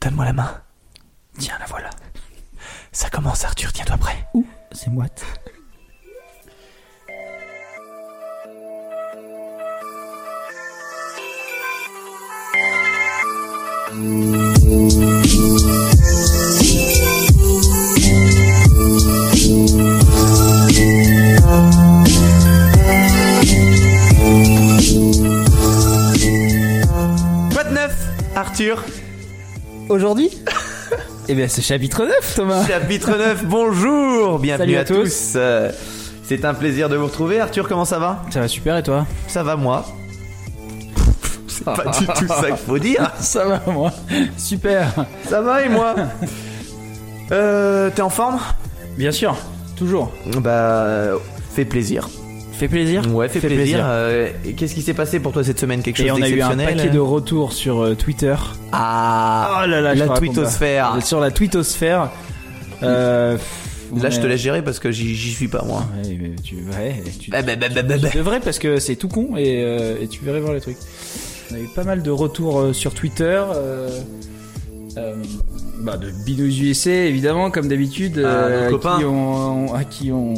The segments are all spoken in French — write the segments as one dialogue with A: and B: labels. A: Donne-moi la main. Tiens, la voilà. Ça commence, Arthur, tiens-toi prêt.
B: Ouh, c'est moite.
A: Quoi de neuf, Arthur
B: Aujourd'hui Eh bien, c'est chapitre 9, Thomas.
A: Chapitre 9, bonjour Bienvenue
B: Salut à
A: à, tous,
B: tous.
A: Euh, C'est un plaisir de vous retrouver. Arthur, comment ça va
B: Ça va super, et toi
A: Ça va, moi C'est pas du tout ça qu'il faut dire.
B: Ça va, moi. Super.
A: Ça va et moi Euh, t'es en forme
B: Bien sûr, toujours.
A: Bah, fais plaisir.
B: Fait plaisir
A: Ouais, fais
B: Fait
A: plaisir.
B: plaisir.
A: Euh, et Qu'est-ce qui s'est passé pour toi cette semaine Quelque chose
B: Et on a eu un
A: d'exceptionnel
B: paquet de retours sur euh, Twitter.
A: Ah
B: Oh là là, je
A: La
B: te raconte
A: twittosphère.
B: pas. Sur la tweetosphère. Euh, pff,
A: Là,
B: on
A: je te
B: est-
A: laisse gérer parce que j'y j'y suis pas, moi.
B: Ouais, mais tu, ouais, tu,
A: Bah, bah, bah, bah, bah, bah.
B: tu devrais parce que c'est tout con et, euh, et tu verrais voir les trucs. On a eu pas mal de retours euh, sur Twitter. euh, euh, bah, de Binous USA évidemment comme d'habitude
A: Ah, nos
B: à
A: copains.
B: qui ont à qui ont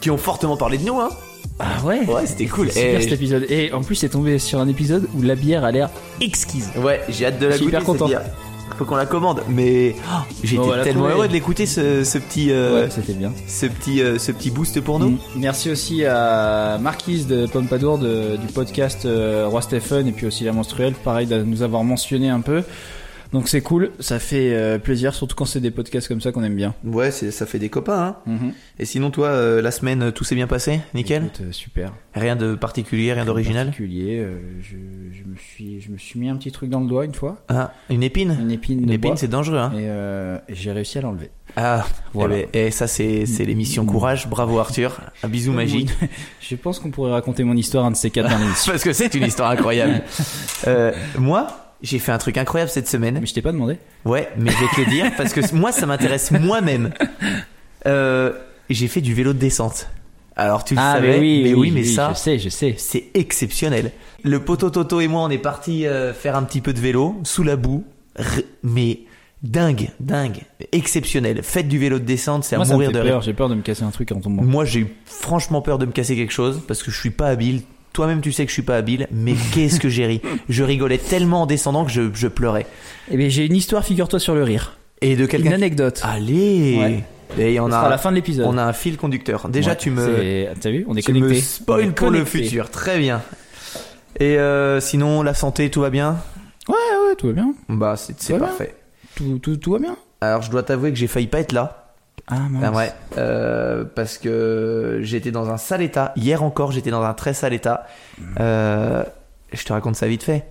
A: Qui ont fortement parlé de nous, hein
B: ah ouais
A: Ouais, c'était cool.
B: super
A: Eh,
B: cet épisode et en plus c'est tombé sur un épisode où la bière a l'air exquise
A: Ouais, j'ai hâte de
B: Je
A: la
B: suis
A: goûter.
B: hyper content.
A: cette bière. Faut qu'on la commande, mais oh, j'étais
B: Bon, on va la
A: tellement
B: trouver.
A: heureux de l'écouter ce, ce petit, euh,
B: ouais c'était bien
A: ce petit, euh, ce petit boost pour nous.
B: Mm. Merci aussi à Marquise de Pompadour de- du podcast euh, Roi Stephen et puis aussi la menstruelle, pareil de nous avoir mentionné un peu. Donc c'est cool, ça fait euh, plaisir, surtout quand c'est des podcasts comme ça qu'on aime bien.
A: Ouais, c'est- ça fait des copains. Hein. Et sinon, toi, euh, la semaine, tout s'est bien passé, nickel.
B: Écoute, euh, super.
A: Rien de particulier, rien d'original.
B: Particulier, euh, je, je me suis, je me suis mis un petit truc dans le doigt une fois,
A: Ah, une épine.
B: une épine
A: Une
B: de
A: épine,
B: bois,
A: c'est dangereux. Hein.
B: et euh, j'ai réussi à l'enlever.
A: Ah,
B: Voilà. Mm.
A: eh ben, eh, ça c'est c'est l'émission courage. Bravo Arthur. Un bisou magique.
B: Je pense qu'on pourrait raconter mon histoire un de ces quatre dans l'émission.
A: Parce que c'est une histoire incroyable. Euh, moi, j'ai fait un truc incroyable cette semaine.
B: Mais je t'ai pas demandé.
A: Ouais, mais je vais te le dire parce que moi, ça m'intéresse moi-même. Euh, j'ai fait du vélo de descente. Alors tu le
B: Ah,
A: savais, mais oui, mais ça,
B: Je sais, je sais.
A: c'est exceptionnel. Le poteau Toto et moi, on est parti euh, faire un petit peu de vélo sous la boue, R- mais dingue, dingue, exceptionnel. Faites du vélo de descente, c'est à
B: Moi, ça me
A: mourir
B: fait
A: de rire.
B: peur, j'ai peur de me casser un truc en tombant.
A: Moi, j'ai eu franchement peur de me casser quelque chose parce que je suis pas habile. Toi-même, tu sais que je suis pas habile, mais qu'est-ce que j'ai ri. Je rigolais tellement en descendant que je, je pleurais.
B: Eh bien, j'ai une histoire, figure-toi, sur le rire.
A: Et de
B: Une
A: quelqu'un. qui- Ah,
B: anecdote.
A: Allez. Et on
B: Ce sera à la
A: a,
B: fin de l'épisode.
A: on a un fil conducteur. Déjà,
B: Ouais,
A: tu me,
B: c'est- T'as vu On est
A: tu me
B: connecté.
A: spoil pour le futur. Très bien. Et euh, sinon, la santé, tout va bien
B: Ah ouais, tout va bien.
A: Bah, c'est c'est
B: Ça va
A: parfait.
B: Tout, tout, tout va bien.
A: Alors, je dois t'avouer que j'ai failli pas être là.
B: Ah, mince.
A: Ah ouais. Euh, parce que j'étais dans un sale état. Hier encore, j'étais dans un très sale état.
B: Hmm.
A: Euh, je te raconte ça vite fait.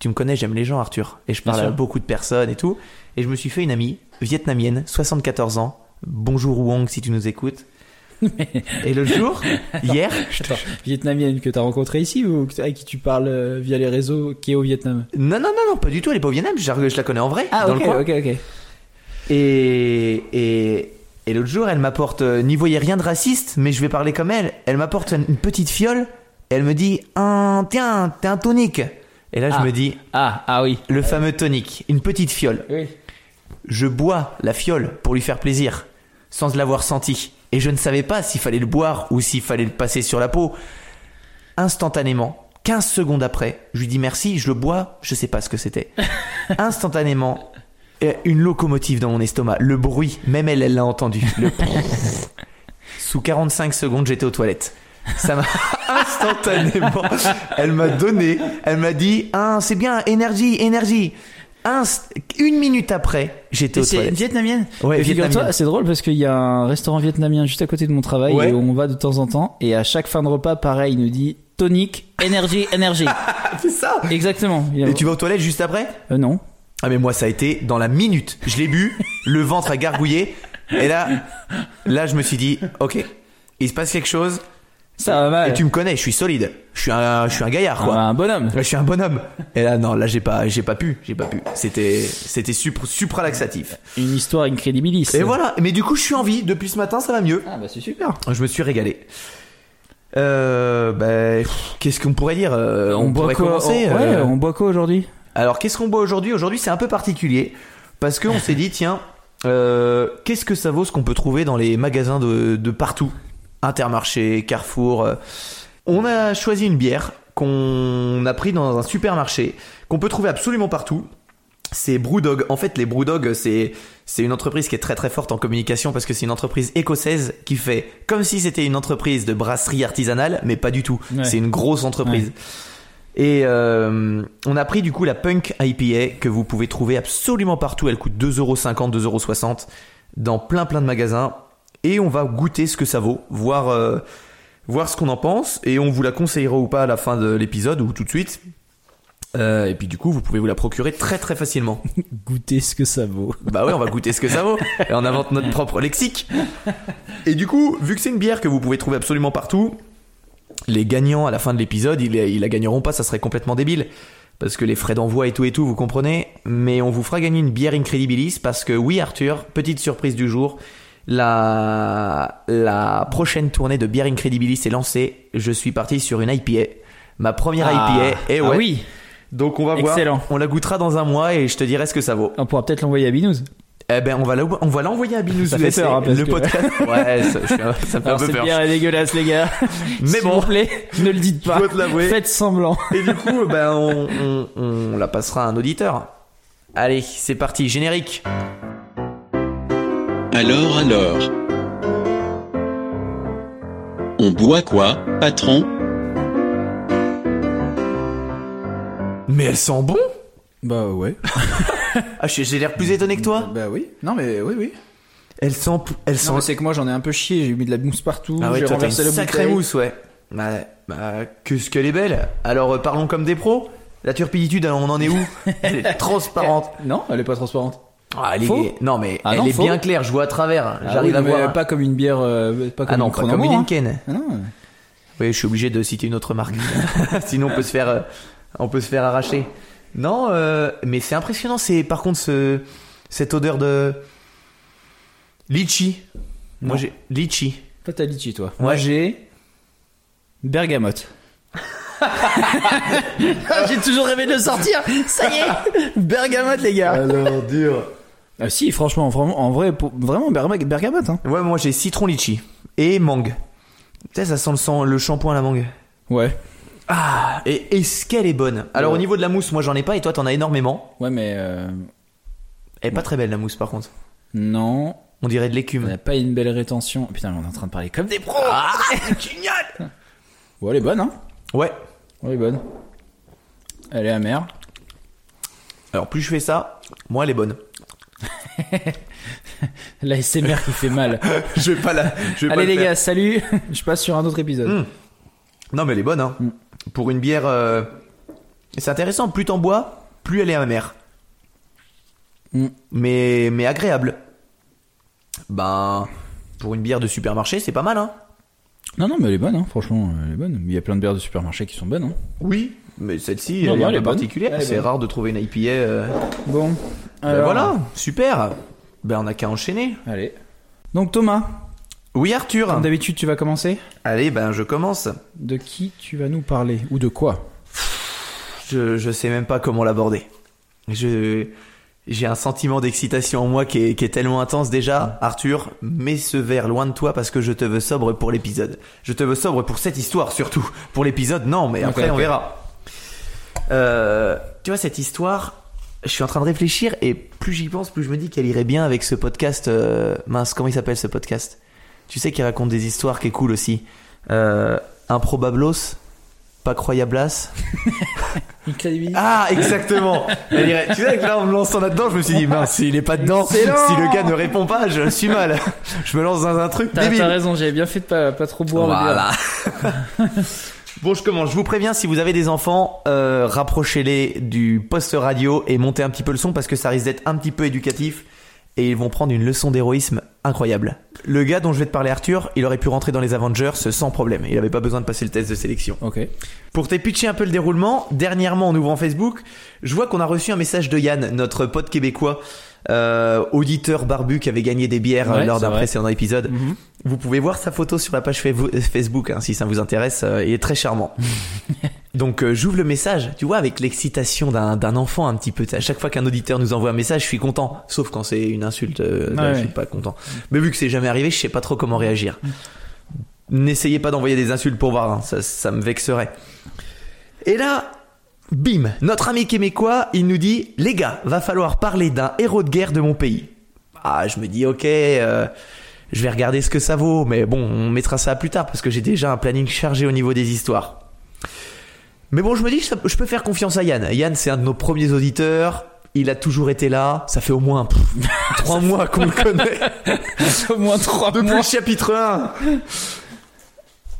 A: Tu me connais, j'aime les gens, Arthur. Et je
B: Bien
A: parle à
B: sûr.
A: beaucoup de personnes et tout. Et je me suis fait une amie, vietnamienne, 74 ans. Bonjour Wong, si tu nous écoutes. Et le jour, hier, je te-
B: Attends, Vietnamienne que t'as rencontrée ici ou que- à qui tu parles euh, via les réseaux qui est au Vietnam
A: non, non, non, non, pas du tout, elle est pas au Vietnam, je, je la connais en vrai. dans le coin.
B: Ah, ok, ok.
A: Et, et, et l'autre jour, elle m'apporte, euh, n'y voyez rien de raciste, mais je vais parler comme elle. Elle m'apporte une une petite fiole, elle me dit, un, tiens, t'es un tonique. Et là, je
B: Ah.
A: me dis,
B: Ah, ah oui.
A: le fameux tonique, une petite fiole.
B: Oui.
A: Je bois la fiole pour lui faire plaisir, sans l'avoir senti. Et je ne savais pas s'il fallait le boire ou s'il fallait le passer sur la peau. Instantanément, 15 secondes après, je lui dis merci, je le bois, je sais pas ce que c'était. Instantanément, euh, une locomotive dans mon estomac, le bruit, même elle, elle l'a entendu. Le Sous 45 secondes, j'étais aux toilettes. Ça m'a instantanément. Elle m'a donné, elle m'a dit, ah, c'est bien, énergie, énergie. Inst- une minute après, j'étais aux
B: C'est
A: toilettes.
B: vietnamienne
A: Ouais,
B: Et figure-toi,
A: vietnamienne.
B: C'est drôle parce qu'il y a un restaurant vietnamien juste à côté de mon travail
A: Ouais.
B: et on va de temps en temps. Et à chaque fin de repas, pareil, il nous dit tonique, énergie, énergie.
A: C'est ça.
B: Exactement. Il y a-
A: Et tu vas aux toilettes juste après
B: Euh, non.
A: Ah mais moi ça a été dans la minute. Je l'ai bu, le ventre a gargouillé et là là je me suis dit OK. Il se passe quelque chose
B: Ça va mal.
A: et tu me connais, je suis solide. Je suis un je suis un gaillard
B: Ah,
A: quoi.
B: un bonhomme.
A: Je suis un bonhomme. Et là non, là j'ai pas j'ai pas pu, j'ai pas pu. C'était c'était supra supralaxatif.
B: Une histoire incrédibilis.
A: Et voilà, mais du coup je suis en vie depuis ce matin, ça va mieux.
B: Ah bah c'est super.
A: Je me suis régalé. Euh, ben, pff, qu'est-ce qu'on pourrait dire Euh,
B: boit
A: pourrait
B: Bah, quoi
A: commencer
B: on, ouais,
A: euh,
B: on boit quoi aujourd'hui
A: Alors, qu'est-ce qu'on boit aujourd'hui Aujourd'hui, c'est un peu particulier parce qu'on s'est dit, tiens, euh, qu'est-ce que ça vaut ce qu'on peut trouver dans les magasins de, de partout Intermarché, Carrefour. euh. On a choisi une bière qu'on a pris dans un supermarché, qu'on peut trouver absolument partout. C'est Brewdog. En fait, les Brewdog, c'est c'est une entreprise qui est très très forte en communication parce que c'est une entreprise écossaise qui fait comme si c'était une entreprise de brasserie artisanale, mais pas du tout.
B: Ouais.
A: C'est une grosse entreprise. Et euh, on a pris du coup la Punk IPA que vous pouvez trouver absolument partout. Elle coûte 2,50€, 2,60€ dans plein plein de magasins. Et on va goûter ce que ça vaut, voir, euh, voir ce qu'on en pense. Et on vous la conseillera ou pas à la fin de l'épisode ou tout de suite. Euh, et puis du coup, vous pouvez vous la procurer très très facilement.
B: Goûter ce que ça vaut.
A: Bah ouais, on va goûter ce que ça vaut. Et on invente notre propre lexique. Et du coup, vu que c'est une bière que vous pouvez trouver absolument partout, les gagnants à la fin de l'épisode, ils, ils la gagneront pas, ça serait complètement débile. Parce que les frais d'envoi et tout et tout, vous comprenez. Mais on vous fera gagner une bière Incredibilis parce que oui, Arthur, petite surprise du jour. La, la prochaine tournée de bière Incredibilis est lancée. Je suis parti sur une IPA. Ma première IPA. Et Eh ouais.
B: Ah oui,
A: Donc on va voir.
B: Excellent.
A: On la goûtera dans un mois et je te dirai ce que ça vaut.
B: on pourra peut-être l'envoyer à Binous.
A: Eh ben on va la- on va l'envoyer à Binous
B: Ça fait
A: USA,
B: peur, hein, parce
A: le
B: que-
A: podcast. Ouais, ça, je suis un- ça me fait
B: Alors
A: un peu
B: cette
A: peur.
B: bière est dégueulasse les gars.
A: Mais
B: S'il
A: bon,
B: vous plaît, ne le dites
A: je
B: pas.
A: dois te l'avouer.
B: Faites semblant.
A: Et du coup, ben on, on- on la passera à un auditeur. Allez, c'est parti, générique.
C: Alors alors On boit quoi, patron
A: Mais elle sent bon.
D: Bah ouais.
A: Ah, j'ai j'ai l'air plus étonné que toi.
D: Bah oui. Non mais oui oui.
A: Elle sent, p- elle sent.
B: Non, mais c'est que moi j'en ai un peu chié, j'ai mis de la mousse partout,
A: ah ouais,
B: j'ai
A: toi t'as une
B: renversé la
A: sacrée
B: bouteille.
A: mousse, ouais. Bah, bah, que ce qu'elle est belle. Alors euh, parlons comme des pros. La turpitude, elle, on en est où Elle est transparente.
B: Non, elle est pas transparente.
A: Ah, elle est-
B: Faux
A: Non mais
B: Ah
A: elle
B: non,
A: est
B: faux.
A: bien claire. Je vois à travers.
B: Ah
A: J'arrive
B: oui,
A: à
B: mais
A: voir. hein.
B: Pas comme une bière, euh, pas comme
A: ah non,
B: une
A: pas comme une
B: Chronomore, hein.
A: Lincoln.
B: Ah non.
A: Oui, je suis obligé de citer une autre marque. Sinon, on peut se faire, euh, on peut se faire arracher. Non, euh, mais c'est impressionnant. C'est par contre ce, cette odeur de litchi. Moi,
B: Non.
A: j'ai litchi.
B: Toi t'as litchi toi.
A: Ouais.
B: Moi j'ai bergamote. Ah, j'ai toujours rêvé de le sortir. Ça y est, bergamote les gars.
A: Alors dur.
B: Ah si, franchement, vraiment- en vrai, pour- vraiment berma- bergamote. Hein.
A: Ouais, moi j'ai citron litchi et mangue. Tu sais, ça sent le sang, le shampoing à la mangue.
B: Ouais.
A: Ah, et est-ce qu'elle est bonne Alors au niveau de la mousse, moi j'en ai pas et toi t'en as énormément.
B: Ouais, mais euh,
A: Elle est
B: Mm.
A: pas très belle la mousse par contre.
B: non,
A: On dirait de
B: on
A: l'écume.
B: n'a pas une belle rétention. Putain, on est en train de parler comme des pros.
A: Ah, génial
B: Ouais, elle est bonne, hein.
A: Ouais.
B: Elle est bonne. Elle est amère.
A: Alors plus je fais ça, moins elle est bonne.
B: La SMR qui fait mal.
A: je vais pas la. je vais pas
B: Allez
A: le
B: les
A: faire.
B: gars, salut. Je passe sur un autre épisode.
A: Mm. Non, mais elle est bonne, hein.
B: Mm.
A: Pour une bière. euh, C'est intéressant, plus t'en bois, plus elle est amère.
B: Mm.
A: Mais, mais agréable. Ben. Pour une bière de supermarché, c'est pas mal, hein.
B: Non, non, mais elle est bonne, hein. franchement, elle est bonne. Il y a plein de bières de supermarché qui sont bonnes. Hein.
A: Oui. Mais celle-ci,
B: Non,
A: elle,
B: non,
A: est un
B: elle
A: peu
B: est bonne.
A: particulière.
B: Elle est
A: C'est
B: bonne.
A: rare de trouver une IPA. euh,
B: Bon,
A: ben voilà, super. Ben, on a qu'à enchaîner.
B: Allez. Donc Thomas,
A: Oui, Arthur.
B: comme d'habitude, tu vas commencer.
A: Allez, ben, je commence.
B: De qui tu vas nous parler Ou de quoi
A: Je, je sais même pas comment l'aborder. Je j'ai un sentiment d'excitation en moi qui est, qui est tellement intense déjà. Arthur, mets ce verre loin de toi parce que je te veux sobre pour l'épisode. Je te veux sobre pour cette histoire surtout. Pour l'épisode, non, mais
B: Ok,
A: après on
B: ok.
A: verra. Euh, tu vois cette histoire, je suis en train de réfléchir et plus j'y pense, plus je me dis qu'elle irait bien avec ce podcast. euh, mince, comment il s'appelle ce podcast Tu sais qu'il raconte des histoires qui est cool aussi. Euh, Improbablos, pas croyablas.
B: Incredibilis.
A: Ah, exactement. Elle irait- tu sais que là, en me lançant là-dedans, je me suis dit, mince, s'il est pas dedans, si
B: Excellent.
A: le gars ne répond pas, je suis mal. Je me lance dans un truc
B: T'as
A: débile. Oh
B: t'as raison, j'avais bien fait de pas, pas trop boire. la bière.
A: Voilà. bon, je commence. Je vous préviens, si vous avez des enfants, euh, rapprochez-les du poste radio et montez un petit peu le son parce que ça risque d'être un petit peu éducatif et ils vont prendre une leçon d'héroïsme incroyable. Le gars dont je vais te parler, Arthur, il aurait pu rentrer dans les Avengers sans problème. Il n'avait pas besoin de passer le test de sélection.
B: Ok.
A: Pour te pitcher un peu le déroulement, dernièrement en ouvrant Facebook, je vois qu'on a reçu un message de Yann, notre pote québécois, euh, auditeur barbu qui avait gagné des bières euh,
B: Ouais,
A: lors
B: c'est
A: d'un
B: vrai. Mm.
A: précédent épisode.
E: Mhm.
A: euh, Vous pouvez voir sa photo sur la page Fevo- Facebook hein, si ça vous intéresse, euh, il est très charmant. Donc euh, j'ouvre le message, tu vois, avec l'excitation d'un d'un enfant un petit peu. À chaque fois qu'un auditeur nous envoie un message, je suis content. Sauf quand c'est une insulte, euh, là,
E: Ouais,
A: je suis
E: ouais.
A: pas content. Mais vu que c'est jamais arrivé, je sais pas trop comment réagir.
B: Mm.
A: N'essayez pas d'envoyer des insultes pour voir, hein, ça, ça me vexerait. Et là, bim, notre ami québécois, il nous dit, les gars, va falloir parler d'un héros de guerre de mon pays. Ah, je me dis, ok, euh, je vais regarder ce que ça vaut, mais bon, on mettra ça plus tard parce que j'ai déjà un planning chargé au niveau des histoires. Mais bon, je me dis, ça- je peux faire confiance à Yann. Yann, c'est un de nos premiers auditeurs. Il a toujours été là. Ça fait au moins pff, trois mois qu'on le connaît.
E: Au moins trois
A: Depuis
E: mois.
A: le chapitre 1.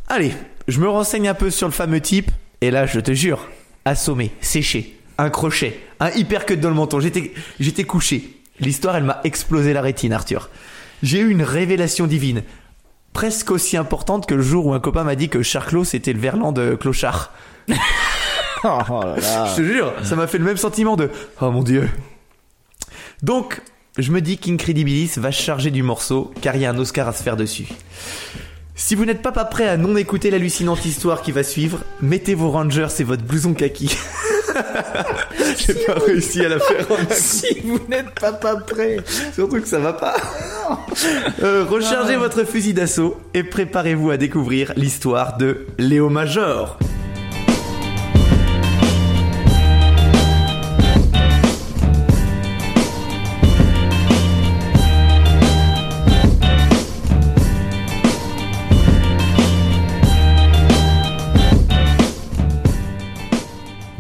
A: Allez, je me renseigne un peu sur le fameux type. Et là, je te jure, assommé, séché, un crochet, un hypercut dans le menton. J'étais, j'étais couché. L'histoire, elle m'a explosé la rétine, Arthur. J'ai eu une révélation divine. Presque aussi importante que le jour où un copain m'a dit que Charclos c'était le verlan de Clochard.
E: Oh, là là.
A: Je te jure, ça m'a fait le même sentiment de Oh mon dieu. Donc, je me dis qu'Incredibilis va se charger du morceau car il y a un Oscar à se faire dessus. Si vous n'êtes pas, pas prêt à non écouter l'hallucinante histoire qui va suivre, mettez vos Rangers et votre blouson kaki. J'ai pas réussi à la faire en
E: Si vous n'êtes pas pas prêt.
A: Surtout que ça va pas. Euh, rechargez
E: Ah.
A: votre fusil d'assaut et préparez-vous à découvrir l'histoire de Léo Major.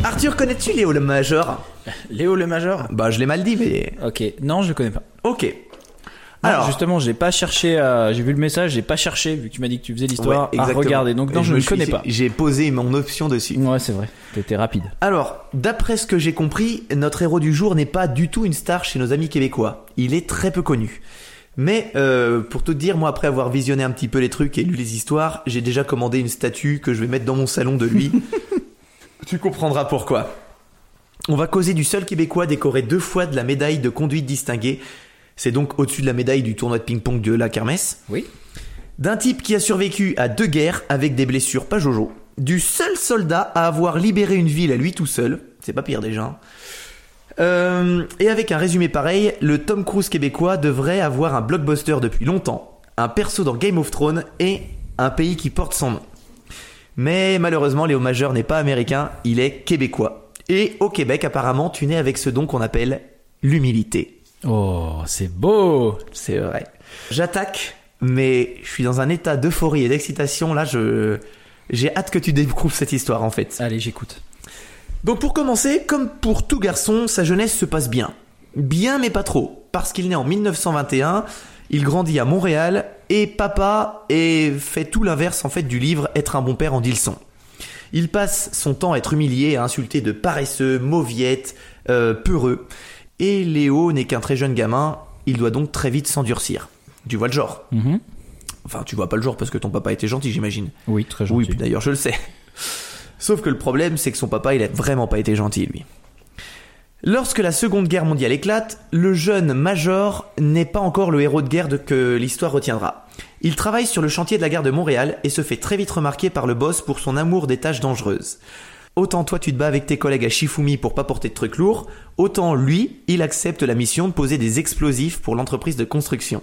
A: Arthur, connais-tu Léo le Major
E: Léo le Major.
A: Bah, je l'ai mal dit, mais.
E: Ok. Non, je le connais pas.
A: Ok.
E: Non,
A: Alors,
E: justement, j'ai pas cherché. à- J'ai vu le message, j'ai pas cherché vu que tu m'as dit que tu faisais l'histoire
A: Ouais,
E: à
A: exactement.
E: regarder. Donc non,
A: Et
E: je
A: me
E: ne
A: suis-
E: connais pas.
A: J'ai posé mon option dessus.
E: Ouais, c'est vrai. T'étais rapide.
A: Alors, d'après ce que j'ai compris, notre héros du jour n'est pas du tout une star chez nos amis québécois. Il est très peu connu. Mais euh, pour tout te dire, moi après avoir visionné un petit peu les trucs et lu les histoires, j'ai déjà commandé une statue que je vais mettre dans mon salon de lui. tu comprendras pourquoi. On va causer du seul Québécois décoré deux fois de la médaille de conduite distinguée. C'est donc au-dessus de la médaille du tournoi de ping-pong de la Kermesse.
E: Oui.
A: D'un type qui a survécu à deux guerres avec des blessures pas jojo. Du seul soldat à avoir libéré une ville à lui tout seul. C'est pas pire déjà. hein. Euh, et avec un résumé pareil, le Tom Cruise québécois devrait avoir un blockbuster depuis longtemps, un perso dans Game of Thrones et un pays qui porte son nom. Mais malheureusement, Léo Majeur n'est pas américain, il est québécois. Et au Québec, apparemment, tu nais avec ce don qu'on appelle l'humilité.
E: Oh, c'est beau.
A: C'est vrai. J'attaque, mais je suis dans un état d'euphorie et d'excitation. Là, je j'ai hâte que tu découvres cette histoire en fait.
E: Allez, j'écoute.
A: Donc pour commencer, comme pour tout garçon, sa jeunesse se passe bien. Bien mais pas trop, parce qu'il naît en 1921, il grandit à Montréal, et papa et fait tout l'inverse en fait du livre Être un bon père en dit le son. Il passe son temps à être humilié, à insulter de paresseux, mauviettes, euh, peureux. Et Léo n'est qu'un très jeune gamin, il doit donc très vite s'endurcir. Tu vois le genre.
E: Mhm.
A: Enfin, tu vois pas le genre parce que ton papa était gentil, j'imagine.
E: Oui, très
A: Oui, puis d'ailleurs, je le sais. Sauf que le problème, c'est que son papa, il a vraiment pas été gentil, lui. Lorsque la Seconde Guerre mondiale éclate, le jeune Major n'est pas encore le héros de guerre de- que l'histoire retiendra. Il travaille sur le chantier de la gare de Montréal et se fait très vite remarquer par le boss pour son amour des tâches dangereuses. Autant toi tu te bats avec tes collègues à Shifumi pour pas porter de trucs lourds, autant lui, il accepte la mission de poser des explosifs pour l'entreprise de construction.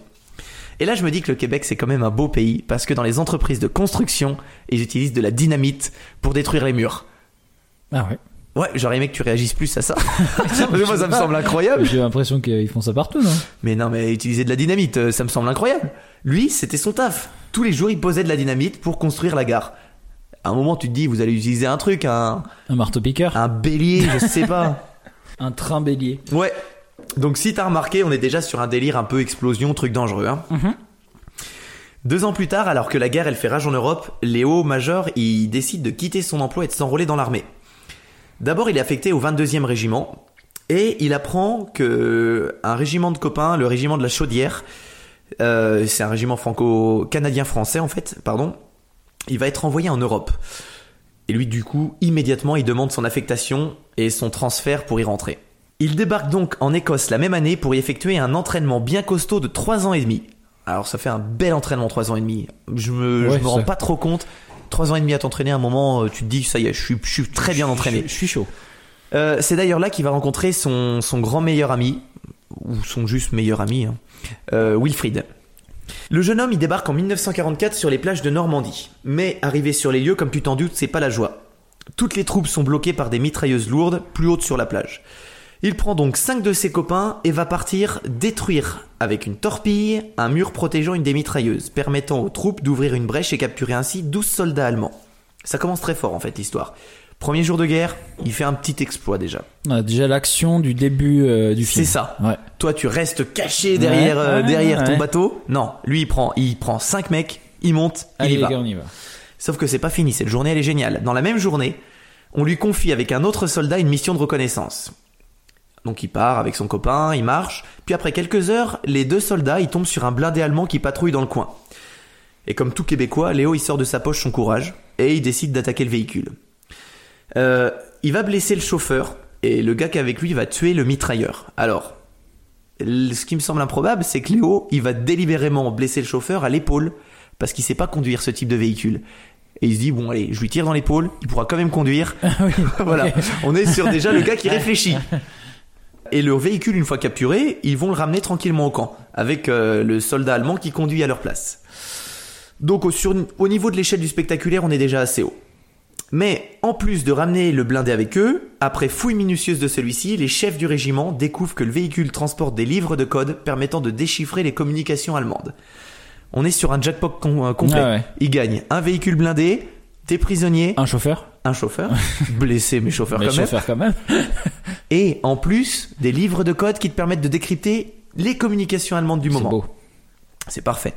A: Et là, je me dis que le Québec, c'est quand même un beau pays, parce que dans les entreprises de construction, ils utilisent de la dynamite pour détruire les murs.
E: Ah ouais.
A: Ouais, j'aurais aimé que tu réagisses plus à ça. Parce que moi, ça me semble incroyable.
E: J'ai l'impression qu'ils font ça partout, non
A: Mais non, mais utiliser de la dynamite, euh, ça me semble incroyable. Lui, c'était son taf. Tous les jours, il posait de la dynamite pour construire la gare. À un moment, tu te dis, vous allez utiliser un truc, un,
E: Un marteau piqueur,
A: un bélier, je sais pas.
E: un train bélier.
A: Ouais. Donc si t'as remarqué, on est déjà sur un délire un peu explosion, truc dangereux. hein. Deux ans plus tard, alors que la guerre elle fait rage en Europe, Léo Major il décide de quitter son emploi et de s'enrôler dans l'armée. D'abord, il est affecté au 22e régiment et il apprend que un régiment de copains, le régiment de la Chaudière, euh, c'est un régiment franco-canadien-français en fait, pardon, il va être envoyé en Europe. Et lui, du coup, immédiatement, il demande son affectation et son transfert pour y rentrer. Il débarque donc en Écosse la même année pour y effectuer un entraînement bien costaud de 3 ans et demi. Alors ça fait un bel entraînement 3 ans et demi. Je me, je
E: Ouais,
A: me rends
E: ça-
A: pas trop compte. Trois ans et demi à t'entraîner, à un moment, euh, tu te dis, ça y est, je suis, je suis très bien entraîné.
E: Je, je suis chaud.
A: Euh, c'est d'ailleurs là qu'il va rencontrer son, son grand meilleur ami, ou son juste meilleur ami, hein, euh, Wilfried. Le jeune homme, il débarque en 1944 sur les plages de Normandie. Mais arrivé sur les lieux, comme tu t'en doutes, c'est pas la joie. Toutes les troupes sont bloquées par des mitrailleuses lourdes, plus hautes sur la plage. Il prend donc cinq de ses copains et va partir détruire, avec une torpille, un mur protégeant une des mitrailleuses, permettant aux troupes d'ouvrir une brèche et capturer ainsi 12 soldats allemands. Ça commence très fort en fait l'histoire. Premier jour de guerre, il fait un petit exploit déjà.
E: On a déjà l'action du début euh, du film.
A: C'est ça.
E: Ouais.
A: Toi, tu restes caché derrière, euh,
E: ouais,
A: derrière ton
E: ouais.
A: bateau. Non, lui, il prend, il prend cinq mecs, il monte,
E: Allez,
A: il y
E: les
A: va.
E: gars, on y va.
A: Sauf que c'est pas fini, cette journée elle est géniale. Dans la même journée, on lui confie avec un autre soldat une mission de reconnaissance. Donc il part avec son copain, il marche, puis après quelques heures, les deux soldats ils tombent sur un blindé allemand qui patrouille dans le coin. Et comme tout Québécois, Léo il sort de sa poche son courage et il décide d'attaquer le véhicule. Euh, il va blesser le chauffeur et le gars qui est avec lui va tuer le mitrailleur. Alors, l- ce qui me semble improbable, c'est que Léo, il va délibérément blesser le chauffeur à l'épaule parce qu'il sait pas conduire ce type de véhicule. Et il se dit bon allez, je lui tire dans l'épaule, il pourra quand même conduire. voilà, on est sur déjà le gars qui réfléchit. Et le véhicule une fois capturé, ils vont le ramener tranquillement au camp avec euh, le soldat allemand qui conduit à leur place. Donc au, sur- au niveau de l'échelle du spectaculaire, on est déjà assez haut. Mais en plus de ramener le blindé avec eux, après fouille minutieuse de celui-ci, les chefs du régiment découvrent que le véhicule transporte des livres de code permettant de déchiffrer les communications allemandes. On est sur un jackpot com- euh, complet.
E: Ah ouais.
A: Ils gagnent un véhicule blindé, des prisonniers,
E: Un chauffeur
A: un chauffeur, blessé mais chauffeur
E: Mais
A: quand même,
E: chauffeur quand même.
A: et en plus des livres de code qui te permettent de décrypter les communications allemandes du
E: C'est
A: moment.
E: beau.
A: C'est parfait.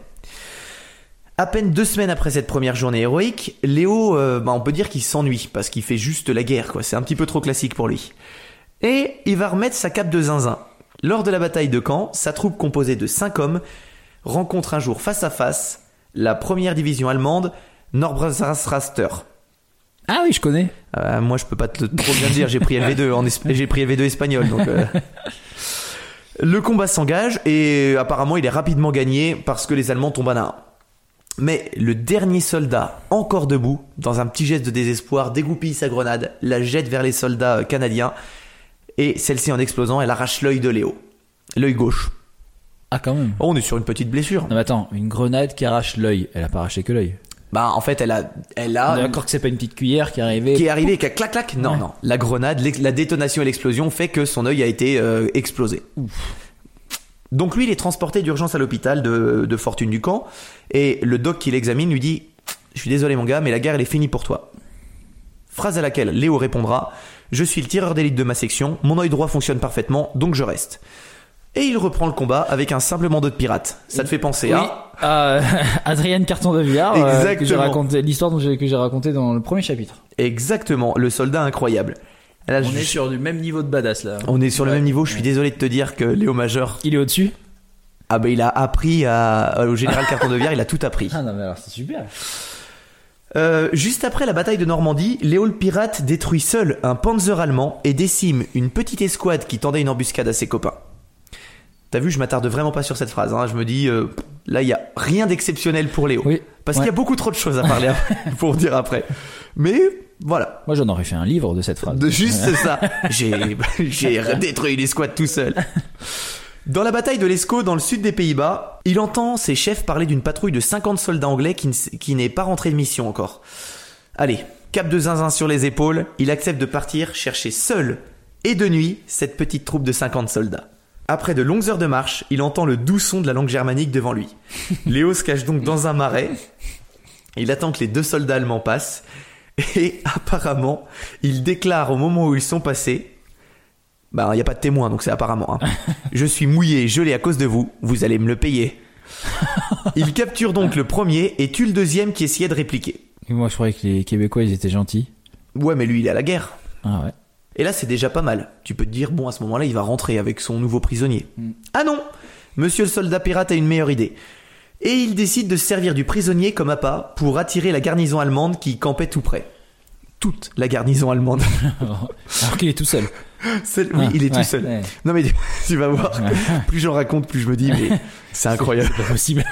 A: À peine deux semaines après cette première journée héroïque, Léo, euh, bah, on peut dire qu'il s'ennuie parce qu'il fait juste la guerre, quoi. C'est un petit peu trop classique pour lui. Et il va remettre sa cape de zinzin. Lors de la bataille de Caen, sa troupe composée de cinq hommes rencontre un jour face à face la première division allemande Norbrandraster.
E: Ah oui, je connais.
A: Euh, moi, je peux pas te le- trop bien dire. J'ai pris LV2 en esp- j'ai pris LV2 espagnol. Donc, euh. Le combat s'engage et apparemment, il est rapidement gagné parce que les Allemands tombent à un. Mais le dernier soldat, encore debout, dans un petit geste de désespoir, dégoupille sa grenade, la jette vers les soldats euh, canadiens et celle-ci, en explosant, elle arrache l'œil de Léo, l'œil gauche.
E: Ah quand même.
A: Oh, on est sur une petite blessure.
E: Non mais attends, une grenade qui arrache l'œil. Elle a pas arraché que l'œil.
A: Bah, en fait, elle a, elle a
E: On est D'accord que c'est pas une petite cuillère qui est arrivée.
A: Ah, qui est arrivé et qui a clac clac. Non, non. La grenade, l'ex- la détonation et l'explosion fait que son œil a été euh, explosé. Donc lui, il est transporté d'urgence à l'hôpital de, de Fortune du Camp et le doc qui l'examine lui dit Je suis désolé, mon gars, mais la guerre elle est finie pour toi. Phrase à laquelle Léo répondra Je suis le tireur d'élite de ma section, mon œil droit fonctionne parfaitement, donc je reste. Et il reprend le combat avec un simple bandeau de pirate. Ça te fait penser
E: Oui.
A: à.
E: Euh, Adrienne Carton de Villard. euh, que j'ai
A: hein. Exactement.
E: raconté l'histoire dont j'ai- que j'ai raconté dans le premier chapitre.
A: Exactement, le soldat incroyable. Là,
B: On
A: je-
B: est sur du même niveau de badass là.
A: on est sur le même niveau, je suis désolé de te dire que Léo Major
E: Il est au-dessus
A: Ah bah il a appris à, euh, au général Carton de Viard, il a tout appris.
E: Ah, non mais alors c'est super.
A: Euh, juste après la bataille de Normandie, Léo le pirate détruit seul un panzer allemand et décime une petite escouade qui tendait une embuscade à ses copains. T'as vu, je m'attarde vraiment pas sur cette phrase. hein. Je me dis, euh, là, il y a rien d'exceptionnel pour Léo.
E: Oui.
A: Parce qu'il y a beaucoup trop de choses à parler pour dire après. Mais voilà,
E: Moi j'en aurais fait un livre de cette phrase.
A: de juste c'est ça. J'ai j'ai détruit l'escouade tout seul. Dans la bataille de l'Escaut, dans le sud des Pays-Bas, il entend ses chefs parler d'une patrouille de 50 soldats anglais qui ne s- qui n'est pas rentré de mission encore. Allez, cap de zinzin sur les épaules, il accepte de partir chercher seul et de nuit cette petite troupe de 50 soldats. Après de longues heures de marche, il entend le doux son de la langue germanique devant lui. Léo se cache donc dans un marais. Il attend que les deux soldats allemands passent. Et apparemment, il déclare au moment où ils sont passés bah, il n'y a pas de témoin, donc c'est apparemment. hein. Je suis mouillé et gelé à cause de vous, vous allez me le payer. Il capture donc le premier et tue le deuxième qui essayait de répliquer.
E: Et Moi je croyais que les Québécois ils étaient gentils.
A: Ouais, mais lui, il est à la guerre.
E: Ah ouais.
A: Et là, c'est déjà pas mal. Tu peux te dire, bon, à ce moment-là, il va rentrer avec son nouveau prisonnier.
E: Mm.
A: Ah non Monsieur le soldat pirate a une meilleure idée. Et il décide de se servir du prisonnier comme appât pour attirer la garnison allemande qui campait tout près. Toute la garnison allemande.
E: alors qu'il est tout seul.
A: C'est- oui,
E: Ah,
A: il est tout
E: ouais,
A: seul.
E: ouais.
A: Non mais tu, tu vas voir, plus j'en raconte, plus je me dis, mais c'est incroyable.
E: Pas possible.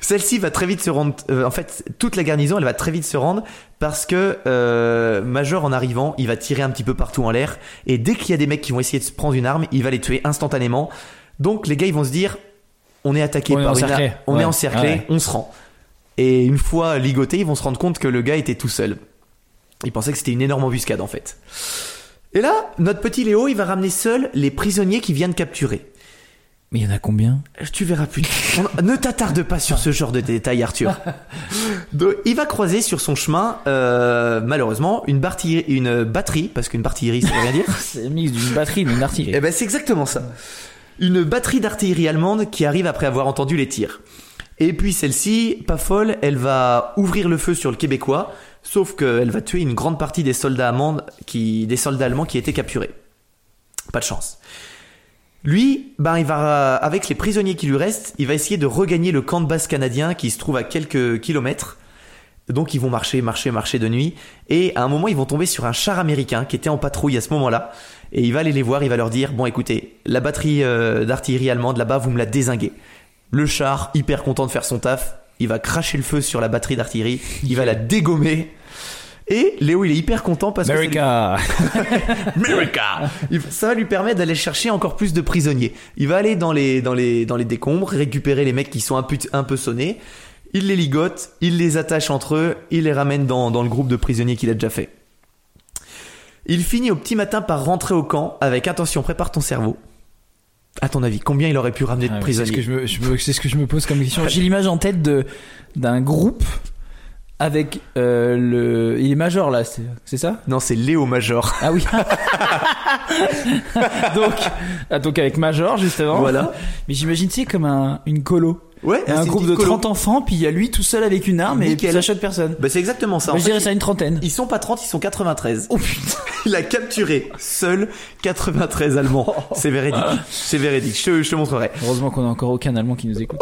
A: Celle-ci va très vite se rendre. euh, en fait, toute la garnison, elle va très vite se rendre parce que euh, Major, en arrivant, il va tirer un petit peu partout en l'air. Et dès qu'il y a des mecs qui vont essayer de se prendre une arme, il va les tuer instantanément. Donc les gars, ils vont se dire on est attaqué
E: On est
A: par une.
E: encerclé.
A: ar- On
E: Ouais.
A: est encerclé,
E: Ouais.
A: on se rend. Et une fois ligotés, ils vont se rendre compte que le gars était tout seul. Ils pensaient que c'était une énorme embuscade en fait. Et là, notre petit Léo, il va ramener seul les prisonniers qu'il vient de capturer.
E: Mais il y en a combien
A: Tu verras plus. On- ne t'attarde pas sur ce genre de détails, Arthur. Donc, il va croiser sur son chemin, euh, malheureusement, une, barti- une batterie, parce qu'une artillerie, ça veut rien dire.
E: C'est un mix d'une batterie, d'une artillerie.
A: Eh ben, c'est exactement ça. Une batterie d'artillerie allemande qui arrive après avoir entendu les tirs. Et puis celle-ci, pas folle, elle va ouvrir le feu sur le Québécois, sauf qu'elle va tuer une grande partie des soldats, allemands qui, des soldats allemands qui étaient capturés. Pas de chance. Lui, ben, il va, avec les prisonniers qui lui restent, il va essayer de regagner le camp de base canadien qui se trouve à quelques kilomètres. Donc ils vont marcher, marcher, marcher de nuit. Et à un moment, ils vont tomber sur un char américain qui était en patrouille à ce moment-là. Et il va aller les voir, il va leur dire, bon écoutez, la batterie euh, d'artillerie allemande là-bas, vous me la désinguez. Le char, hyper content de faire son taf, il va cracher le feu sur la batterie d'artillerie, il va la dégommer. Et Léo, il est hyper content parce que... ça lui-
E: America
A: America Il- Ça va lui permettre d'aller chercher encore plus de prisonniers. Il va aller dans les, dans les, dans les décombres, récupérer les mecs qui sont un peu, un peu sonnés. Il les ligote, il les attache entre eux, il les ramène dans, dans le groupe de prisonniers qu'il a déjà fait. Il finit au petit matin par rentrer au camp avec attention, prépare ton cerveau. À ton avis, combien il aurait pu ramener de
E: Ah oui, C'est ce, que
A: prisonniers
E: je me- je me- c'est ce que je me pose comme question. J'ai l'image en tête de d'un groupe avec euh, le. Il est major là, c'est c'est ça
A: Non, c'est Léo Major.
E: Ah oui. donc, ah, donc avec major justement.
A: Voilà.
E: Mais j'imagine c'est comme un une colo.
A: Ouais,
E: Il y a un groupe de 30 enfants, puis il y a lui tout seul avec une arme et
A: Nickel.
E: puis ça choque personne.
A: Bah, c'est exactement ça.
E: Moi,
A: En
E: je
A: fait,
E: dirais ça une trentaine.
A: ils sont pas 30, ils sont 93.
E: Oh putain.
A: Il a capturé seul 93 Allemands. C'est véridique. C'est véridique. Je te, je te montrerai.
E: Heureusement qu'on a encore aucun Allemand qui nous écoute.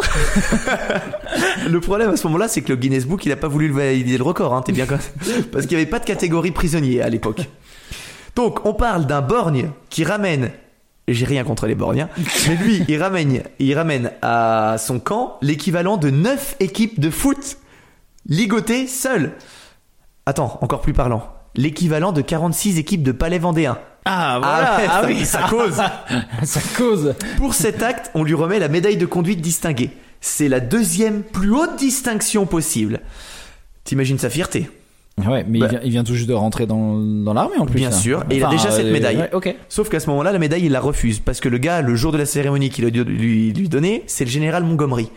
A: Le problème à ce moment-là, c'est que le Guinness Book, il a pas voulu le valider le record. Hein. T'es bien con- Parce qu'il n'y avait pas de catégorie prisonnier à l'époque. Donc, on parle d'un borgne qui ramène. J'ai rien contre les borgnes, hein. mais lui, il ramène, il ramène à son camp l'équivalent de 9 équipes de foot ligotées seules. Attends, encore plus parlant. L'équivalent de 46 équipes de palais vendéen.
E: Ah
A: Ah, ouais, ça- ça cause.
E: ça cause.
A: Pour cet acte, on lui remet la médaille de conduite distinguée. C'est la deuxième plus haute distinction possible. T'imagines sa fierté
E: Ouais, mais il,
A: Bah.
E: vient, il vient tout juste de rentrer dans, dans l'armée en plus.
A: Bien
E: là. euh,
A: sûr, et il a déjà cette médaille.
E: ouais, ok.
A: Sauf qu'à ce moment-là, la médaille, il la refuse. Parce que le gars, le jour de la cérémonie qu'il a dû lui, lui donner, c'est le général Montgomery.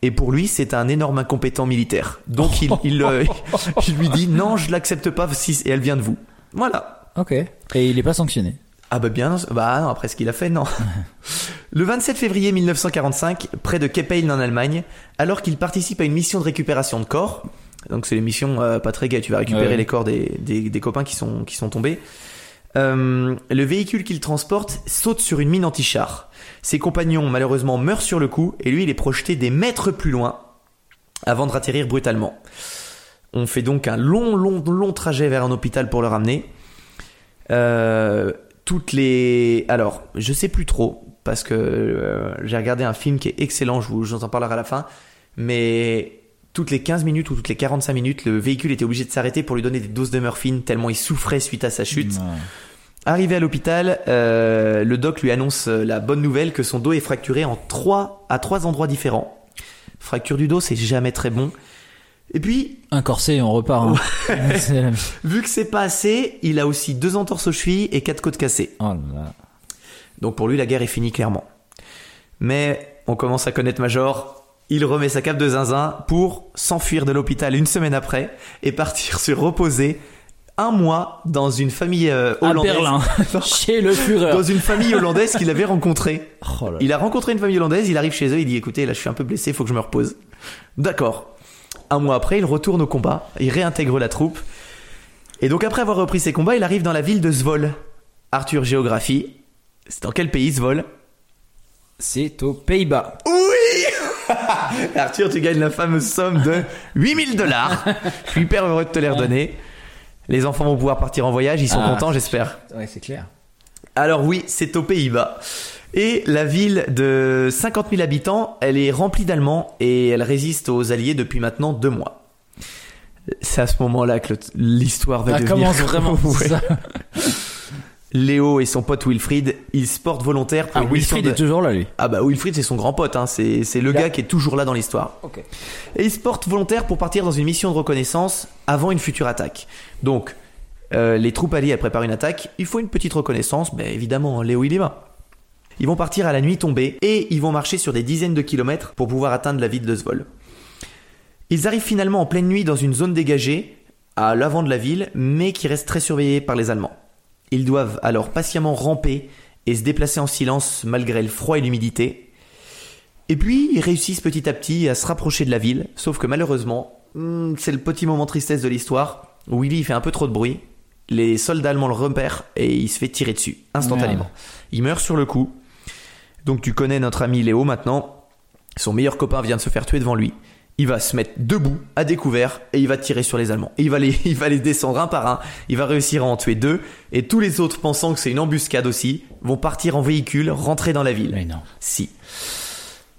A: Et pour lui, c'est un énorme incompétent militaire. Donc il, il, euh, il lui dit non, je l'accepte pas si et elle vient de vous. Voilà.
E: Ok. Et il est pas sanctionné.
A: Ah bah bien, bah non, après ce qu'il a fait, non. Le 27 février 1945, près de Keppeln en Allemagne, alors qu'il participe à une mission de récupération de corps, donc c'est les missions euh, pas très gaies, tu vas récupérer
E: Ouais.
A: les corps des, des, des copains qui sont, qui sont tombés, euh, le véhicule qu'il transporte saute sur une mine anti-char. Ses compagnons malheureusement meurent sur le coup et lui il est projeté des mètres plus loin avant de atterrir brutalement. On fait donc un long, long, long trajet vers un hôpital pour le ramener. Euh, toutes les. Alors, je sais plus trop, parce que euh, j'ai regardé un film qui est excellent, je vous, je vous en parlerai à la fin. Mais toutes les 15 minutes ou toutes les 45 minutes, le véhicule était obligé de s'arrêter pour lui donner des doses de morphine, tellement il souffrait suite à sa chute. Arrivé à l'hôpital, euh, le doc lui annonce euh, la bonne nouvelle que son dos est fracturé en trois, à trois endroits différents. Fracture du dos, c'est jamais très bon. Et puis,
E: Un corset, on repart. hein. C'est la-
A: vu que c'est pas assez, il a aussi deux entorses aux chevilles et quatre côtes cassées.
E: Oh là là.
A: Donc pour lui, la guerre est finie clairement. Mais on commence à connaître Major. Il remet sa cape de zinzin pour s'enfuir de l'hôpital une semaine après et partir se reposer un mois dans une famille euh,
E: À
A: hollandaise.
E: Berlin, chez le Führer.
A: Dans une famille hollandaise qu'il avait rencontrée.
E: Oh là là.
A: Il a rencontré une famille hollandaise, il arrive chez eux, il dit écoutez, là je suis un peu blessé, faut que je me repose. D'accord. Un mois après, il retourne au combat, il réintègre la troupe. Et donc après avoir repris ses combats, il arrive dans la ville de Svol. Arthur Géographie. C'est dans quel pays Svol
E: C'est aux Pays-Bas.
A: Arthur, tu gagnes la fameuse somme de 8000 dollars. Je suis hyper heureux de te les redonner. Les enfants vont pouvoir partir en voyage, ils sont
E: Ah.
A: contents, j'espère.
E: Ouais, c'est clair.
A: Alors oui, c'est aux Pays-Bas. Et la ville de 50 000 habitants, elle est remplie d'Allemands et elle résiste aux Alliés depuis maintenant deux mois. C'est à ce moment-là que le- l'histoire va
E: Ça
A: devenir...
E: commence vraiment.
A: Ouais.
E: c'est ça.
A: Léo et son pote Wilfried, ils se portent volontaires pour
E: Ah,
A: une mission
E: Wilfried
A: de-
E: est toujours là, lui.
A: Ah bah Wilfried c'est son grand pote, hein. c'est, c'est le
E: Là.
A: gars qui est toujours là dans l'histoire.
E: Ok.
A: Et ils se portent volontaires pour partir dans une mission de reconnaissance avant une future attaque. Donc euh, les troupes alliées elles préparent une attaque, il faut une petite reconnaissance, mais évidemment hein, Léo il y va. Ils vont partir à la nuit tombée et ils vont marcher sur des dizaines de kilomètres pour pouvoir atteindre la ville de Svol. Ils arrivent finalement en pleine nuit dans une zone dégagée à l'avant de la ville, mais qui reste très surveillée par les Allemands. Ils doivent alors patiemment ramper et se déplacer en silence malgré le froid et l'humidité. Et puis, ils réussissent petit à petit à se rapprocher de la ville, sauf que malheureusement, hmm, c'est le petit moment tristesse de l'histoire, où Willy il fait un peu trop de bruit, les soldats allemands le repèrent et il se fait tirer dessus, instantanément.
E: Merde.
A: Il meurt sur le coup. Donc tu connais notre ami Léo maintenant, son meilleur copain vient de se faire tuer devant lui. Il va se mettre debout, à découvert, et il va tirer sur les Allemands. Et il va les, il va les descendre un par un. Il va réussir à en tuer deux. Et tous les autres, pensant que c'est une embuscade aussi, vont partir en véhicule, rentrer dans la ville.
E: Mais non.
A: Si.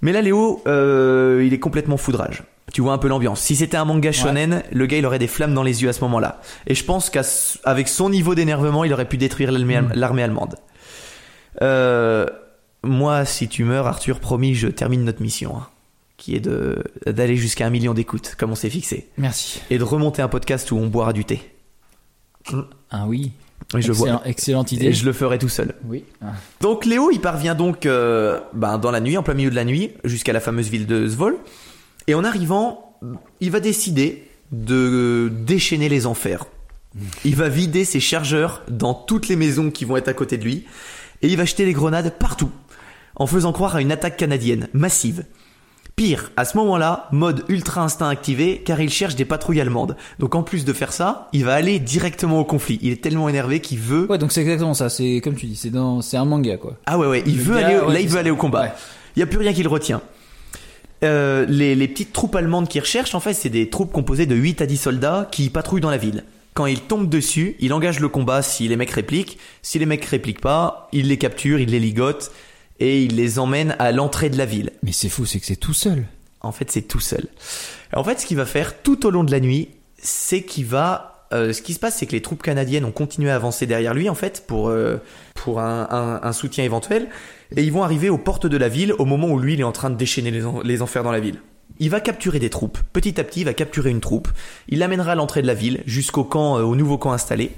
A: Mais là, Léo, euh, il est complètement foudrage. Tu vois un peu l'ambiance. Si c'était un manga shonen, le gars, il aurait des flammes dans les yeux à ce moment-là. Et je pense qu'avec son niveau d'énervement, il aurait pu détruire l'armée
E: Hmm.
A: l'armée allemande. Euh, moi, si tu meurs, Arthur, promis, je termine notre mission. hein, qui est de d'aller jusqu'à un million d'écoutes, comme on s'est fixé.
E: Merci.
A: Et de remonter un podcast où on boira du thé.
E: Ah oui.
A: Et je vois.
E: Excellent- Excellente idée.
A: Et je le ferai tout seul.
E: Oui. Ah.
A: Donc Léo, il parvient donc euh, ben, dans la nuit, en plein milieu de la nuit, jusqu'à la fameuse ville de Svol. Et en arrivant, il va décider de euh, déchaîner les enfers. Il va vider ses chargeurs dans toutes les maisons qui vont être à côté de lui. Et il va jeter les grenades partout, en faisant croire à une attaque canadienne massive. Pire, à ce moment-là, mode ultra instinct activé, car il cherche des patrouilles allemandes. Donc en plus de faire ça, il va aller directement au conflit. Il est tellement énervé qu'il veut
E: Ouais, donc c'est exactement ça. C'est comme tu dis, c'est dans, c'est un manga quoi.
A: ah ouais, ouais, il
E: Le
A: veut
E: gars,
A: aller, au-
E: ouais,
A: là, il
E: c'est
A: veut
E: ça.
A: aller au combat.
E: Ouais.
A: Il n'y a plus rien qui le retient. Euh, les, les petites troupes allemandes qui recherchent, en fait, c'est des troupes composées de 8 à 10 soldats qui patrouillent dans la ville. Quand ils tombent dessus, il engage le combat si les mecs répliquent. Si les mecs répliquent pas, il les capture, il les ligote et il les emmène à l'entrée de la ville.
E: Mais c'est fou, c'est que c'est tout seul.
A: En fait, c'est tout seul. En fait, ce qu'il va faire tout au long de la nuit, c'est qu'il va. euh, ce qui se passe, c'est que les troupes canadiennes ont continué à avancer derrière lui, en fait, pour, euh, pour un, un- un soutien éventuel. Et ils vont arriver aux portes de la ville au moment où lui, il est en train de déchaîner les, en- les enfers dans la ville. Il va capturer des troupes. Petit à petit, il va capturer une troupe. Il l'amènera à l'entrée de la ville, jusqu'au camp, euh, au nouveau camp installé.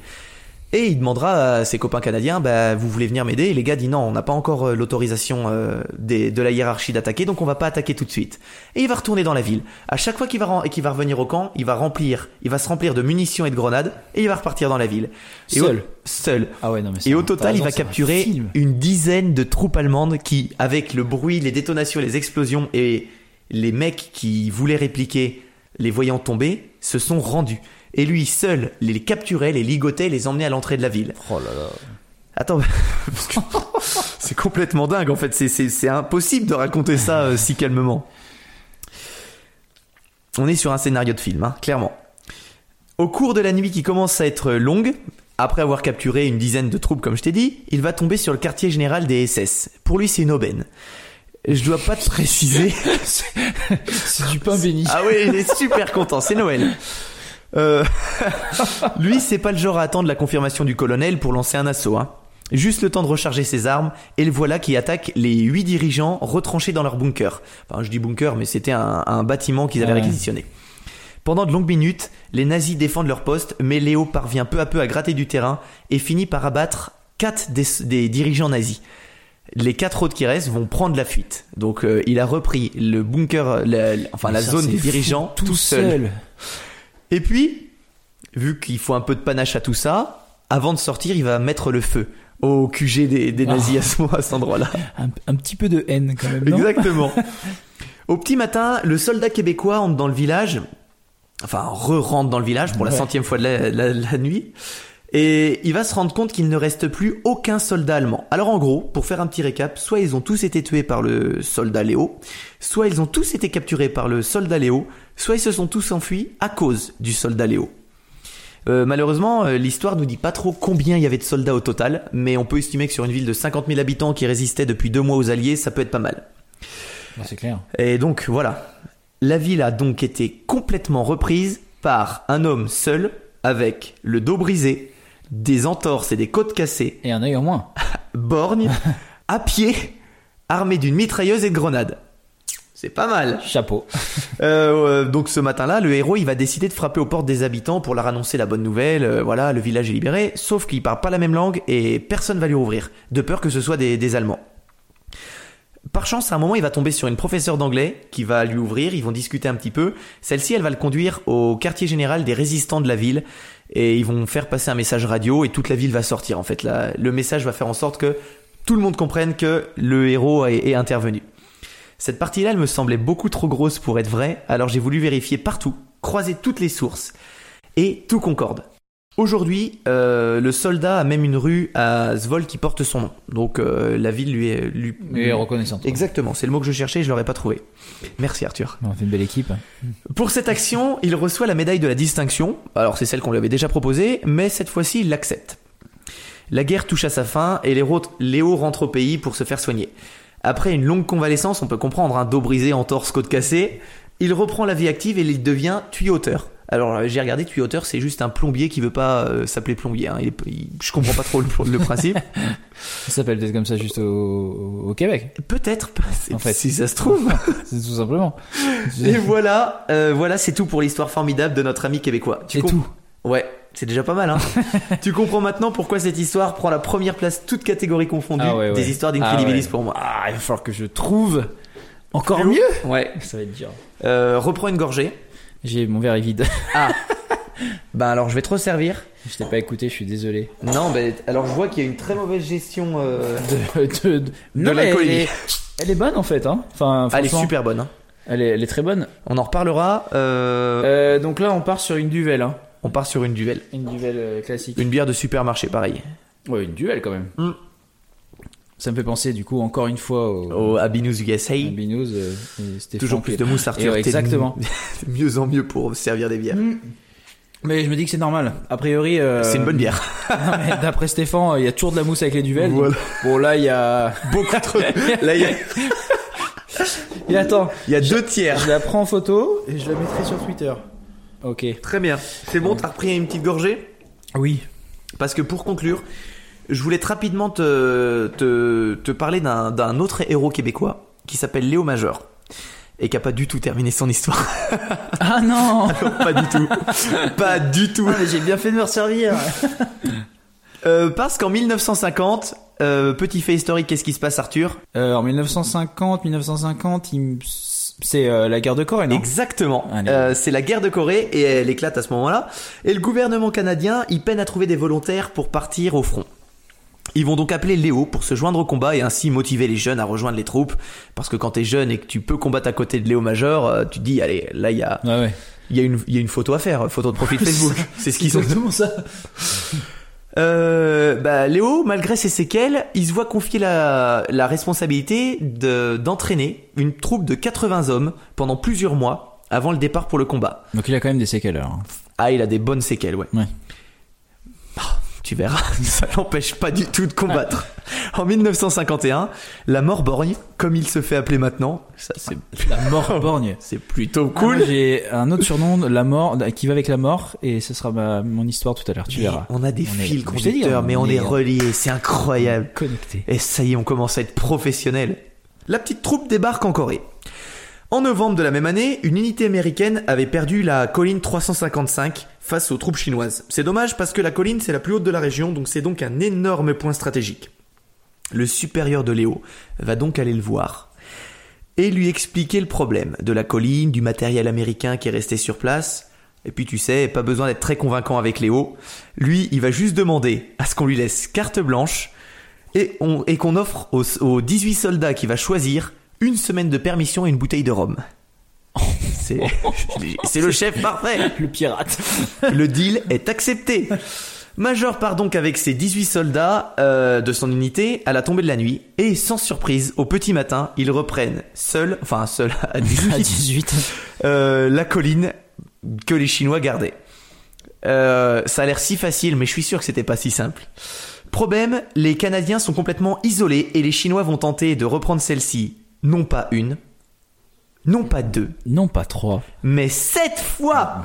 A: Et il demandera à ses copains canadiens, bah, vous voulez venir m'aider Et les gars disent non, on n'a pas encore euh, l'autorisation euh, des- de la hiérarchie d'attaquer, donc on va pas attaquer tout de suite. Et il va retourner dans la ville. À chaque fois qu'il va, ren- et qu'il va revenir au camp, il va remplir, il va se remplir de munitions et de grenades, et il va repartir dans la ville. Et au-
E: Seul.
A: Seul.
E: Ah ouais, non mais. c'est
A: Et
E: un-
A: au
E: t'as
A: total, il
E: raison,
A: va
E: c'est un
A: capturer
E: film.
A: une dizaine de troupes allemandes qui, avec le bruit, les détonations, les explosions et les mecs qui voulaient répliquer, les voyant tomber, se sont rendus. Et lui seul les capturait, les ligotait, les emmenait à l'entrée de la ville.
E: Oh là là.
A: Attends, parce que c'est complètement dingue en fait, c'est, c'est, c'est impossible de raconter ça euh, si calmement. On est sur un scénario de film, hein, clairement. Au cours de la nuit qui commence à être longue, après avoir capturé une dizaine de troupes comme je t'ai dit, il va tomber sur le quartier général des SS. Pour lui c'est une aubaine. Je dois pas te préciser.
E: C'est du pain béni.
A: Ah oui, il est super content, c'est Noël. Euh, lui, c'est pas le genre à attendre la confirmation du colonel pour lancer un assaut. Hein. Juste le temps de recharger ses armes, et le voilà qui attaque les huit dirigeants retranchés dans leur bunker. Enfin, je dis bunker, mais c'était un, un bâtiment qu'ils avaient
E: Ouais.
A: réquisitionné. Pendant de longues minutes, les nazis défendent leur poste, mais Léo parvient peu à peu à gratter du terrain et finit par abattre quatre des, des dirigeants nazis. Les quatre autres qui restent vont prendre la fuite. Donc euh, il a repris le bunker, la- la- enfin la
E: Mais ça,
A: zone
E: c'est
A: des
E: fou,
A: dirigeants tout, seul. Et puis, vu qu'il faut un peu de panache à tout ça, avant de sortir, il va mettre le feu au QG des,
E: Ah.
A: des nazis à, ce, à cet endroit-là.
E: Un, un petit peu de haine quand même. non
A: Exactement. Au petit matin, le soldat québécois entre dans le village, enfin re-rentre dans le village pour la
E: Ouais.
A: centième fois de la, la- la nuit, et il va se rendre compte qu'il ne reste plus aucun soldat allemand. Alors en gros, pour faire un petit récap, soit ils ont tous été tués par le soldat Léo, soit ils ont tous été capturés par le soldat Léo, soit ils se sont tous enfuis à cause du soldat Léo. Euh, malheureusement, euh, l'histoire nous dit pas trop combien il y avait de soldats au total, mais on peut estimer que sur une ville de 50 000 habitants qui résistait depuis deux mois aux Alliés, ça peut être pas mal.
B: c'est clair.
A: Et donc voilà, la ville a donc été complètement reprise par un homme seul, avec le dos brisé, des entorses et des côtes cassées,
B: Et un œil en moins.
A: borgne, à pied, armé d'une mitrailleuse et de grenades. C'est pas mal.
B: Chapeau.
A: Euh, euh, donc ce matin-là, le héros, il va décider de frapper aux portes des habitants pour leur annoncer la bonne nouvelle. euh, voilà, le village est libéré, sauf qu'il parle pas la même langue et personne va lui ouvrir, de peur que ce soit des, des Allemands. Par chance, à un moment, il va tomber sur une professeure d'anglais qui va lui ouvrir. Ils vont discuter un petit peu. Celle-ci, elle va le conduire au quartier général des résistants de la ville et ils vont faire passer un message radio et toute la ville va sortir. En fait, La- le message va faire en sorte que tout le monde comprenne que le héros est- est intervenu. Cette partie-là, elle me semblait beaucoup trop grosse pour être vraie, alors j'ai voulu vérifier partout, croiser toutes les sources, et tout concorde. Aujourd'hui, euh, le soldat a même une rue à Svol qui porte son nom. Donc euh, la ville lui est... Lui,
B: Et reconnaissante.
A: Exactement, c'est le mot que je cherchais, je l'aurais pas trouvé. Merci Arthur.
B: On fait une belle équipe. hein.
A: Pour cette action, il reçoit la médaille de la distinction. Alors c'est celle qu'on lui avait déjà proposée, mais cette fois-ci, il l'accepte. La guerre touche à sa fin et les ro- Léo rentre au pays pour se faire soigner. Après une longue convalescence, on peut comprendre, hein, un dos brisé, entorse, côte cassée, il reprend la vie active et il devient tuyauteur. Alors euh, j'ai regardé, tuyauteur, c'est juste un plombier qui veut pas euh, s'appeler plombier. hein. Il est- il- je comprends pas trop le- le principe.
B: Ça s'appelle peut-être comme ça juste au, au Québec.
A: Peut-être, pas, c'est-
B: En fait.
A: si ça se trouve.
B: C'est tout simplement.
A: Et voilà, euh, voilà, c'est tout pour l'histoire formidable de notre ami québécois. Tu
B: C'est
A: com-
B: tout.
A: Ouais, c'est déjà pas mal. Hein tu comprends maintenant pourquoi cette histoire prend la première place, toute catégorie confondue,
B: Ah ouais, ouais.
A: des histoires d'incrédibilis
B: Ah ouais.
A: pour moi.
B: Ah, il va falloir que je trouve encore
A: Plus haut.
B: mieux.
A: Ouais.
B: Ça va être dur.
A: Euh, reprends une gorgée.
B: J'ai mon verre est vide.
A: Ben alors, je vais te resservir.
B: je t'ai pas écouté, je suis désolé.
A: Non, ben alors je vois qu'il y a une très mauvaise gestion. euh,
B: De, de, de- mais
A: Non,
B: elle,
A: l'alcoolémie.
B: est, elle est bonne en fait. Hein. Enfin,
A: Elle est
B: franchement,
A: super bonne. hein.
B: Elle est, elle est très bonne.
A: On en reparlera. euh,
B: Euh, donc là, on part sur une duvel. Hein.
A: On part sur une duel,
B: Une duvel euh, classique.
A: une bière de supermarché, pareil.
B: Ouais, une duel quand même.
A: Mm.
B: Ça me fait penser du coup encore une fois au,
A: Au Abinous USA.
B: à Binous, euh, et Stéphane
A: Toujours
B: qui-
A: plus de mousse,
B: Et
A: Arthur.
B: ouais,
A: t'es de-
B: exactement.
A: de mieux en mieux pour servir des bières.
B: Mais je me dis que c'est normal. A priori, euh,
A: C'est une bonne bière.
B: non, mais d'après Stéphane, euh, il y a toujours de la mousse avec les duvels. donc-
A: Voilà.
B: Bon là, il y a.
A: Beaucoup trop. Là, il y a,
B: Et attends,
A: il y a deux tiers.
B: je la prends en photo et je la mettrai sur Twitter. Ok.
A: Très bien. C'est bon, t'as repris une petite gorgée
B: Oui.
A: Parce que pour conclure, je voulais te rapidement te, te, te parler d'un d'un autre héros québécois qui s'appelle Léo Majeur. Et qui a pas du tout terminé son histoire.
B: Ah non.
A: pas du tout. Ah, Pas du tout.
B: J'ai bien fait de me resservir.
A: Euh, parce qu'en 1950, euh, petit fait historique, qu'est-ce qui se passe Arthur
B: Euh, en 1950, 1950, il me- c'est euh, la guerre de Corée, non
A: Exactement.
B: Allez.
A: Euh, c'est la guerre de Corée et elle éclate à ce moment-là. Et le gouvernement canadien, il peine à trouver des volontaires pour partir au front. Ils vont donc appeler Léo pour se joindre au combat et ainsi motiver les jeunes à rejoindre les troupes. Parce que quand t'es jeune et que tu peux combattre à côté de Léo Major, euh, tu te dis, allez, là, il y a,
B: Ouais, ouais.
A: il y, a une- il y a une photo à faire, photo de profil Facebook. C'est ce qu'ils sont.
B: ça.
A: Euh, bah, Léo, malgré ses séquelles, il se voit confier la, la responsabilité de- d'entraîner une troupe de 80 hommes pendant plusieurs mois avant le départ pour le combat.
B: Donc il a quand même des séquelles. alors. hein.
A: Ah, il a des bonnes séquelles, ouais.
B: Ouais.
A: Ah, tu verras, ça l'empêche pas du tout de combattre. En 1951, la Morborgne, comme il se fait appeler maintenant, ça c'est,
B: La mort borgne.
A: c'est plutôt
B: Ah,
A: cool.
B: moi, J'ai un autre surnom, la mort, qui va avec la mort, et ce sera ma, mon histoire tout à l'heure. Tu
A: Mais
B: verras.
A: on a des
B: On est- je
A: fils
B: t'ai dit,
A: conducteurs,
B: on
A: mais on
B: est- euh,
A: est reliés, c'est incroyable.
B: Connecté.
A: Et ça y est, on commence à être professionnel. La petite troupe débarque en Corée. En novembre de la même année, une unité américaine avait perdu la colline 355 face aux troupes chinoises. C'est dommage parce que la colline c'est la plus haute de la région, donc c'est donc un énorme point stratégique. Le supérieur de Léo va donc aller le voir et lui expliquer le problème de la colline, du matériel américain qui est resté sur place. Et puis tu sais, pas besoin d'être très convaincant avec Léo. Lui, il va juste demander à ce qu'on lui laisse carte blanche et, on- et qu'on offre aux, aux 18 soldats qui va choisir une semaine de permission et une bouteille de rhum. C'est c'est le chef parfait.
B: Le pirate.
A: Le deal est accepté. Major part donc avec ses 18 soldats euh, de son unité à la tombée de la nuit et sans surprise, au petit matin, ils reprennent seuls, enfin seuls à
B: à
A: 18,
B: 18.
A: euh, la colline que les Chinois gardaient. Euh, ça a l'air si facile, mais je suis sûr que c'était pas si simple. Problème, les Canadiens sont complètement isolés et les Chinois vont tenter de reprendre celle-ci, non pas une, non pas deux,
B: Non, pas trois.
A: mais sept fois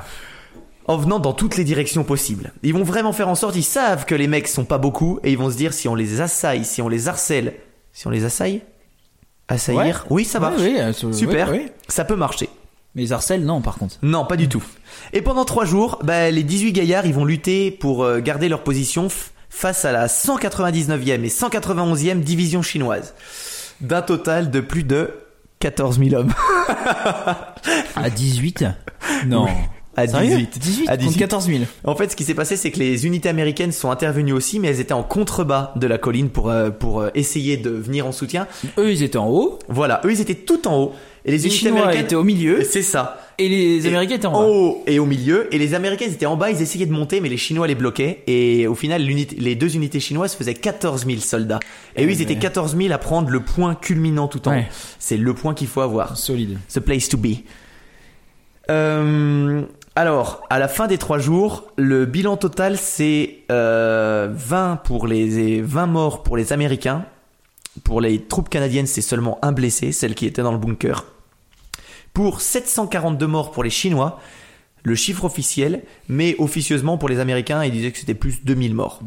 A: en venant dans toutes les directions possibles. Ils vont vraiment faire en sorte, ils savent que les mecs sont pas beaucoup et ils vont se dire si on les assaille, si on les harcèle, si on les assaille, assaillir, oui ça marche,
B: Oui, oui, euh, c'est-
A: super,
B: oui, oui.
A: ça peut marcher.
B: Mais les harcèles, non, par contre.
A: Non, pas du tout. Et pendant trois jours, bah, les 18 gaillards, ils vont lutter pour euh, garder leur position f- face à la 199e et 191e division chinoise. D'un total de plus de 14 000 hommes.
B: À 18 Non.
A: À
B: Sérieux
A: 18.
B: 18,
A: À 18.
B: contre 14 000.
A: En fait, ce qui s'est passé, c'est que les unités américaines sont intervenues aussi, mais elles étaient en contrebas de la colline pour, euh, pour euh, essayer de venir en soutien.
B: Eux, ils étaient en haut.
A: Voilà, eux, ils étaient tout en haut. Et les,
B: Les
A: unités
B: Chinois
A: américaines
B: étaient au milieu.
A: C'est ça.
B: Et les Américains étaient en
A: en
B: haut.
A: haut et au milieu. Et les Américains ils étaient en bas, ils essayaient de monter, mais les Chinois les bloquaient. Et au final, l'unité- les deux unités chinoises faisaient 14 000 soldats. Et eux, ils étaient 14 000 à prendre le point culminant tout en haut.
B: Eh ben. Ouais.
A: C'est le point qu'il faut avoir.
B: Solide.
A: The place to be. Euh, alors, à la fin des trois jours, le bilan total c'est euh, 20 pour les et 20 morts pour les Américains. Pour les troupes canadiennes, c'est seulement un blessé, celle qui était dans le bunker. Pour 742 morts pour les Chinois, le chiffre officiel, mais officieusement pour les Américains, ils disaient que c'était plus 2000 morts.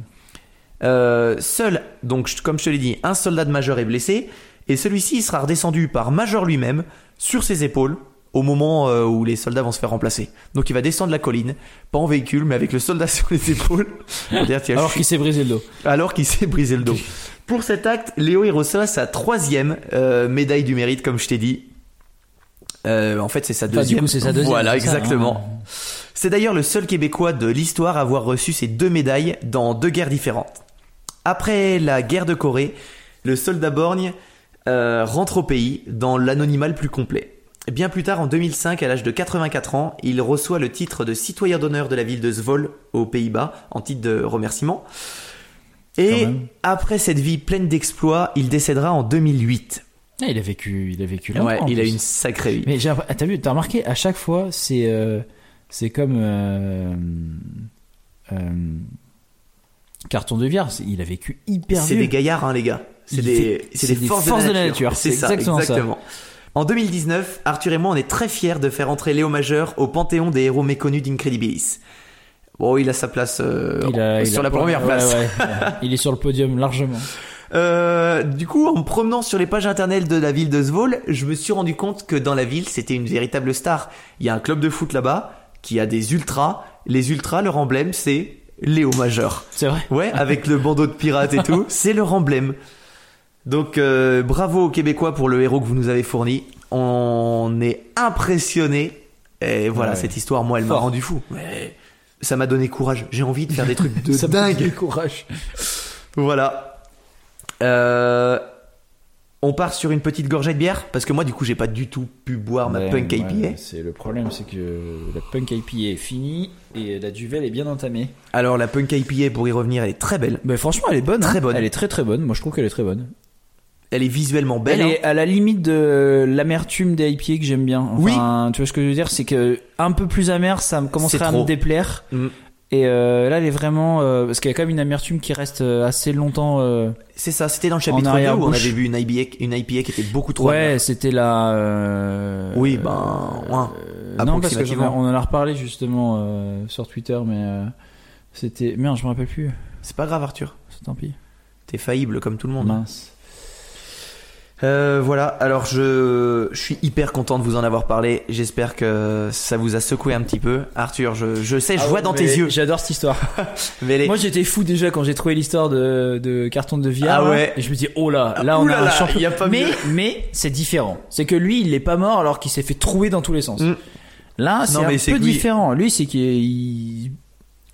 A: Euh, seul, donc je- comme je te l'ai dit, un soldat de major est blessé, et celui-ci il sera redescendu par major lui-même sur ses épaules au moment euh, où les soldats vont se faire remplacer. Donc il va descendre la colline, pas en véhicule, mais avec le soldat sur les épaules. Pour dire, tiens, je
B: Alors
A: suis-
B: qu'il s'est brisé le dos.
A: alors qu'il s'est brisé le dos. Pour cet acte, Léo il reçoit sa troisième euh, médaille du mérite, comme je t'ai dit. Euh, en fait, c'est sa
B: Enfin, du
A: deuxième.
B: coup, c'est sa deuxième,
A: Voilà,
B: c'est ça, hein.
A: exactement. C'est d'ailleurs le seul Québécois de l'histoire à avoir reçu ces deux médailles dans deux guerres différentes. Après la guerre de Corée, le soldat Borgne euh, rentre au pays dans l'anonymat le plus complet. Bien plus tard, en 2005, à l'âge de 84 ans, il reçoit le titre de citoyen d'honneur de la ville de Zwolle aux Pays-Bas, en titre de remerciement. Et
B: Quand même.
A: après cette vie pleine d'exploits, il décédera en 2008.
B: Ah, il a vécu, il a vécu longtemps.
A: Ouais,
B: en
A: il a
B: plus.
A: une sacrée vie.
B: Mais j'ai l'impr- ah, t'as vu, t'as remarqué, à chaque fois, c'est euh, c'est comme euh, euh, carton de viard. c'est- Il a vécu hyper
A: C'est
B: vieux.
A: des gaillards, hein, les gars. C'est
B: Il
A: des,
B: fait-
A: c'est des forces, de la nature.
B: C'est
A: ça,
B: exactement ça.
A: En 2019, Arthur et moi, on est très fiers de faire entrer Léo Majeur au panthéon des héros méconnus d'Incredibilis. Bon, il a sa place euh,
B: Il a- il
A: sur
B: a-
A: la première
B: ouais,
A: place.
B: ouais, ouais. il est sur le podium largement.
A: Euh, du coup, en me promenant sur les pages internet de la ville de Zwolle, je me suis rendu compte que dans la ville, c'était une véritable star. Il y a un club de foot là-bas qui a des ultras. Les ultras, leur emblème, c'est Léo Majeur.
B: C'est vrai.
A: Ouais, avec le bandeau de pirate et tout, c'est leur emblème. Donc euh, bravo aux Québécois pour le héros que vous nous avez fourni. On est impressionnés. Et voilà,
B: Ouais.
A: cette histoire, moi, elle m'a
B: Fort.
A: rendu fou. Ouais. Ça m'a donné courage. J'ai envie de faire des trucs de
B: Ça me
A: dingue.
B: donne du courage.
A: Voilà. Euh, on part sur une petite gorgée de bière parce que moi, du coup, j'ai pas du tout pu boire ma
B: Ouais,
A: punk hein.
B: ouais,
A: IPA.
B: c'est le problème, c'est que la punk IPA est finie et la duvel est bien entamée.
A: Alors, la punk IPA, pour y revenir, elle est très belle.
B: Mais franchement, elle est bonne. hein.
A: Très bonne.
B: Elle est très très bonne. Moi, je trouve qu'elle est très bonne.
A: Elle est visuellement belle.
B: elle
A: hein.
B: est à la limite de l'amertume des IPA que j'aime bien. Enfin, Tu vois ce que je veux dire, c'est que un peu plus amer, ça me commencerait à
A: trop.
B: me déplaire.
A: Mm.
B: Et euh, là, elle est vraiment euh, parce qu'il y a quand même une amertume qui reste euh, assez longtemps. euh,
A: C'est ça, c'était dans le
B: En
A: chapitre 2 où on
B: arrière-bouche.
A: avait vu une IPA, une IPA qui était beaucoup trop amère.
B: Ouais, c'était la. euh,
A: Oui, ben, ouais.
B: euh, non, parce que j'en ai-
A: Approximativement.
B: on en a reparlé justement euh, sur Twitter, mais euh, c'était merde, je me rappelle plus.
A: C'est pas grave, Arthur.
B: C'est Tant pis.
A: T'es faillible comme tout le monde.
B: Mince.
A: Euh, voilà, alors je, je suis hyper content de vous en avoir parlé. J'espère que ça vous a secoué un petit peu. Arthur, je, je sais, je
B: Ah,
A: vois dans tes yeux.
B: J'adore cette histoire.
A: Mais les-
B: Moi j'étais fou déjà quand j'ai trouvé l'histoire de, de carton de viande.
A: Ah ouais.
B: Et je me dis oh là, là
A: Ah,
B: on a
A: oulala,
B: un champion.
A: y a pas
B: mais
A: mieux.
B: mais c'est différent. C'est que lui il est pas mort alors qu'il s'est fait trouver dans tous les sens.
A: Mm.
B: Là c'est
A: Non,
B: un
A: mais c'est
B: peu
A: que lui-
B: différent. Lui c'est qu'il est- il...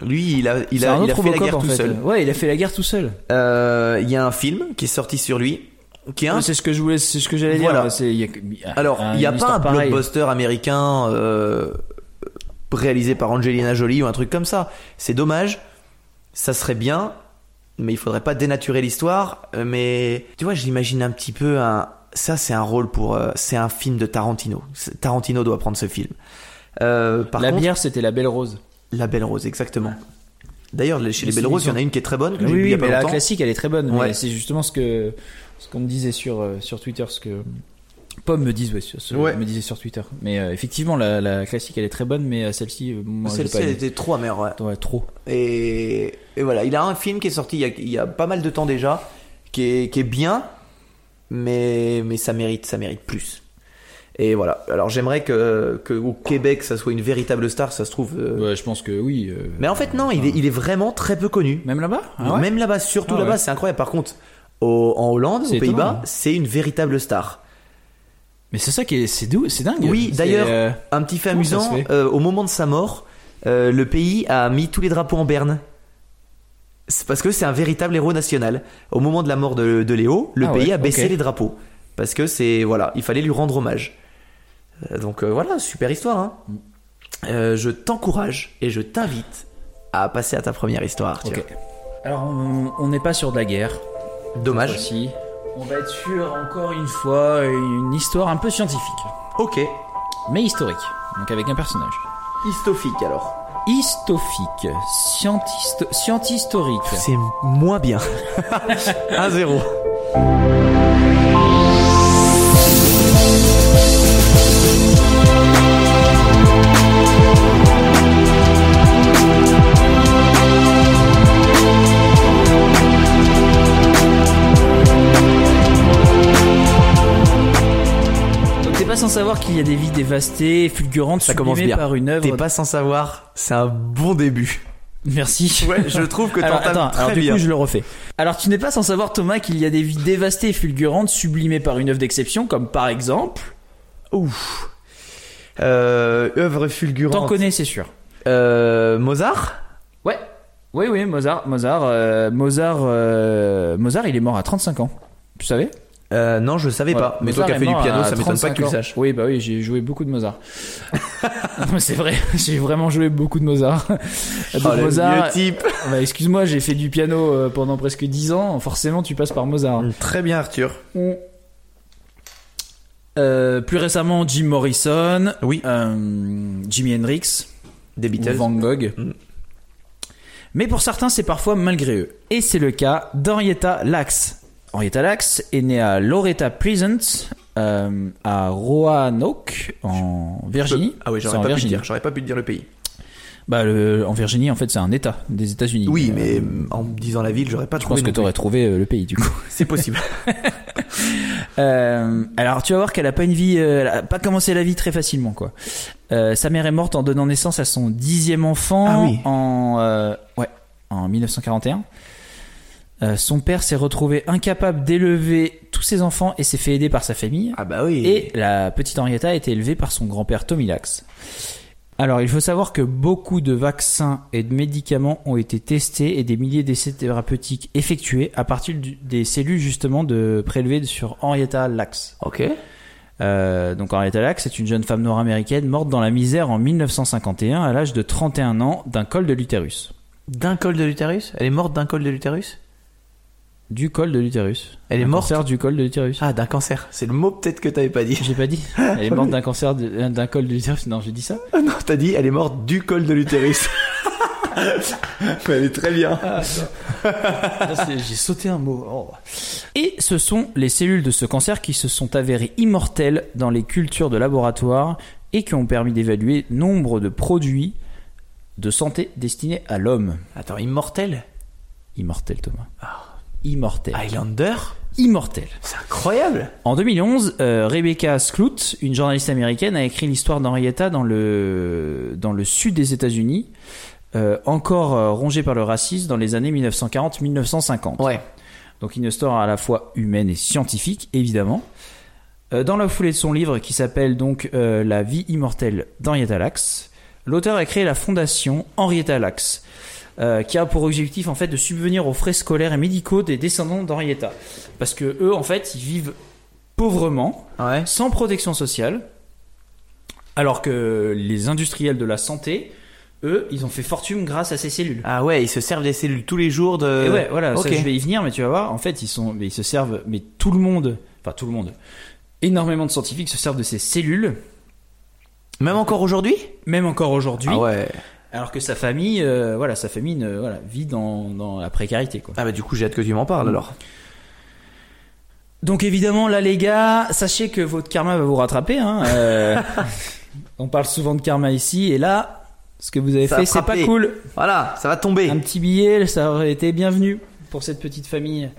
A: lui, il a, il
B: c'est
A: a,
B: un
A: il a
B: autre
A: fait la
B: Robocop,
A: guerre
B: en
A: tout
B: fait.
A: seul.
B: Ouais il a fait la guerre tout seul.
A: Euh, Il y a un film qui est sorti sur lui, qui est un
B: C'est ce que je voulais, c'est ce que j'allais
A: Hein Voilà.
B: dire. C'est- il y a-
A: Alors, il n'y a
B: une
A: pas un
B: histoire pareille.
A: blockbuster américain euh, réalisé par Angelina Jolie ou un truc comme ça. C'est dommage. Ça serait bien, mais il faudrait pas dénaturer l'histoire. Euh, Mais tu vois, j'imagine un petit peu un. Ça, c'est un rôle pour. euh, c'est un film de Tarantino. C'est- Tarantino doit prendre ce film. Euh, par
B: la
A: contre,
B: bière c'était la Belle Rose.
A: La Belle Rose, exactement. D'ailleurs, les- chez les Belles Roses, il y en a une qui est très bonne, que j'ai
B: Oui,
A: vue il y
B: oui,
A: a pas
B: mais la
A: longtemps.
B: classique, elle est très bonne. mais
A: Ouais.
B: C'est justement ce que ce qu'on me disait sur euh, sur Twitter, ce que Pomme me disait, ouais, sur- ce-
A: Ouais.
B: me disait sur Twitter. Mais euh, effectivement, la, la classique, elle est très bonne, mais euh, celle-ci, euh, moi, je l'ai
A: Celle-ci,
B: pas
A: elle
B: aimée.
A: était trop amère, ouais.
B: Ouais, trop.
A: Et, et voilà, il a un film qui est sorti il y a, il y a pas mal de temps déjà, qui est, qui est bien, mais, mais ça mérite, ça mérite plus. Et voilà. Alors j'aimerais que, que au Québec, ça soit une véritable star, ça se trouve. euh,
B: Ouais, je pense que oui. euh,
A: Mais en fait, non, il est, il est vraiment très peu connu.
B: Même là-bas Ah ouais
A: Même là-bas, surtout
B: Ah ouais.
A: là-bas, c'est incroyable. Par contre, au- en Hollande,
B: C'est
A: aux
B: étonnant,
A: Pays-Bas,
B: hein.
A: c'est une véritable star.
B: Mais c'est ça qui est, c'est dou- c'est dingue.
A: Oui,
B: C'est,
A: d'ailleurs,
B: euh,
A: un petit fait
B: comment ça
A: amusant,
B: se fait
A: euh, au moment de sa mort, euh, le pays a mis tous les drapeaux en berne. C'est parce que c'est un véritable héros national. Au moment de la mort de, de Léo, le
B: Ah
A: pays
B: ouais,
A: a baissé
B: ok.
A: les drapeaux. Parce que c'est. Voilà, il fallait lui rendre hommage. Euh, Donc euh, voilà, super histoire. hein.
B: Mm.
A: Euh, je t'encourage et je t'invite à passer à ta première histoire. Arthur.
B: ok. Alors, on on n'est pas sur de la guerre.
A: Dommage.
B: Aussi. On va être sur encore une fois une histoire un peu scientifique,
A: Ok.
B: mais historique. Donc avec un personnage.
A: Histophique alors.
B: Histophique, scientisto- scientihistorique.
A: C'est moins bien. 1-0.
B: Donc t'es pas sans savoir qu'il y a des vies dévastées, fulgurantes,
A: Ça commence
B: sublimées
A: bien.
B: par une œuvre.
A: T'es pas sans savoir, c'est un bon début.
B: Merci.
A: Ouais, je trouve que
B: Alors,
A: t'entames
B: attends,
A: très
B: alors du
A: bien.
B: coup je le refais. Alors tu n'es pas sans savoir Thomas qu'il y a des vies dévastées et fulgurantes sublimées par une œuvre d'exception comme par exemple...
A: Ouf. Euh, œuvre
B: T'en
A: fulgurante.
B: connais c'est sûr.
A: Euh, Mozart
B: Ouais. Oui oui Mozart Mozart euh, Mozart euh, Mozart il est mort à 35 ans. Tu savais
A: Euh, Non, je savais
B: Voilà.
A: pas. Mais toi
B: Mozart
A: qui as
B: est
A: fait du
B: mort
A: piano,
B: à
A: ça m'étonne pas que tu
B: 35
A: le
B: ans.
A: saches.
B: Oui, bah oui, j'ai joué beaucoup de Mozart. Non, mais c'est vrai, j'ai vraiment joué beaucoup de Mozart. Donc,
A: Oh, le
B: Mozart,
A: vieux type.
B: bah, excuse-moi, j'ai fait du piano euh, pendant presque 10 ans, forcément tu passes par Mozart.
A: Très bien, Arthur.
B: Euh, plus récemment, Jim Morrison,
A: Oui.
B: euh, Jimi Hendrix,
A: Des
B: ou
A: Beatles.
B: Van Gogh.
A: Mm.
B: Mais pour certains, c'est parfois malgré eux. Et c'est le cas d'Henrietta Lacks. Henrietta Lacks est née à Loretta Pleasant, euh, à Roanoke, en Virginie.
A: Ah oui,
B: C'est
A: j'aurais
B: en
A: pas pu le
B: Virginie.
A: dire. J'aurais pas pu le dire le pays.
B: Bah, le- en Virginie, en fait, c'est un état des États-Unis.
A: Oui,
B: Euh,
A: mais euh, en me disant la ville, j'aurais pas
B: Je pense
A: trouvé.
B: que
A: non
B: t'aurais trouvé euh, le pays, du coup.
A: plus. C'est possible.
B: Euh, alors tu vas voir qu'elle a pas une vie, euh, elle a pas commencé la vie très facilement quoi. Euh, sa mère est morte en donnant naissance à son dixième enfant
A: Ah oui.
B: en euh, ouais en 1941. Euh, son père s'est retrouvé incapable d'élever tous ses enfants et s'est fait aider par sa famille.
A: ah bah oui.
B: Et la petite Henrietta a été élevée par son grand-père Tommy Lax. Alors, il faut savoir que beaucoup de vaccins et de médicaments ont été testés et des milliers d'essais thérapeutiques effectués à partir du- des cellules justement de prélevées sur Henrietta Lacks.
A: Ok.
B: Euh, donc Henrietta Lacks est une jeune femme noire américaine morte dans la misère en 1951 à l'âge de 31 ans d'un col de l'utérus.
A: D'un col de l'utérus Elle est morte d'un col de l'utérus
B: Du col de l'utérus.
A: Elle est
B: Un
A: morte
B: cancer du col de l'utérus.
A: Ah, d'un cancer. C'est le mot peut-être que t'avais pas dit.
B: J'ai pas dit. Elle est morte d'un cancer de- d'un col de l'utérus. Non, j'ai dit ça.
A: Ah non, t'as dit, elle est morte du col de l'utérus. Ah, Mais elle est très bien. Ah,
B: J'ai sauté un mot.
A: Oh.
B: Et ce sont les cellules de ce cancer qui se sont avérées immortelles dans les cultures de laboratoire et qui ont permis d'évaluer nombre de produits de santé destinés à l'homme.
A: Attends, immortel
B: Immortel, Thomas. Immortel.
A: Highlander
B: Immortel.
A: C'est incroyable
B: En 2011, euh, Rebecca Skloot, une journaliste américaine, a écrit l'histoire d'Henrietta dans le, dans le sud des États-Unis, euh, encore euh, rongée par le racisme dans les années 1940-1950.
A: Ouais.
B: Donc une histoire à la fois humaine et scientifique, évidemment. Euh, Dans la foulée de son livre qui s'appelle donc euh, La vie immortelle d'Henrietta Lacks, l'auteur a créé la fondation Henrietta Lacks, euh, qui a pour objectif en fait de subvenir aux frais scolaires et médicaux des descendants d'Henrietta. Parce que eux en fait ils vivent pauvrement,
A: Ouais.
B: sans protection sociale, alors que les industriels de la santé, eux, ils ont fait fortune grâce à ces cellules.
A: Ah ouais, ils se servent des cellules tous les jours de.
B: Et ouais, voilà,
A: ok.
B: ça, je vais y venir, mais tu vas voir, en fait, ils, sont, mais ils se servent, mais tout le monde, enfin tout le monde, énormément de scientifiques se servent de ces cellules,
A: Même encore aujourd'hui
B: même encore aujourd'hui.
A: Ah ouais.
B: Alors que sa famille, euh, voilà, sa famille ne- voilà, vit dans, dans la précarité. Quoi.
A: Ah bah du coup j'ai hâte que tu m'en parles alors.
B: Donc évidemment, là les gars, sachez que votre karma va vous rattraper. Hein, euh, on parle souvent de karma ici, et là, ce que vous avez
A: Ça
B: fait,
A: a
B: c'est pas
A: frappé.
B: cool.
A: Voilà, ça va tomber.
B: Un petit billet, ça aurait été bienvenu pour cette petite famille.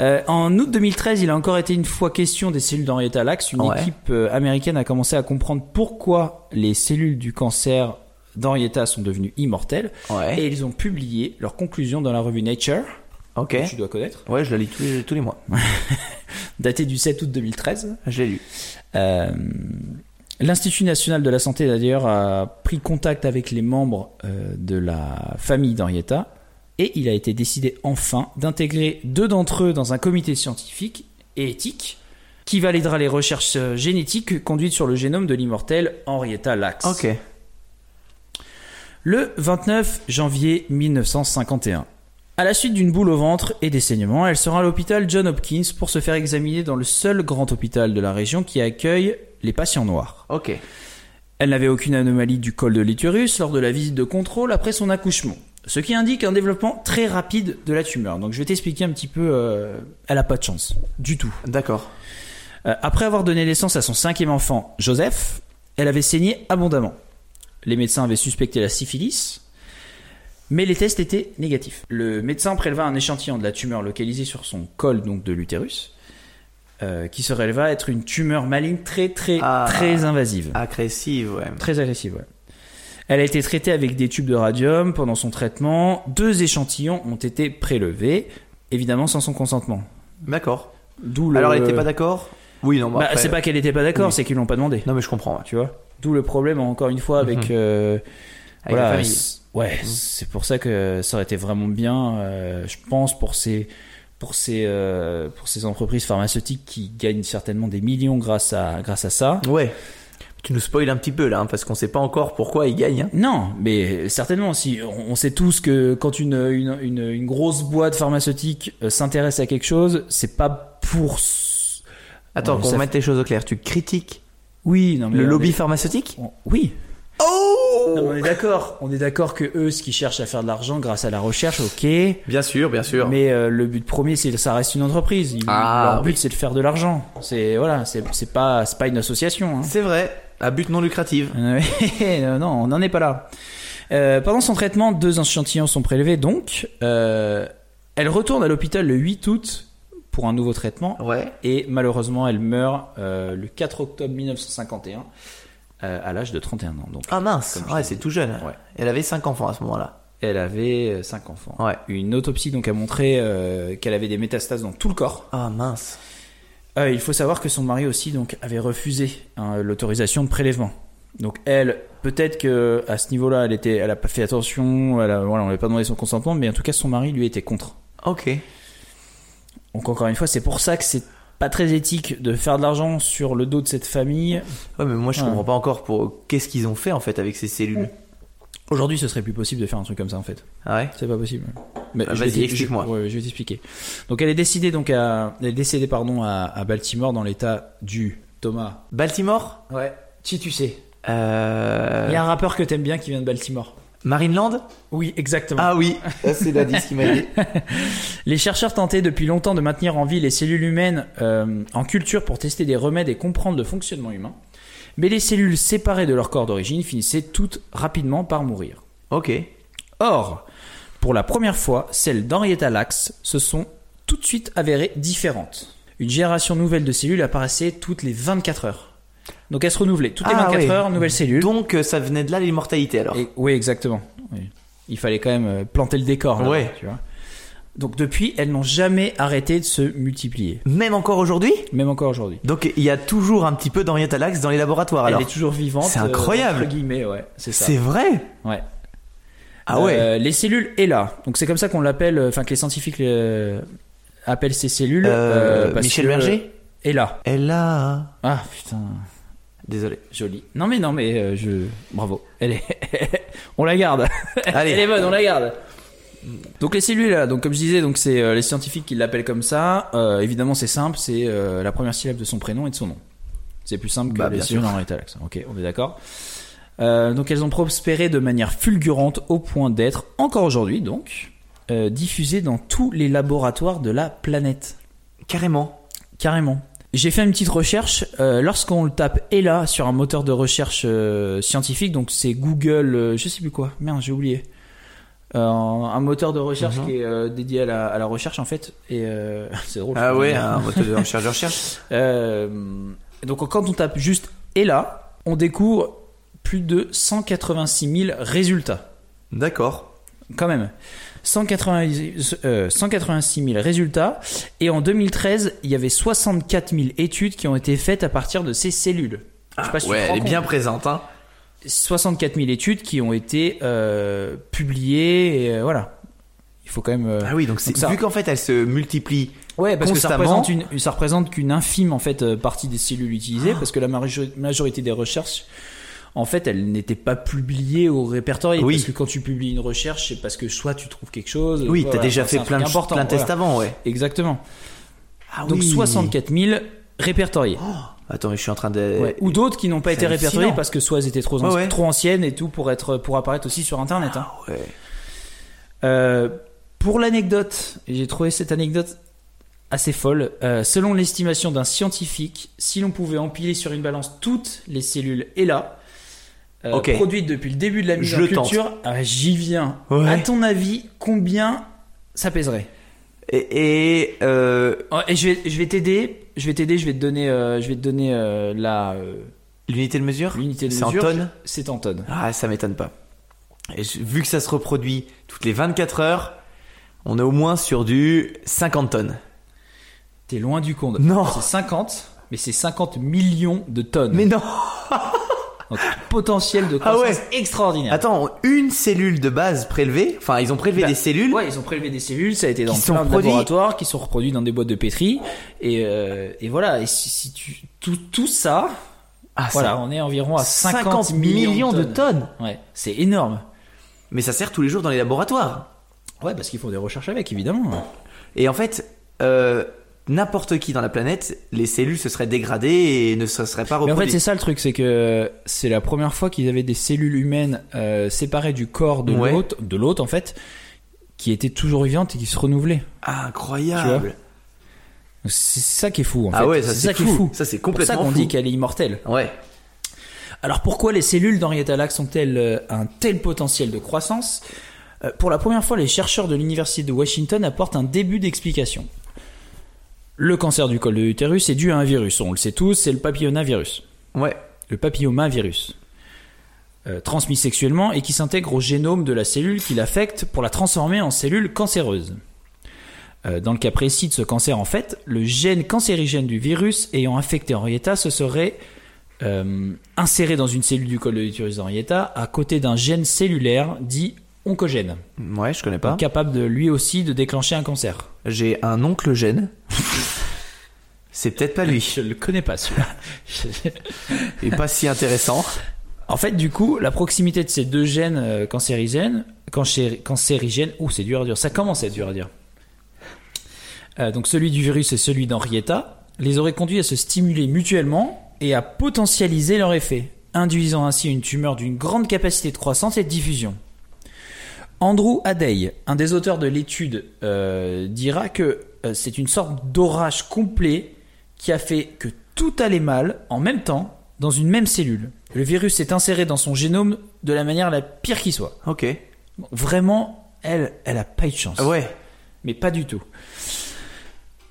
B: Euh, en août 2013, il a encore été une fois question des cellules d'Henrietta Lacks. Une
A: Ouais.
B: équipe euh, américaine a commencé à comprendre pourquoi les cellules du cancer d'Henrietta sont devenues immortelles.
A: Ouais.
B: Et ils ont publié leurs conclusions dans la revue Nature,
A: Ok.
B: que tu dois connaître,
A: Ouais, je la lis tous les, tous les mois.
B: datée du 7 août 2013.
A: Je l'ai lu.
B: Euh, L'Institut national de la santé, d'ailleurs, a pris contact avec les membres euh, de la famille d'Henrietta et il a été décidé enfin d'intégrer deux d'entre eux dans un comité scientifique et éthique qui validera les recherches euh, génétiques conduites sur le génome de l'immortelle Henrietta Lacks.
A: Ok.
B: Le 29 janvier 1951. À la suite d'une boule au ventre et des saignements, elle sera à l'hôpital John Hopkins pour se faire examiner dans le seul grand hôpital de la région qui accueille les patients noirs.
A: Ok.
B: Elle n'avait aucune anomalie du col de l'utérus lors de la visite de contrôle après son accouchement, ce qui indique un développement très rapide de la tumeur. Donc je vais t'expliquer un petit peu, euh, elle a pas de chance, du tout.
A: D'accord.
B: Euh, après avoir donné naissance à son cinquième enfant, Joseph, elle avait saigné abondamment. Les médecins avaient suspecté la syphilis, mais les tests étaient négatifs. Le médecin préleva un échantillon de la tumeur localisée sur son col, donc de l'utérus, euh, qui se releva être une tumeur maligne très très
A: Ah.
B: très invasive.
A: Agressive, ouais.
B: Très agressive, ouais. Elle a été traitée avec des tubes de radium pendant son traitement. Deux échantillons ont été prélevés, évidemment sans son consentement.
A: D'accord.
B: D'où le...
A: Alors elle était pas d'accord Oui, non, bah,
B: Bah,
A: après-
B: c'est pas qu'elle n'était pas d'accord,
A: Oui.
B: c'est qu'ils l'ont pas demandé.
A: Non mais je comprends. ouais.
B: Tu vois D'où le problème, encore une fois, avec.
A: Mhm.
B: euh,
A: Avec
B: voilà,
A: la famille. Mhm.
B: c'est- Ouais, c'est pour ça que ça aurait été vraiment bien, euh, je pense, pour ces, pour, ces, euh, pour ces entreprises pharmaceutiques qui gagnent certainement des millions grâce à, grâce à ça.
A: Ouais. Tu nous spoil un petit peu là, hein, parce qu'on sait pas encore pourquoi il gagne. hein.
B: Non, mais certainement, si on on sait tous que quand une, une, une, une grosse boîte pharmaceutique euh, s'intéresse à quelque chose, c'est pas pour. s-
A: Attends,
B: Ouais,
A: qu'on
B: ça
A: mette les choses au clair. Tu critiques
B: Oui, non, mais
A: le
B: on
A: lobby
B: est-
A: pharmaceutique
B: on- Oui.
A: Oh
B: Non, mais on est d'accord. On est d'accord que eux, ce qui cherchent à faire de l'argent grâce à la recherche, ok.
A: Bien sûr, bien sûr.
B: Mais euh, le but premier, c'est ça reste une entreprise. Ils-
A: Ah,
B: leur but, c'est de faire de l'argent. C'est voilà, c'est c'est pas c'est pas une association. hein.
A: C'est vrai, à but non lucratif.
B: Euh, euh, non, on n'en est pas là. Euh, pendant son traitement, deux échantillons sont prélevés. Donc, euh, elle retourne à l'hôpital le 8 août pour un nouveau traitement.
A: Ouais.
B: Et malheureusement, elle meurt euh, le 4 octobre 1951 euh, à l'âge de 31 ans. Donc,
A: Ah mince,
B: Comme je
A: ouais,
B: te
A: c'est
B: dis.
A: tout jeune.
B: Ouais.
A: Elle avait 5 enfants à ce moment-là.
B: elle avait 5 enfants.
A: Ouais.
B: Une autopsie donc a montré euh, qu'elle avait des métastases dans tout le corps.
A: Ah mince.
B: Euh, il faut savoir que son mari aussi donc avait refusé hein, l'autorisation de prélèvement. Donc elle, peut-être que à ce niveau-là, elle était, elle a pas fait attention, elle a- voilà, on lui a pas demandé son consentement, mais en tout cas son mari lui était contre.
A: Ok.
B: Donc encore une fois, c'est pour ça que c'est pas très éthique de faire de l'argent sur le dos de cette famille.
A: Ouais, mais moi je
B: Ouais.
A: comprends pas encore pour qu'est-ce qu'ils ont fait en fait avec ces cellules.
B: Aujourd'hui, ce serait plus possible de faire un truc comme ça en fait.
A: Ah ouais.
B: C'est pas possible. Mais
A: Ah,
B: je
A: vas-y,
B: vais t-
A: explique-moi.
B: je- ouais, je vais t'expliquer. Donc elle est décédée donc à, elle est décédée pardon à, à Baltimore dans l'état du Thomas.
A: Baltimore
B: Ouais. Qui tu sais
A: euh...
B: Il y a un rappeur que t'aimes bien qui vient de Baltimore.
A: Marineland
B: Oui, exactement.
A: Ah oui. c'est la qui m'a aidé.
B: Les chercheurs tentaient depuis longtemps de maintenir en vie les cellules humaines euh, en culture pour tester des remèdes et comprendre le fonctionnement humain. Mais les cellules séparées de leur corps d'origine finissaient toutes rapidement par mourir.
A: Ok.
B: Or, pour la première fois, celles d'Henrietta Lacks se sont tout de suite avérées différentes. Une génération nouvelle de cellules apparaissait toutes les 24 heures. Donc elles se renouvelaient. Toutes les
A: Ah
B: 24
A: ouais.
B: heures, nouvelles cellules.
A: Donc euh, ça venait de là l'immortalité alors.
B: Et- oui, exactement. Oui. Il fallait quand même euh, planter le décor. là-bas,
A: Ouais.
B: tu vois. Donc depuis, elles n'ont jamais arrêté de se multiplier.
A: Même encore aujourd'hui
B: Même encore aujourd'hui.
A: Donc il y a toujours un petit peu d'Henrietta Lacks dans les laboratoires
B: Elle
A: alors.
B: est toujours vivante. euh,
A: c'est incroyable.
B: entre guillemets, ouais. C'est ça.
A: C'est vrai
B: Ouais.
A: Ah ouais.
B: Euh, les cellules est là. Donc c'est comme ça qu'on l'appelle, euh, enfin que les scientifiques euh, appellent ces cellules.
A: Euh,
B: parce
A: Michel
B: que-
A: Berger
B: est là.
A: Elle a.
B: Ah putain,
A: Désolé.
B: joli. Non mais non mais euh, je, bravo. Elle est, on la garde.
A: Allez.
B: Elle est bonne, on la garde. Donc les cellules là, donc comme je disais, donc c'est euh, les scientifiques qui l'appellent comme ça. Euh, évidemment c'est simple, c'est euh, la première syllabe de son prénom et de son nom. C'est plus simple que
A: Bah,
B: les
A: bien
B: cellules en rétalax. Ok, on est d'accord. Euh, donc elles ont prospéré de manière fulgurante au point d'être, encore aujourd'hui donc, euh, diffusées dans tous les laboratoires de la planète.
A: Carrément.
B: Carrément. J'ai fait une petite recherche. euh, Lorsqu'on le tape ELA sur un moteur de recherche euh, scientifique, donc c'est Google, euh, je sais plus quoi, merde, j'ai oublié. Euh, un moteur de recherche
A: Mhm.
B: qui est euh, dédié à la, à la recherche en fait. Et euh, c'est drôle.
A: Ah ouais,
B: Merde.
A: un moteur de recherche de recherche.
B: Euh, donc quand on tape juste ELA, on découvre plus de 186 000 résultats
A: D'accord.
B: quand même. 180 euh, 186 000 résultats. Et en 2013, il y avait 64 000 études qui ont été faites à partir de ces cellules. Je sais pas si tu
A: ouais,
B: te rends
A: elle est
B: compte.
A: bien présente, hein.
B: 64 000 études qui ont été euh, publiées. Et, euh, voilà. Il faut quand même. euh,
A: Ah oui, donc c'est
B: ça-
A: vu qu'en fait elle se multiplie.
B: Ouais, parce que ça
A: Constamment.
B: représente, une, ça représente qu'une infime en fait euh, partie des cellules utilisées, parce que la major- majorité des recherches, en fait, elles n'étaient pas publiées ou répertoriées.
A: Oui.
B: Parce que quand tu publies une recherche, c'est parce que soit tu trouves quelque chose.
A: Oui,
B: soit,
A: t'as
B: voilà,
A: déjà
B: c'est
A: fait
B: un
A: plein de,
B: truc important,
A: plein de tests
B: voilà.
A: avant, ouais.
B: Exactement.
A: Ah
B: Donc
A: oui.
B: 64 000 répertoriés.
A: Attends, mais je suis en train de.
B: Ouais. Ou d'autres qui n'ont pas
A: c'est
B: été répertoriés
A: hallucinant.
B: parce que soit elles étaient trop, an-
A: Ouais, ouais.
B: trop anciennes et tout pour être pour apparaître aussi sur internet. hein.
A: ouais.
B: Euh, pour l'anecdote, j'ai trouvé cette anecdote assez folle. Euh, selon l'estimation d'un scientifique, si l'on pouvait empiler sur une balance toutes les cellules ELA euh,
A: Ok.
B: produites depuis le début de la mise
A: Je
B: en
A: le tente.
B: culture, ah, j'y viens.
A: Ouais.
B: À ton avis, combien ça pèserait
A: Et, et, euh,
B: Oh, Et je vais, je vais t'aider. Je vais t'aider. Je vais te donner. euh, je vais te donner euh, la euh,
A: l'unité de mesure
B: l'unité de
A: C'est en
B: mesure.
A: tonnes
B: C'est en tonnes.
A: Ah, ça m'étonne pas. Et je- vu que ça se reproduit toutes les 24 heures, on est au moins sur du 50 tonnes.
B: T'es loin du compte.
A: Non.
B: C'est 50, mais c'est 50 millions de tonnes.
A: Mais non
B: Donc, potentiel de
A: Ah
B: croissance
A: ouais.
B: extraordinaire.
A: Attends, une cellule de base prélevée, enfin ils ont prélevé
B: Bah,
A: des cellules,
B: Ouais, ils ont prélevé des cellules, ça a été dans
A: Qui sont
B: plein de
A: produits.
B: laboratoires, qui sont reproduits dans des boîtes de pétri, et, euh, et voilà. Et si, si tu tout tout ça,
A: Ah, ça-
B: voilà, on est environ à 50,
A: 50 millions de tonnes.
B: Ouais, c'est énorme.
A: Mais ça sert tous les jours dans les laboratoires.
B: Ouais, parce qu'ils font des recherches avec, évidemment.
A: Et en fait, euh, n'importe qui dans la planète, les cellules se seraient dégradées et ne se seraient
B: Mais
A: pas
B: en
A: reproduites.
B: fait, c'est ça le truc, c'est que c'est la première fois qu'ils avaient des cellules humaines euh, séparées du corps de
A: Ouais.
B: l'autre, de l'autre en fait, qui étaient toujours vivantes et qui se renouvelaient. Tu
A: Incroyable.
B: Donc, C'est ça qui est fou. En
A: Ah
B: fait.
A: ouais, ça
B: c'est
A: c'est
B: ça qui
A: fou.
B: est fou.
A: Ça c'est
B: pour ça
A: complètement
B: qu'on
A: fou.
B: dit qu'elle est immortelle.
A: Ouais.
B: Alors pourquoi les cellules d'Henrietta Lacks ont-elles euh, un tel potentiel de croissance Euh, Pour la première fois, les chercheurs de l'université de Washington apportent un début d'explication. Le cancer du col de l'utérus est dû à un virus. On le sait tous, c'est le papillomavirus.
A: Ouais.
B: Le papillomavirus. euh, transmis sexuellement et qui s'intègre au génome de la cellule qui l'affecte pour la transformer en cellule cancéreuse. Euh, dans le cas précis de ce cancer, en fait, le gène cancérigène du virus ayant affecté Henrietta se serait euh, inséré dans une cellule du col de l'utérus d'Henrietta à côté d'un gène cellulaire dit oncogène,
A: Ouais, je connais pas.
B: capable de, lui aussi de déclencher un cancer.
A: J'ai un oncle gène. c'est peut-être pas lui.
B: Je le connais pas celui-là. Je-
A: Et pas si intéressant.
B: En fait, du coup, la proximité de ces deux gènes euh, cancérigènes, cancéri- cancérigènes, ouh, c'est dur à dire, ça commence à être dur à dire. Euh, donc celui du virus et celui d'Henrietta, les auraient conduits à se stimuler mutuellement et à potentialiser leur effet, induisant ainsi une tumeur d'une grande capacité de croissance et de diffusion. Andrew Adey, un des auteurs de l'étude, euh, dira que euh, c'est une sorte d'orage complet qui a fait que tout allait mal en même temps dans une même cellule. Le virus s'est inséré dans son génome de la manière la pire qui soit.
A: Ok.
B: Vraiment, elle, elle a pas eu de chance
A: Ah Ouais.
B: mais pas du tout.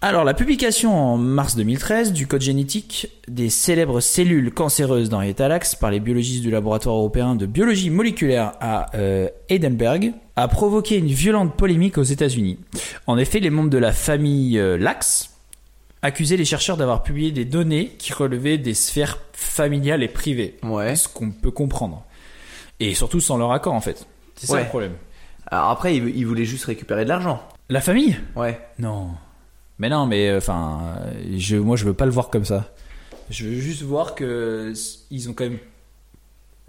B: Alors, la publication en mars 2013 du code génétique des célèbres cellules cancéreuses dans Etalax par les biologistes du laboratoire européen de biologie moléculaire à euh, Heidelberg a provoqué une violente polémique aux États-Unis. En effet, les membres de la famille euh, Lax accusaient les chercheurs d'avoir publié des données qui relevaient des sphères familiales et privées.
A: Ouais.
B: Ce qu'on peut comprendre. Et surtout sans leur accord, en fait. C'est ça
A: Ouais.
B: le problème.
A: Alors après, il, il voulait juste récupérer de l'argent.
B: La famille
A: Ouais.
B: non. Mais non, mais euh, enfin, je, moi je veux pas le voir comme ça. Je veux juste voir que s- ils ont quand même,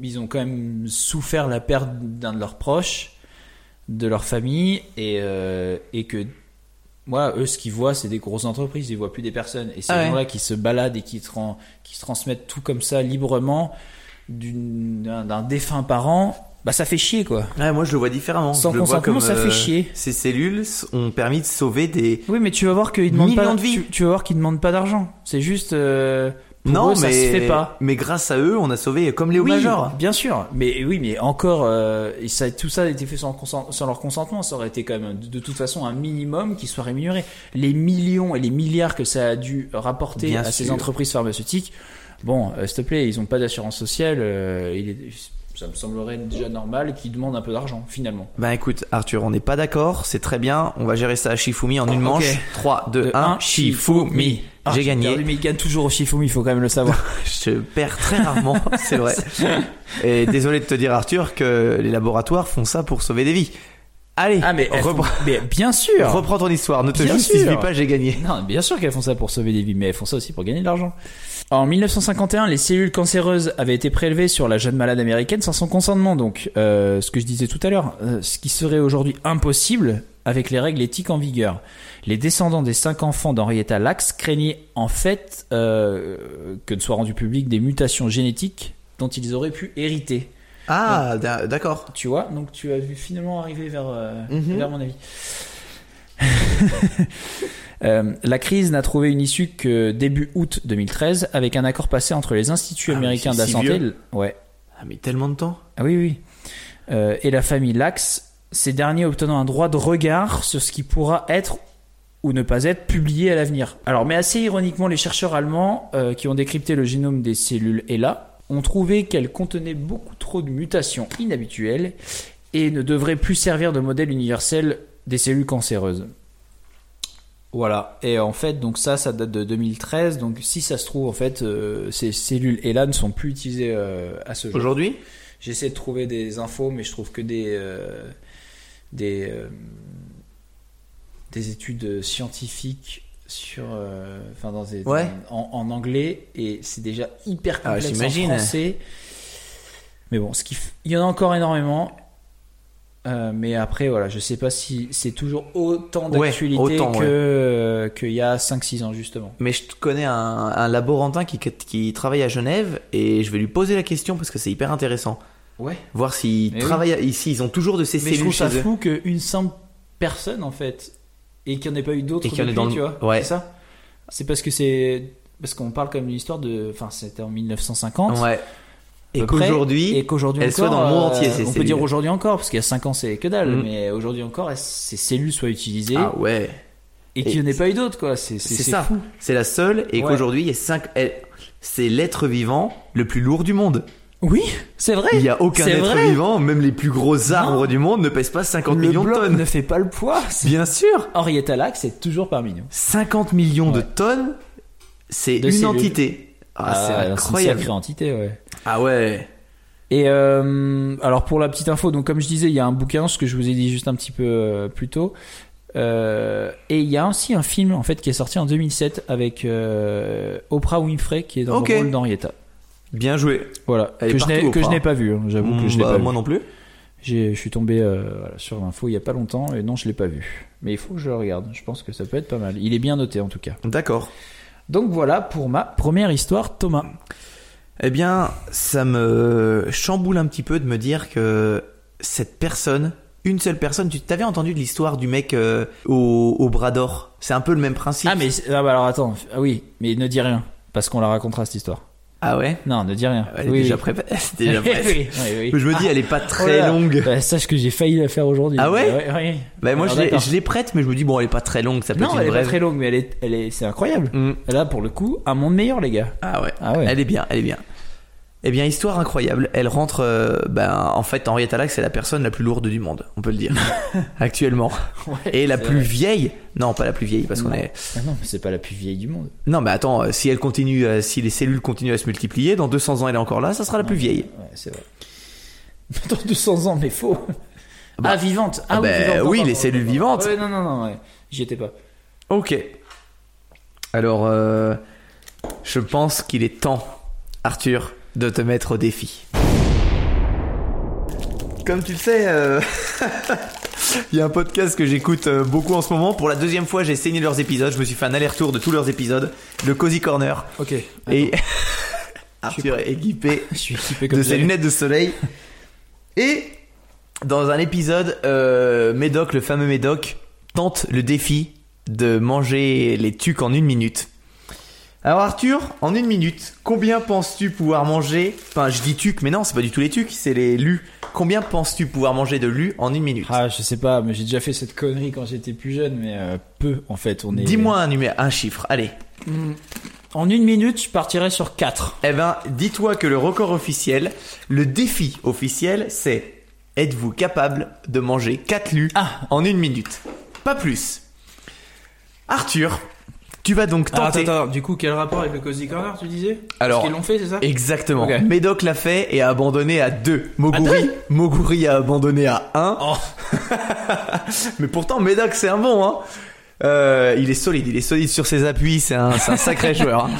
B: ils ont quand même souffert la perte d'un de leurs proches, de leur famille, et euh, et que moi, eux, ce qu'ils voient, c'est des grosses entreprises. Ils voient plus des personnes. Et ces
A: Ah ouais.
B: gens-là qui se baladent et qui, tran- qui se transmettent tout comme ça librement, d'une- d'un d'un défunt parent, bah ça fait chier quoi.
A: Ouais, moi je le vois différemment.
B: Sans
A: je le vois
B: consentement,
A: comme,
B: ça
A: euh,
B: fait chier.
A: Ces cellules ont permis de sauver des.
B: Oui, mais tu vas voir qu'ils demandent
A: Millions
B: pas
A: de vies.
B: Tu, tu vas voir qu'ils demandent pas d'argent. C'est juste euh, pour
A: non,
B: eux, ça
A: mais
B: se fait pas.
A: Mais grâce à eux, on a sauvé comme les
B: Oui,
A: majors.
B: bien sûr. Mais oui, mais encore, euh, et ça, tout ça a été fait sans, consen- sans leur consentement. Ça aurait été quand même, de, de toute façon, un minimum qui soit rémunéré. Les millions et les milliards que ça a dû rapporter
A: Bien
B: à ces
A: sûr.
B: entreprises pharmaceutiques. Bon, euh, s'il te plaît, ils n'ont pas d'assurance sociale. euh, il est- ça me semblerait déjà normal qu'ils demandent un peu d'argent, finalement.
A: Ben écoute, Arthur, on n'est pas d'accord, c'est très bien, on va gérer ça à Shifumi en une manche. 3,
B: De
A: 2, 1,
B: Euh, un
A: Euh, Shifumi.
B: Ah,
A: J'ai
B: regardez,
A: gagné.
B: Mais il gagne toujours au Shifumi, il faut quand même le savoir.
A: Je perds très rarement, c'est vrai. Et désolé de te dire, Arthur, que les laboratoires font ça pour sauver des vies. Allez,
B: ah, mais, elles font-
A: reprends,
B: mais bien sûr
A: reprends ton histoire, ne te
B: Bien
A: justifie
B: sûr.
A: pas, j'ai gagné.
B: Non, bien sûr qu'elles font ça pour sauver des vies, mais elles font ça aussi pour gagner de l'argent. En 1951, les cellules cancéreuses avaient été prélevées sur la jeune malade américaine sans son consentement, donc euh, ce que je disais tout à l'heure, euh, ce qui serait aujourd'hui impossible avec les règles éthiques en vigueur. Les descendants des cinq enfants d'Henrietta Lacks craignaient en fait euh, que ne soient rendues publiques des mutations génétiques dont ils auraient pu hériter.
A: Ah, d'a- d'accord.
B: Tu vois, donc tu as vu finalement arriver vers, euh,
A: Mhm.
B: vers mon avis. Euh, la crise n'a trouvé une issue que début août 2013 avec un accord passé entre les instituts
A: Ah, mais
B: américains de
A: c'est
B: la
A: si
B: santé,
A: vieux.
B: l- ouais,
A: Ah, mais tellement de temps.
B: ah oui oui, Euh, et la famille Lax, ces derniers obtenant un droit de regard sur ce qui pourra être ou ne pas être publié à l'avenir. Alors, mais assez ironiquement, les chercheurs allemands euh, qui ont décrypté le génome des cellules ELA ont trouvé qu'elles contenaient beaucoup trop de mutations inhabituelles et ne devraient plus servir de modèle universel des cellules cancéreuses. Voilà. Et en fait, donc ça, ça date de 2013. Donc, si ça se trouve, en fait, euh, ces cellules ELA ne sont plus utilisées euh, à ce jour.
A: Aujourd'hui
B: J'essaie de trouver des infos, mais je trouve que des euh, des euh, des études scientifiques sur, euh, enfin dans des,
A: Ouais.
B: en, en anglais et c'est déjà hyper
A: Ah,
B: complexe en
A: j'imagine.
B: français. Mais bon, ce qui f- il y en a encore énormément. Euh, mais après, voilà, je sais pas si c'est toujours autant
A: Ouais,
B: d'actualité
A: autant,
B: que
A: ouais.
B: euh, qu'il y a 5-6 ans, justement.
A: Mais je te connais un, un laborantin qui, qui travaille à Genève et je vais lui poser la question parce que c'est hyper intéressant.
B: Ouais.
A: Voir s'ils
B: Mais
A: travaillent ici, ils ont toujours de ces
B: Eh Mais je
A: cellules
B: trouve ça
A: chez eux.
B: fou qu'une simple personne, en fait, et qu'il n'y en ait pas eu d'autres
A: Et qu'il y en ait
B: depuis,
A: dans le-
B: tu vois.
A: Ouais.
B: C'est ça C'est parce que c'est... Parce qu'on parle quand même d'une histoire de... Enfin, c'était en 1950.
A: Ouais. Et
B: à peu près,
A: qu'aujourd'hui,
B: Et qu'aujourd'hui
A: elles
B: encore,
A: soient dans le monde entier,
B: euh,
A: ces
B: on peut
A: cellules.
B: dire aujourd'hui encore, parce qu'il y a 5 ans c'est que dalle,
A: Mhm.
B: mais aujourd'hui encore, elles- ces cellules soient utilisées
A: ah ouais,
B: et qu'il n'y en ait pas eu d'autres, quoi. C'est
A: c'est ça.
B: fou.
A: C'est la seule et
B: Ouais.
A: qu'aujourd'hui, il y a cinq. elle- C'est l'être vivant le plus lourd du monde.
B: Oui, c'est vrai.
A: Il n'y a aucun
B: c'est
A: être
B: vrai.
A: vivant, même les plus gros arbres du monde ne pèsent pas 50
B: Le
A: millions de
B: bloc
A: tonnes.
B: ne fait pas le poids. c'est-
A: Bien sûr,
B: Henrietta Lacks c'est toujours parmi nous.
A: 50 millions de
B: Ouais.
A: tonnes, c'est
B: De
A: une
B: cellules.
A: entité. Ah, c'est
B: une
A: incroyable.
B: sacrée entité, ouais.
A: Ah ouais.
B: Et euh, alors pour la petite info, donc comme je disais, il y a un bouquin, ce que je vous ai dit juste un petit peu euh, plus tôt. Euh, et il y a aussi un film en fait qui est sorti en 2007 avec euh, Oprah Winfrey qui est dans
A: Ok.
B: le rôle d'Henrietta.
A: Bien joué.
B: Voilà,
A: Elle est
B: que je, n'ai,
A: partout,
B: que je
A: Oprah.
B: n'ai pas vu. hein, J'avoue que je l'ai
A: Bah,
B: pas
A: moi
B: vu.
A: non plus.
B: J'ai- je suis tombé euh, voilà, sur l'info il y a pas longtemps et non je l'ai pas vu. Mais il faut que je le regarde. Je pense que ça peut être pas mal. Il est bien noté en tout cas.
A: D'accord.
B: Donc voilà pour ma première histoire, Thomas.
A: Eh bien, ça me chamboule un petit peu de me dire que cette personne, une seule personne, tu t'avais entendu de l'histoire du mec euh, au, au bras d'or. C'est un peu le même principe.
B: Ah mais c'est- ah, bah, alors attends, ah oui, mais ne dis rien parce qu'on la racontera cette histoire.
A: Ah ouais
B: Non, ne dis rien.
A: Elle est
B: Oui,
A: déjà
B: oui.
A: prête. C'est déjà prête.
B: Oui, oui, oui.
A: Je me dis, elle est pas très
B: Oh là là.
A: longue.
B: Bah, sache que j'ai failli la faire aujourd'hui.
A: Ah ouais
B: ouais, ouais.
A: Bah, moi,
B: Alors,
A: je l'ai-
B: d'accord.
A: je l'ai prête, mais je me dis, bon, elle est pas très longue, ça peut
B: Non,
A: être
B: elle
A: une
B: est pas
A: brève.
B: très longue, mais elle est, elle est, c'est incroyable.
A: Hmm.
B: Là, pour le coup, un monde meilleur, les gars.
A: Ah ouais.
B: Ah ouais.
A: Elle est bien, elle est bien. Eh bien, histoire incroyable. Elle rentre. euh, ben, en fait, Henrietta Lacks, c'est la personne la plus lourde du monde, on peut le dire, actuellement. Et la
B: c'est
A: plus
B: vrai.
A: vieille. Non, pas la plus vieille, parce qu'on
B: Non.
A: est.
B: Ah non, mais c'est pas la plus vieille du monde.
A: Non, mais attends, euh, si elle continue, euh, si les cellules continuent à se multiplier, dans 200 ans, elle est encore là, ça sera la plus vieille.
B: Ouais, c'est vrai. Dans 200 ans, mais faux.
A: Bah.
B: ah, vivante. Ah,
A: Ah
B: oui,
A: bah,
B: vivante. Non,
A: oui,
B: non,
A: les
B: non,
A: cellules
B: non,
A: vivantes.
B: Ouais, non, non, non, ouais. J'y étais pas.
A: Ok. Alors, euh, je pense qu'il est temps, Arthur, de te mettre au défi. Comme tu le sais, euh, il y a un podcast que j'écoute euh, beaucoup en ce moment. Pour la deuxième fois, j'ai saigné leurs épisodes. Je me suis fait un aller-retour de tous leurs épisodes. Le Cozy Corner.
B: Ok.
A: Et Arthur est équipé
B: Ah, Je suis équipé comme
A: de
B: ça.
A: ses lunettes de soleil. Et dans un épisode, euh, Médoc, le fameux Médoc, tente le défi de manger les tucs en une minute. Alors Arthur, en une minute, combien penses-tu pouvoir manger Enfin, je dis tucs, mais non, c'est pas du tout les tucs, c'est les lus. Combien penses-tu pouvoir manger de lus en une minute
B: Ah, je sais pas, mais j'ai déjà fait cette connerie quand j'étais plus jeune, mais euh, peu en fait. On est.
A: Dis-moi un numéro, un chiffre. Allez.
B: En une minute, je partirais sur 4.
A: Eh ben, dis-toi que le record officiel, le défi officiel, c'est êtes-vous capable de manger 4 lus
B: Ah.
A: en une minute Pas plus. Arthur, tu vas donc
F: Ah, attends,
A: tenter.
F: attends, du coup, quel rapport avec le Cozy Corner, tu disais
A: Alors-
F: Parce qu'ils l'ont fait, c'est ça
A: Exactement.
F: Ok.
A: Médoc l'a fait et a abandonné à 2. Moguri, Moguri a abandonné à 1. Mais pourtant, Médoc, c'est un bon, hein. Euh, il est solide, il est solide sur ses appuis, c'est un, c'est un sacré joueur. hein.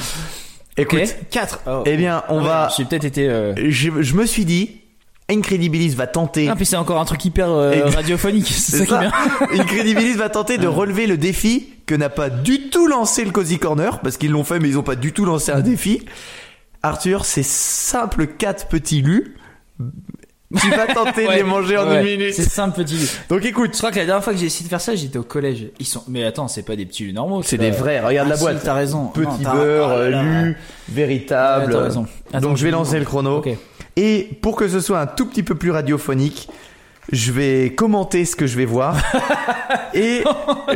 A: Écoute,
B: 4
A: eh bien, on va.
B: J'ai peut-être été. euh,
A: je, je me suis dit, Incredibilis va tenter.
B: Ah, puis c'est encore un truc hyper euh,
A: Exact.
B: radiophonique, c'est ça,
A: Eh C'est
B: qui Ah. est bien.
A: ça. Incredibilis va tenter de relever le défi que n'a pas du tout lancé le Cozy Corner, parce qu'ils l'ont fait, mais ils ont pas du tout lancé un défi. Arthur, c'est simple 4 petits lus. Tu vas tenter de les
B: Ouais,
A: manger en
B: ouais,
A: une minute.
B: C'est simple, petit lit.
A: Donc écoute,
B: Je crois que la dernière fois que j'ai essayé de faire ça, j'étais au collège. Ils sont. Mais attends, c'est pas des petits lus normaux.
A: c'est
B: quoi.
A: des vrais, regarde
B: Ah,
A: la
B: si,
A: boîte.
B: T'as raison. Non,
A: Petit
B: t'as-
A: beurre, euh,
B: ah, là, là.
A: lu,
B: Ouais,
A: véritable.
B: t'as raison. Attends,
A: Donc je vais lancer le chrono.
B: Ok.
A: Et pour que ce soit un tout petit peu plus radiophonique, je vais commenter ce que je vais voir et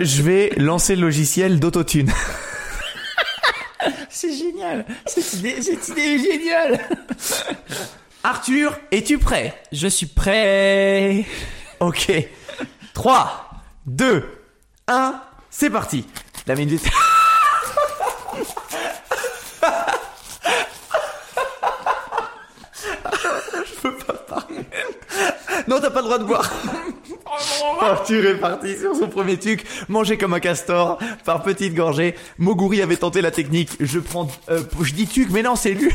A: je vais lancer le logiciel d'autotune.
B: C'est génial. Cette idée, cette idée est géniale.
A: Arthur, es-tu prêt
B: Je suis prêt.
A: Ok. 3, 2, 1, c'est parti. La minute. Je peux pas parler. Non, t'as pas le droit de boire. Arthur est parti sur son premier tuc, mangé comme un castor, par petites gorgées. Moguri avait tenté la technique. Je prends, euh, je dis tuc, mais non, c'est lui.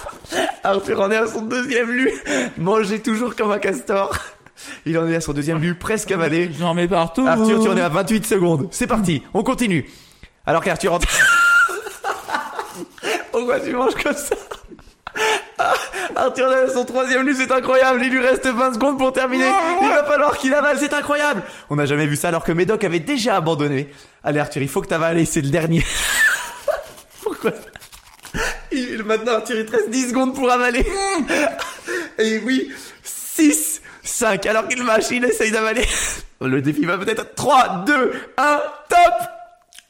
A: Arthur en est à son deuxième lu, mangé toujours comme un castor. Il en est à son deuxième lu, presque avalé.
B: J'en mets partout.
A: Arthur, tu en es à 28 secondes. C'est parti, on continue. Alors qu'Arthur rentre. Pourquoi tu manges comme ça Ah, Arthur en est à son troisième lu, c'est incroyable. Il lui reste 20 secondes pour terminer. Il va falloir qu'il avale, c'est incroyable. On n'a jamais vu ça alors que Médoc avait déjà abandonné. Allez Arthur, il faut que t'avales, c'est le dernier. Pourquoi il, Maintenant, Arthur, il te reste 10 secondes pour avaler. Et oui, 6, 5. Alors qu'il mâche, il essaye d'avaler. Le défi va peut-être. à 3, 2, 1, top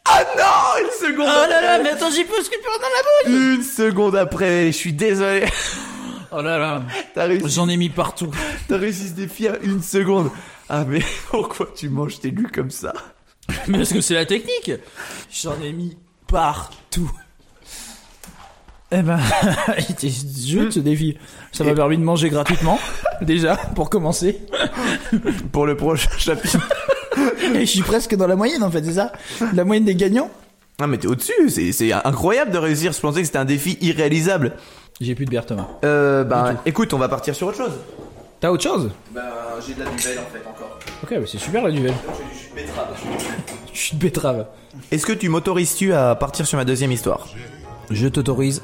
A: Ah non Une seconde
B: Oh là là, mais attends, j'ai plus ce que tu as dans la bouche.
A: Une seconde après, je suis désolé.
B: Oh là là.
A: T'as réussi,
B: J'en ai mis partout.
A: t'as réussi ce défi à une seconde. Ah mais pourquoi tu manges tes lus comme ça
B: Mais parce que c'est la technique. J'en ai mis partout. Eh ben, il était jeu ce défi. Ça m'a permis de manger gratuitement, déjà, pour commencer.
A: Pour le prochain chapitre.
B: Et je suis presque dans la moyenne, en fait, c'est ça La moyenne des gagnants
A: Non Ah, mais t'es au-dessus, c'est c'est incroyable de réussir. Je pensais que c'était un défi irréalisable.
B: J'ai plus de bière, Thomas.
A: Euh, ben écoute, on va partir sur autre chose.
B: T'as autre chose
A: Ben j'ai de la nouvelle en fait encore.
B: Ok, bah c'est super la duvel. Je suis de betterave.
A: Est-ce que tu m'autorises-tu à partir sur ma deuxième histoire
B: Je t'autorise.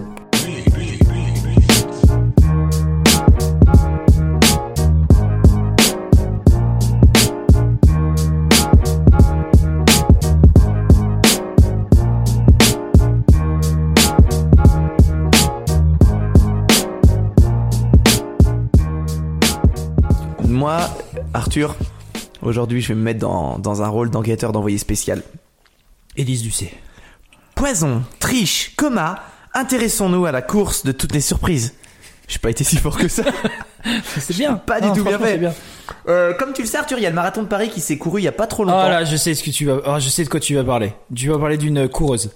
A: Moi, Arthur, aujourd'hui je vais me mettre dans, dans un rôle d'enquêteur d'envoyé spécial.
B: Élise Ducé.
A: Poison, triche, coma, intéressons-nous à la course de toutes les surprises. J'ai pas été si fort que ça.
B: C'est bien.
A: pas du tout bien
B: franchement,
A: fait.
B: c'est
A: Euh, comme tu le sais Arthur, il y a le marathon de Paris qui s'est couru il y a pas trop
B: Oh
A: longtemps.
B: là, je sais ce que tu vas. ah, je sais de quoi tu vas parler. Tu vas parler d'une coureuse.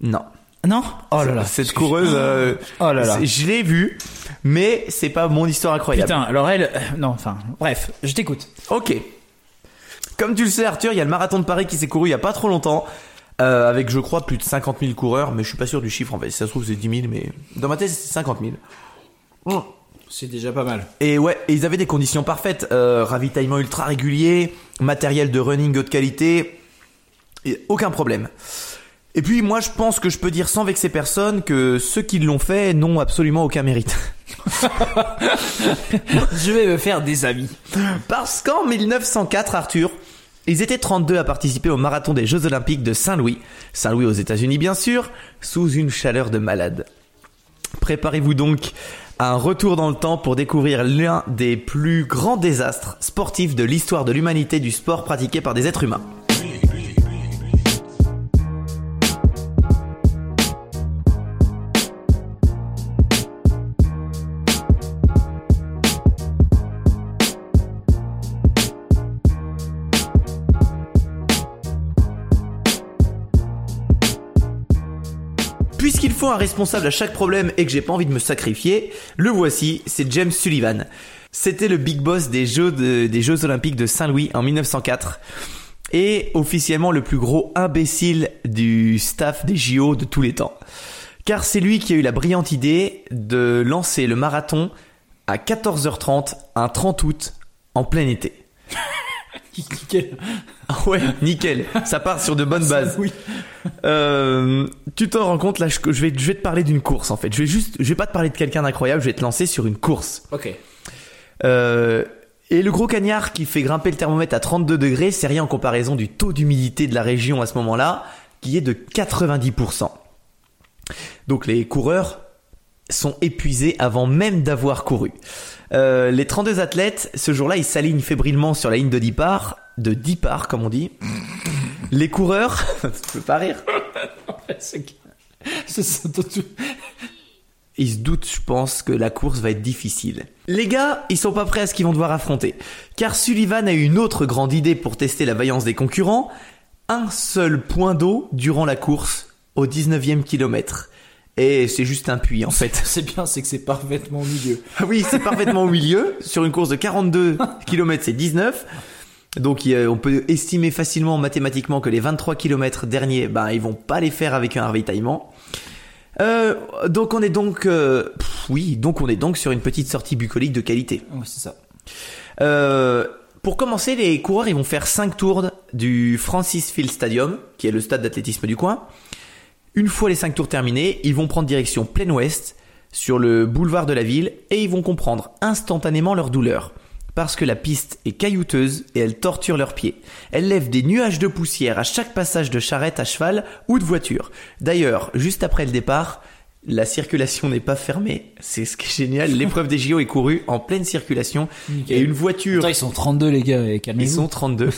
A: Non.
B: Non Oh là là.
A: Cette coureuse, euh,
B: Oh là là.
A: c'est- je l'ai vue, mais c'est pas mon histoire incroyable.
B: Putain, alors elle. euh, Non, enfin, bref, je t'écoute.
A: Ok. Comme tu le sais, Arthur, il y a le marathon de Paris qui s'est couru il y a pas trop longtemps. euh, avec, je crois, plus de 50 000 coureurs, mais je suis pas sûr du chiffre en fait. Si ça se trouve, c'est 10 000, mais dans ma tête, c'est 50 000.
E: C'est déjà pas mal.
A: Et ouais, et ils avaient des conditions parfaites. euh, ravitaillement ultra régulier, matériel de running haute qualité, et aucun problème. Et puis moi je pense que je peux dire sans vexer personne que ceux qui l'ont fait n'ont absolument aucun mérite.
B: Je vais me faire des amis.
A: Parce qu'en 1904, Arthur, ils étaient 32 à participer au marathon des Jeux Olympiques de Saint-Louis. Saint-Louis aux États-Unis, bien sûr, sous une chaleur de malade. Préparez-vous donc à un retour dans le temps pour découvrir l'un des plus grands désastres sportifs de l'histoire de l'humanité du sport pratiqué par des êtres humains. Puisqu'il faut un responsable à chaque problème et que j'ai pas envie de me sacrifier, le voici, c'est James Sullivan. C'était le big boss des Jeux, de- des Jeux Olympiques de Saint-Louis en 1904 et officiellement le plus gros imbécile du staff des JO de tous les temps. Car c'est lui qui a eu la brillante idée de lancer le marathon à 14h30 un 30 août en plein été. Ah ouais, nickel, ça part sur de bonnes bases.
B: Oui.
A: Euh, tu t'en rends compte là je, je vais je vais te parler d'une course en fait. Je vais juste je vais pas te parler de quelqu'un d'incroyable, je vais te lancer sur une course.
B: Ok.
A: Euh, et le gros cagnard qui fait grimper le thermomètre à 32 degrés, c'est rien en comparaison du taux d'humidité de la région à ce moment-là, qui est de 90%. Donc les coureurs sont épuisés avant même d'avoir couru. Euh, les 32 athlètes, ce jour-là, ils s'alignent fébrilement sur la ligne de départ, de départ comme on dit. Les coureurs, tu peux pas rire. Ils se doutent, je pense, que la course va être difficile. Les gars, ils sont pas prêts à ce qu'ils vont devoir affronter. Car Sullivan a eu une autre grande idée pour tester la vaillance des concurrents. Un seul point d'eau durant la course au 19e kilomètre. Et c'est juste un puits en fait.
B: C'est bien, c'est que c'est parfaitement au milieu.
A: Ah oui, c'est parfaitement au milieu. Sur une course de 42 km, c'est 19. Donc il y a- on peut estimer facilement mathématiquement que les 23 km derniers, ben ils vont pas les faire avec un ravitaillement. Euh, donc on est donc euh, pff, oui, donc on est donc sur une petite sortie bucolique de qualité.
B: Ah Ouais, c'est ça.
A: Euh, pour commencer, les coureurs ils vont faire 5 tours du Francis Field Stadium, qui est le stade d'athlétisme du coin. Une fois les 5 tours terminés, ils vont prendre direction plein ouest, sur le boulevard de la ville, et ils vont comprendre instantanément leur douleur. Parce que la piste est caillouteuse et elle torture leurs pieds. Elle lève des nuages de poussière à chaque passage de charrette à cheval ou de voiture. D'ailleurs, juste après le départ, la circulation n'est pas fermée. C'est ce qui est génial. L'épreuve des JO est courue en pleine circulation. Et une voiture
B: Putain, ils sont 32 les gars, et
A: ils
B: calmez-vous.
A: sont 32.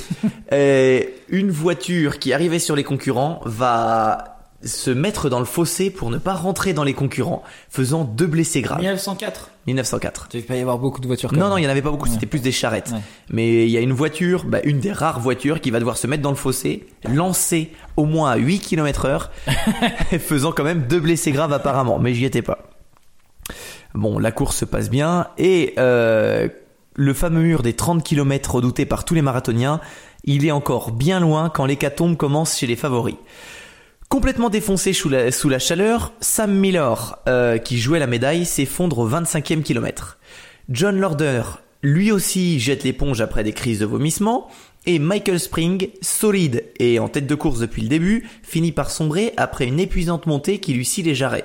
A: Et une voiture qui arrivait sur les concurrents va se mettre dans le fossé pour ne pas rentrer dans les concurrents, faisant deux blessés graves.
B: 1904.
A: 1904.
B: Ah. Il va pas y avoir beaucoup de voitures.
A: Non, non, il n'y en avait pas beaucoup, c'était plus des charrettes.
B: Ouais.
A: Mais il y a une voiture, bah, une des rares voitures, qui va devoir se mettre dans le fossé, lancer au moins à 8 km heure, faisant quand même deux blessés graves apparemment, mais j'y étais pas. Bon, la course se passe bien, et euh, le fameux mur des 30 km redouté par tous les marathoniens, il est encore bien loin quand l'hécatombe commence chez les favoris. Complètement défoncé sous la, sous la chaleur, Sam Miller, euh, qui jouait la médaille, s'effondre au 25e kilomètre. John Lorder, lui aussi, jette l'éponge après des crises de vomissements. Et Michael Spring, solide et en tête de course depuis le début, finit par sombrer après une épuisante montée qui lui scie les jarrets.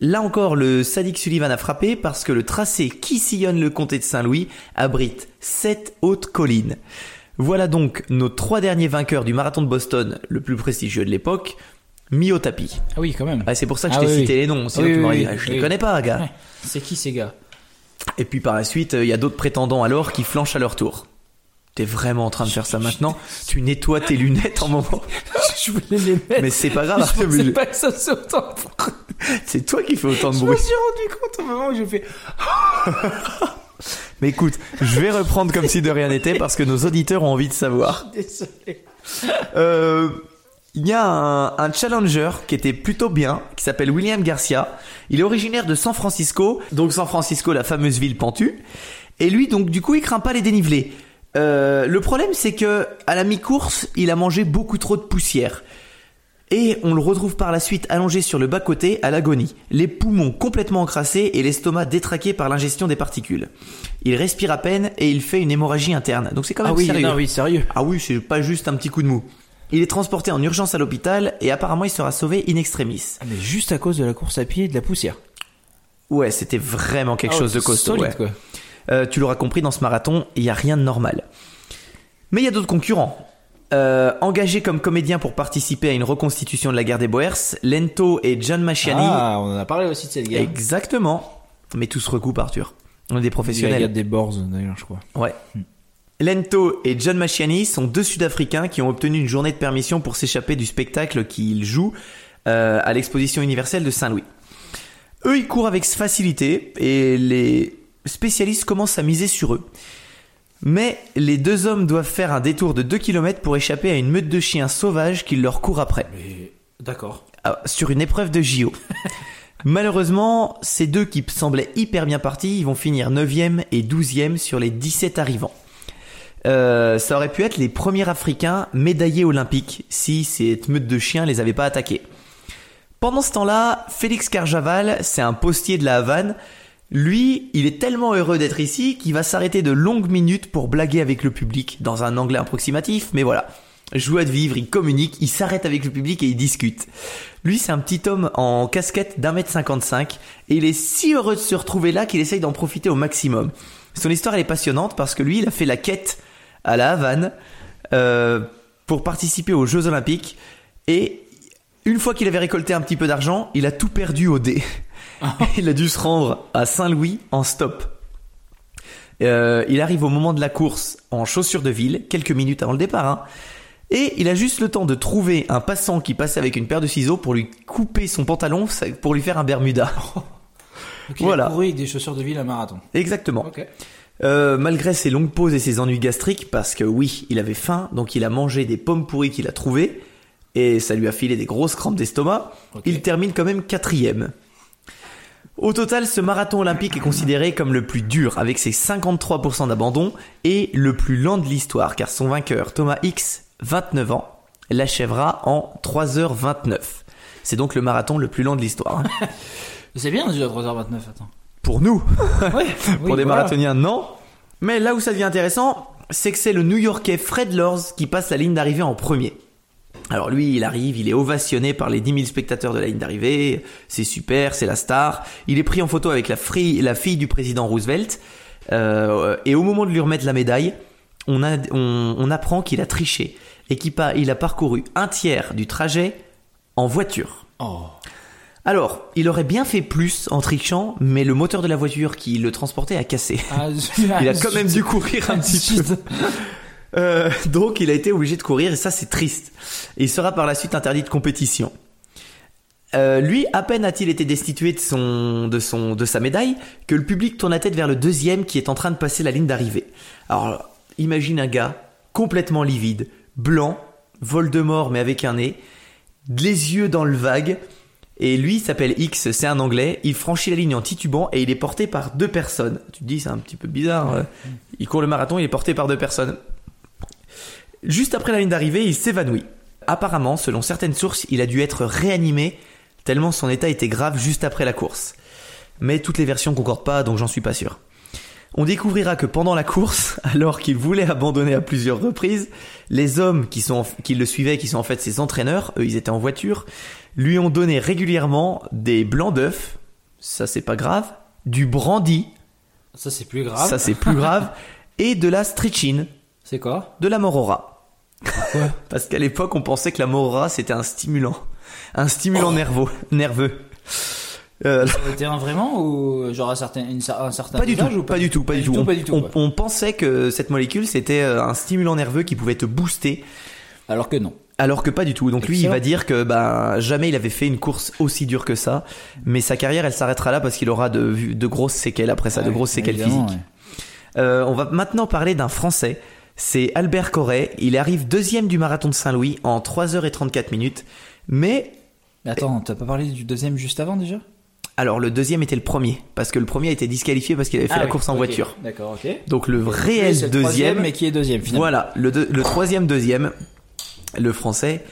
A: Là encore, le sadique Sullivan a frappé parce que le tracé qui sillonne le comté de Saint-Louis abrite sept hautes collines. Voilà donc nos trois derniers vainqueurs du marathon de Boston, le plus prestigieux de l'époque, mis au tapis.
B: Ah oui, quand même.
A: Ah, c'est pour ça que je
B: Ah
A: t'ai
B: oui,
A: cité
B: oui.
A: les noms, sinon
B: Oui,
A: tu
B: oui,
A: m'aurais dit,
B: oui,
A: ah, je
B: oui.
A: les connais pas, gars.
B: Ouais. C'est qui ces gars
A: Et puis par la suite, il y a d'autres prétendants alors qui flanchent à leur tour. T'es vraiment en train de faire ça maintenant Tu nettoies tes lunettes en moment.
B: Je voulais les mettre.
A: Mais c'est pas grave, Arthur,
B: C'est
A: mais
B: pas que ça se autant.
A: c'est toi qui fais autant de
F: Je me
A: bruit.
F: suis rendu compte au moment où j'ai fait.
A: Mais écoute, je vais reprendre comme si de rien n'était parce que nos auditeurs ont envie de savoir.
F: Désolé.
A: Euh, Il y a un, un challenger qui était plutôt bien, qui s'appelle William Garcia. Il est originaire de San Francisco, donc San Francisco, la fameuse ville pentue. Et lui, donc, du coup, il craint pas les dénivelés. Euh, le problème, c'est que à la mi-course, il a mangé beaucoup trop de poussière. Et on le retrouve par la suite allongé sur le bas-côté à l'agonie, les poumons complètement encrassés et l'estomac détraqué par l'ingestion des particules. Il respire à peine et il fait une hémorragie interne. Donc c'est quand même sérieux.
B: Ah oui, sérieux.
A: Ah oui, c'est pas juste un petit coup de mou. Il est transporté en urgence à l'hôpital et apparemment il sera sauvé in extremis.
E: Mais juste à cause de la course à pied et de la poussière.
A: Ouais, c'était vraiment quelque chose de
E: Ah,
A: costaud.
E: Oh, Solide,
A: ouais.
E: quoi.
A: Euh, tu l'auras compris, dans ce marathon, il n'y a rien de normal. Mais il y a d'autres concurrents. Euh, engagés comme comédiens pour participer à une reconstitution de la guerre des Boers, Lento et John Machiani.
E: Ah, on en a parlé aussi de cette guerre.
A: Exactement. Mais tous se recoupent, Arthur. On est des
E: La guerre
A: professionnels.
E: des Bors, d'ailleurs, je crois.
A: Ouais. Lento et John Machiani sont deux Sud-Africains qui ont obtenu une journée de permission pour s'échapper du spectacle qu'ils jouent euh, à l'exposition universelle de Saint-Louis. Eux, ils courent avec facilité et les spécialistes commencent à miser sur eux. Mais les deux hommes doivent faire un détour de 2 km pour échapper à une meute de chiens sauvages qui leur court après.
E: D'accord.
A: Ah, sur une épreuve de JO. Malheureusement, ces deux qui semblaient hyper bien partis, ils vont finir 9e et 12e sur les 17 arrivants. Euh, ça aurait pu être les premiers Africains médaillés olympiques si cette meute de chiens les avait pas attaqués. Pendant ce temps-là, Félix Carjaval, c'est un postier de la Havane. Lui, il est tellement heureux d'être ici qu'il va s'arrêter de longues minutes pour blaguer avec le public dans un anglais approximatif, mais voilà. Joie de vivre, il communique, il s'arrête avec le public et il discute. Lui, c'est un petit homme en casquette d'un mètre cinquante-cinq et il est si heureux de se retrouver là qu'il essaye d'en profiter au maximum. Son histoire, elle est passionnante parce que lui, il a fait la quête à la Havane euh, pour participer aux Jeux Olympiques et une fois qu'il avait récolté un petit peu d'argent, il a tout perdu au dé. il a dû se rendre à Saint-Louis en stop. Euh, il arrive au moment de la course en chaussures de ville, quelques minutes avant le départ. hein. et il a juste le temps de trouver un passant qui passe avec une paire de ciseaux pour lui couper son pantalon, ça- pour lui faire un Bermuda. Voilà.
E: voilà. couru avec des chaussures de ville à marathon.
A: Exactement.
E: Ok.
A: Euh, malgré ses longues pauses et ses ennuis gastriques, parce que oui, il avait faim, donc il a mangé des pommes pourries qu'il a trouvées, et ça lui a filé des grosses crampes d'estomac, il termine quand même quatrième. Au total, ce marathon olympique est considéré comme le plus dur, avec ses 53% d'abandon, et le plus lent de l'histoire, car son vainqueur, Thomas X, 29 ans, l'achèvera en 3h29. C'est donc le marathon le plus lent de l'histoire. hein.
E: C'est bien, déjà 3h29, attends.
A: Pour nous
E: Ouais,
A: pour des marathoniens, non. Mais là où ça devient intéressant, c'est que c'est le New Yorkais Fred Lors qui passe la ligne d'arrivée en premier. Alors lui, il arrive, il est ovationné par les 10 000 spectateurs de la ligne d'arrivée, c'est super, c'est la star. Il est pris en photo avec la, fri- la fille du président Roosevelt, Euh, et au moment de lui remettre la médaille, on, a- on- on apprend qu'il a triché et qu'il pa- il a parcouru un tiers du trajet en voiture.
E: Oh.
A: Alors, il aurait bien fait plus en trichant, mais le moteur de la voiture qui le transportait a cassé.
E: Ah,
A: Il a quand même dû courir un petit peu. Euh, donc il a été obligé de courir et ça c'est triste. Il sera par la suite interdit de compétition. Euh, lui, à peine a-t-il été destitué de son, de son, de sa médaille, que le public tourne la tête vers le deuxième qui est en train de passer la ligne d'arrivée. Alors, imagine un gars complètement livide, blanc, Voldemort mais avec un nez, les yeux dans le vague. Et lui, il s'appelle X, c'est un anglais. Il franchit la ligne en titubant et il est porté par deux personnes. Tu te dis, c'est un petit peu bizarre. euh, Il court le marathon, il est porté par deux personnes. Juste après la ligne d'arrivée, il s'évanouit. Apparemment, selon certaines sources, il a dû être réanimé tellement son état était grave juste après la course. Mais toutes les versions concordent pas, donc j'en suis pas sûr. On découvrira que pendant la course, alors qu'il voulait abandonner à plusieurs reprises, les hommes qui, sont, qui le suivaient, qui sont en fait ses entraîneurs, eux ils étaient en voiture, lui ont donné régulièrement des blancs d'œufs, ça c'est pas grave, du brandy,
E: Ça, c'est plus grave.
A: ça c'est plus grave, et de la stretchine,
E: C'est quoi
A: de la morora. Parce qu'à l'époque, on pensait que la morora c'était un stimulant, un stimulant
E: Oh.
A: nerveux, nerveux. Euh,
E: Le terrain vraiment ou genre un certain, une, un certain
A: pas du tout,
E: usage ou
A: pas du tout, pas du tout. On-
E: pas du tout,
A: on-
E: quoi.
A: on pensait que cette molécule c'était euh, un stimulant nerveux qui pouvait te booster.
E: Alors que non.
A: Alors que pas du tout. Donc lui, il
E: Excellent.
A: va dire que ben jamais il avait fait une course aussi dure que ça. Mais sa carrière, elle s'arrêtera là parce qu'il aura de, de grosses séquelles après ça, de grosses séquelles
E: Ah Évidemment,
A: physiques. Euh, on va maintenant parler d'un Français. C'est Albert Corret. Il arrive deuxième du marathon de Saint-Louis en 3h34 minutes. Mais
E: ouais. Attends, t'as pas parlé du deuxième juste avant déjà
A: alors le deuxième était le premier parce que le premier a été disqualifié parce qu'il avait fait
E: Ah
A: la
E: oui,
A: course en
E: ok.
A: voiture.
E: D'accord, ok.
A: Donc le
E: Et
A: réel
E: c'est le
A: deuxième,
E: troisième, mais qui est deuxième finalement.
A: Voilà, le, deux- le troisième deuxième, le français.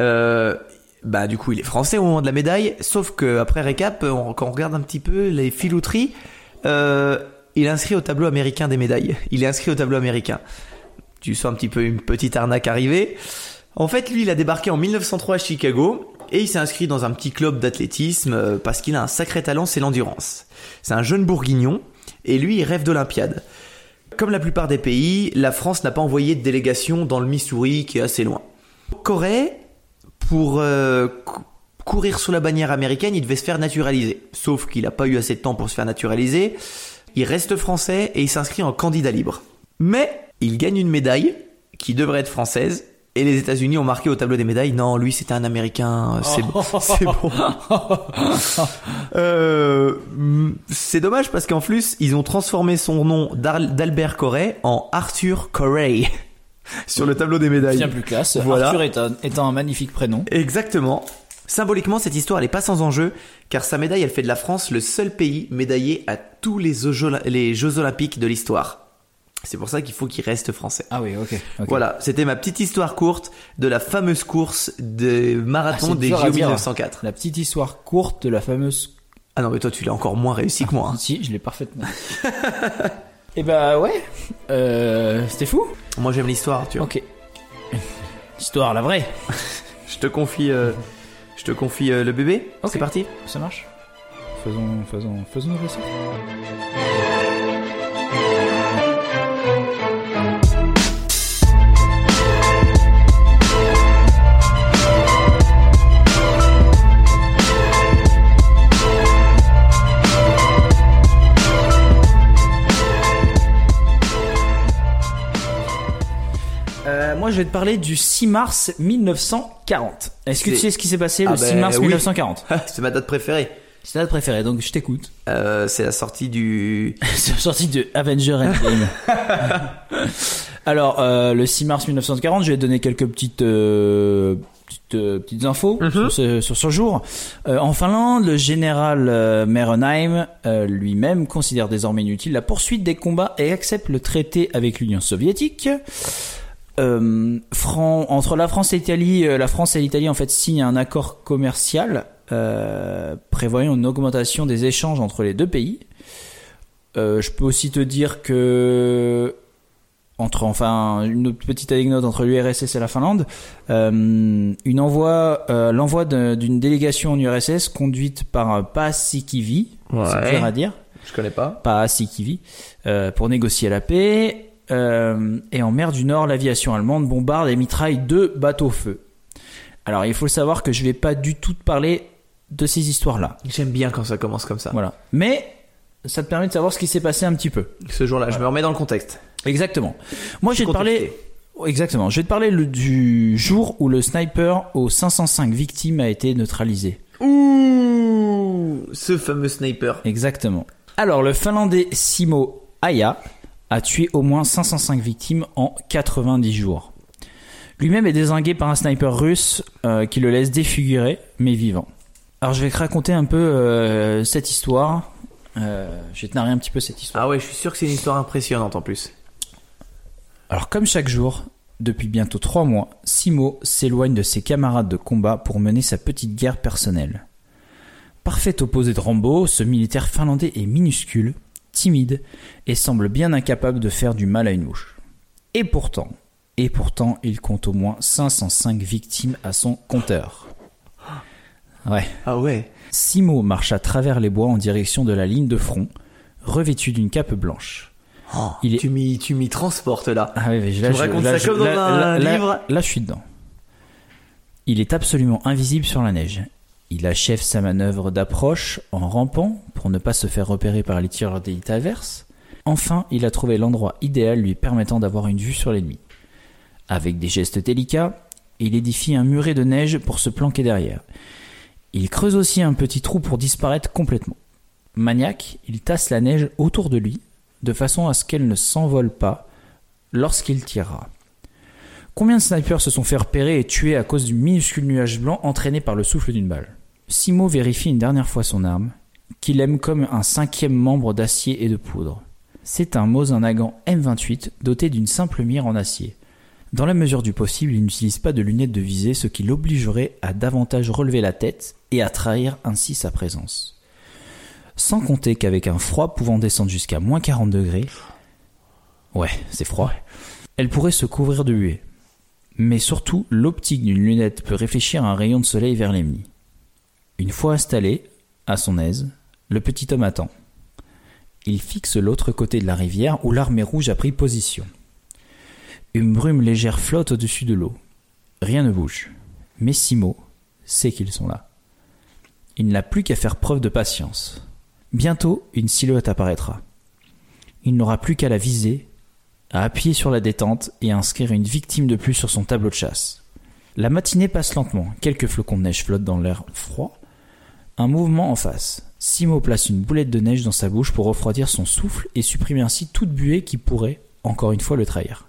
A: euh, bah du coup, il est français au moment de la médaille, sauf que après récap, on- quand on regarde un petit peu les filouteries, euh, il est inscrit au tableau américain des médailles. Il est inscrit au tableau américain. Tu sens un petit peu une petite arnaque arriver. En fait, lui, il a débarqué en 1903 à Chicago et il s'est inscrit dans un petit club d'athlétisme euh, parce qu'il a un sacré talent, c'est l'endurance. C'est un jeune bourguignon et lui, il rêve d'Olympiade. Comme la plupart des pays, la France n'a pas envoyé de délégation dans le Missouri qui est assez loin. Corée, pour euh, cou- courir sous la bannière américaine, il devait se faire naturaliser. Sauf qu'il n'a pas eu assez de temps pour se faire naturaliser. Il reste français et il s'inscrit en candidat libre. Mais il gagne une médaille qui devrait être française. Et les États-Unis ont marqué au tableau des médailles. Non, lui c'était un Américain. euh, C'est c'est bon. Euh, mm, c'est dommage parce qu'en plus ils ont transformé son nom d'Ar- d'Albert Corray en Arthur Corray sur le tableau des médailles.
B: Bien plus classe.
A: Voilà.
B: Arthur est un, est un magnifique prénom.
A: Exactement. Symboliquement, cette histoire elle n'est pas sans enjeu, car sa médaille, elle fait de la France le seul pays médaillé à tous les Jeux, les Jeux Olympiques de l'histoire. C'est pour ça qu'il faut qu'il reste français.
B: Ah oui, ok. ok.
A: Voilà, c'était ma petite histoire courte de la fameuse course
B: Ah,
A: des
B: c'est
A: marathons des
B: dur à
A: JO
B: dire.
A: 1904.
B: La petite histoire courte de la fameuse.
A: Ah non, mais toi, tu l'as encore moins réussi que moi. hein.
B: Si, je l'ai parfaitement. Et bah ouais. Euh, C'était fou.
A: Moi, j'aime l'histoire, tu vois.
B: Ok. Histoire, la vraie.
A: Je te confie, euh, je te confie euh, le bébé.
B: Ok.
A: C'est parti.
B: Ça marche Faisons, faisons, faisons nos essais. Euh, moi, je vais te parler du 6 mars 1940. Est-ce que tu
A: C'est-
B: sais ce qui s'est passé
A: Ah
B: le 6 mars
A: ben oui.
B: 1940
A: c'est ma date préférée.
B: C'est ta date préférée, donc je t'écoute.
A: Euh, c'est la sortie du.
B: C'est la sortie de Avenger Endgame. Alors, euh, le 6 mars 1940, je vais donner quelques petites euh, petites, euh, petites infos sur, ce, sur ce jour. Euh, en Finlande, le général euh, Merenheim euh, lui-même considère désormais inutile la poursuite des combats et accepte le traité avec l'Union soviétique. Euh, Fran- entre la France et l'Italie, euh, la France et l'Italie en fait signent un accord commercial euh, prévoyant une augmentation des échanges entre les deux pays. Euh, je peux aussi te dire que entre enfin une autre petite anecdote entre l'URSS et la Finlande, euh, une envoi euh, l'envoi d'un- d'une délégation en URSS conduite par euh, Paasikivi, c'est
A: Ouais.
B: dur à dire
A: Je connais pas.
B: pas à Sikivi, euh, pour négocier la paix. Euh, et en mer du Nord, l'aviation allemande bombarde et mitraille deux bateaux-feu. Alors, il faut savoir que je vais pas du tout te parler de ces histoires-là.
A: J'aime bien quand ça commence comme ça.
B: Voilà. Mais ça te permet de savoir ce qui s'est passé un petit peu.
A: Ce jour-là, je me remets dans le contexte.
B: Exactement. Moi, je vais te parler.
A: contexté.
B: Exactement. Je vais te parler le- du jour où le sniper aux 505 victimes a été neutralisé.
A: Ouh, ce fameux sniper.
B: Exactement. Alors, le Finlandais Simo Aya a tué au moins 505 victimes en 90 jours. Lui-même est désingué par un sniper russe euh, qui le laisse défiguré, mais vivant. Alors, je vais te raconter un peu euh, cette histoire. Euh, je vais te narrer un petit peu cette histoire.
A: Ah ouais, je suis sûr que c'est une histoire impressionnante en plus.
B: Alors, comme chaque jour, depuis bientôt trois mois, Simo s'éloigne de ses camarades de combat pour mener sa petite guerre personnelle. Parfait opposé de Rambo, ce militaire finlandais est minuscule, timide et semble bien incapable de faire du mal à une mouche. Et pourtant, et pourtant, il compte au moins 505 victimes à son compteur. Ouais.
A: Ah ouais.
B: Simo marche à travers les bois en direction de la ligne de front, revêtu d'une cape blanche.
A: Oh,
B: Il est-
A: Tu m'y, tu m'y transportes là.
B: Ah oui, mais là,
A: me
B: je-
A: racontes
B: là,
A: ça
B: je-
A: comme dans
B: là-
A: un
B: là- là-
A: livre.
B: Là, je suis dedans. Il est absolument invisible sur la neige. Il achève sa manœuvre d'approche en rampant pour ne pas se faire repérer par les tireurs d'élite adverse. Enfin, il a trouvé l'endroit idéal lui permettant d'avoir une vue sur l'ennemi. Avec des gestes délicats, il édifie un muret de neige pour se planquer derrière. Il creuse aussi un petit trou pour disparaître complètement. Maniaque, il tasse la neige autour de lui, de façon à ce qu'elle ne s'envole pas lorsqu'il tirera. Combien de snipers se sont fait repérer et tuer à cause du minuscule nuage blanc entraîné par le souffle d'une balle Simo vérifie une dernière fois son arme, qu'il aime comme un cinquième membre d'acier et de poudre. C'est un Mosin Nagant M28 doté d'une simple mire en acier. Dans la mesure du possible, il n'utilise pas de lunettes de visée, ce qui l'obligerait à davantage relever la tête et à trahir ainsi sa présence. Sans compter qu'avec un froid pouvant descendre jusqu'à moins 40 degrés, ouais, c'est froid, elle pourrait se couvrir de buée. Mais surtout, l'optique d'une lunette peut réfléchir un rayon de soleil vers l'ennemi. Une fois installé, à son aise, le petit homme attend. Il fixe l'autre côté de la rivière où l'armée rouge a pris position. Une brume légère flotte au-dessus de l'eau. Rien ne bouge. Mais Simo sait qu'ils sont là. Il n'a plus qu'à faire preuve de patience. Bientôt, une silhouette apparaîtra. Il n'aura plus qu'à la viser, à appuyer sur la détente et à inscrire une victime de plus sur son tableau de chasse. La matinée passe lentement. Quelques flocons de neige flottent dans l'air froid. Un mouvement en face. Simo place une boulette de neige dans sa bouche pour refroidir son souffle et supprimer ainsi toute buée qui pourrait, encore une fois, le trahir.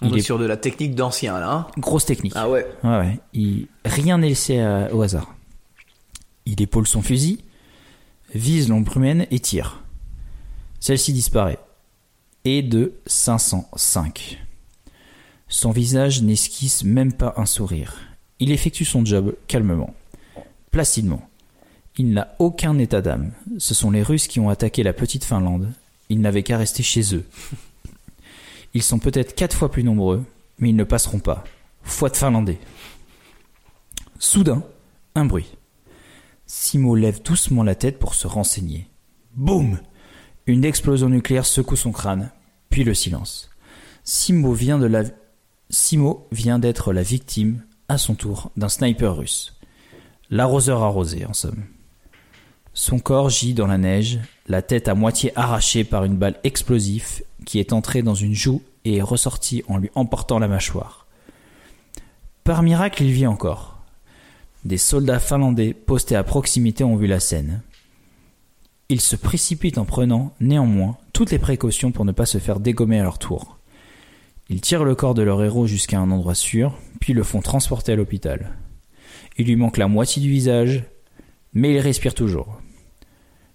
A: On
B: Il
A: est,
B: est-
A: sur de la technique d'ancien là. hein.
B: Grosse technique.
A: ah ouais.
B: Ouais, ouais. Il- Rien n'est laissé à- au hasard. Il épaule son fusil, vise l'ombrumène et tire. Celle-ci disparaît. Et de 505. Son visage n'esquisse même pas un sourire. Il effectue son job calmement, placidement. Il n'a aucun état d'âme. Ce sont les Russes qui ont attaqué la petite Finlande. Ils n'avaient qu'à rester chez eux. Ils sont peut-être quatre fois plus nombreux, mais ils ne passeront pas. Foi de Finlandais. Soudain, un bruit. Simo lève doucement la tête pour se renseigner. Boum Une explosion nucléaire secoue son crâne, puis le silence. Simo vient de la... Simo vient d'être la victime, à son tour, d'un sniper russe. L'arroseur arrosé, en somme. Son corps gît dans la neige, la tête à moitié arrachée par une balle explosive qui est entrée dans une joue et est ressortie en lui emportant la mâchoire. Par miracle, il vit encore. Des soldats finlandais postés à proximité ont vu la scène. Ils se précipitent en prenant, néanmoins, toutes les précautions pour ne pas se faire dégommer à leur tour. Ils tirent le corps de leur héros jusqu'à un endroit sûr, puis le font transporter à l'hôpital. Il lui manque la moitié du visage, mais il respire toujours.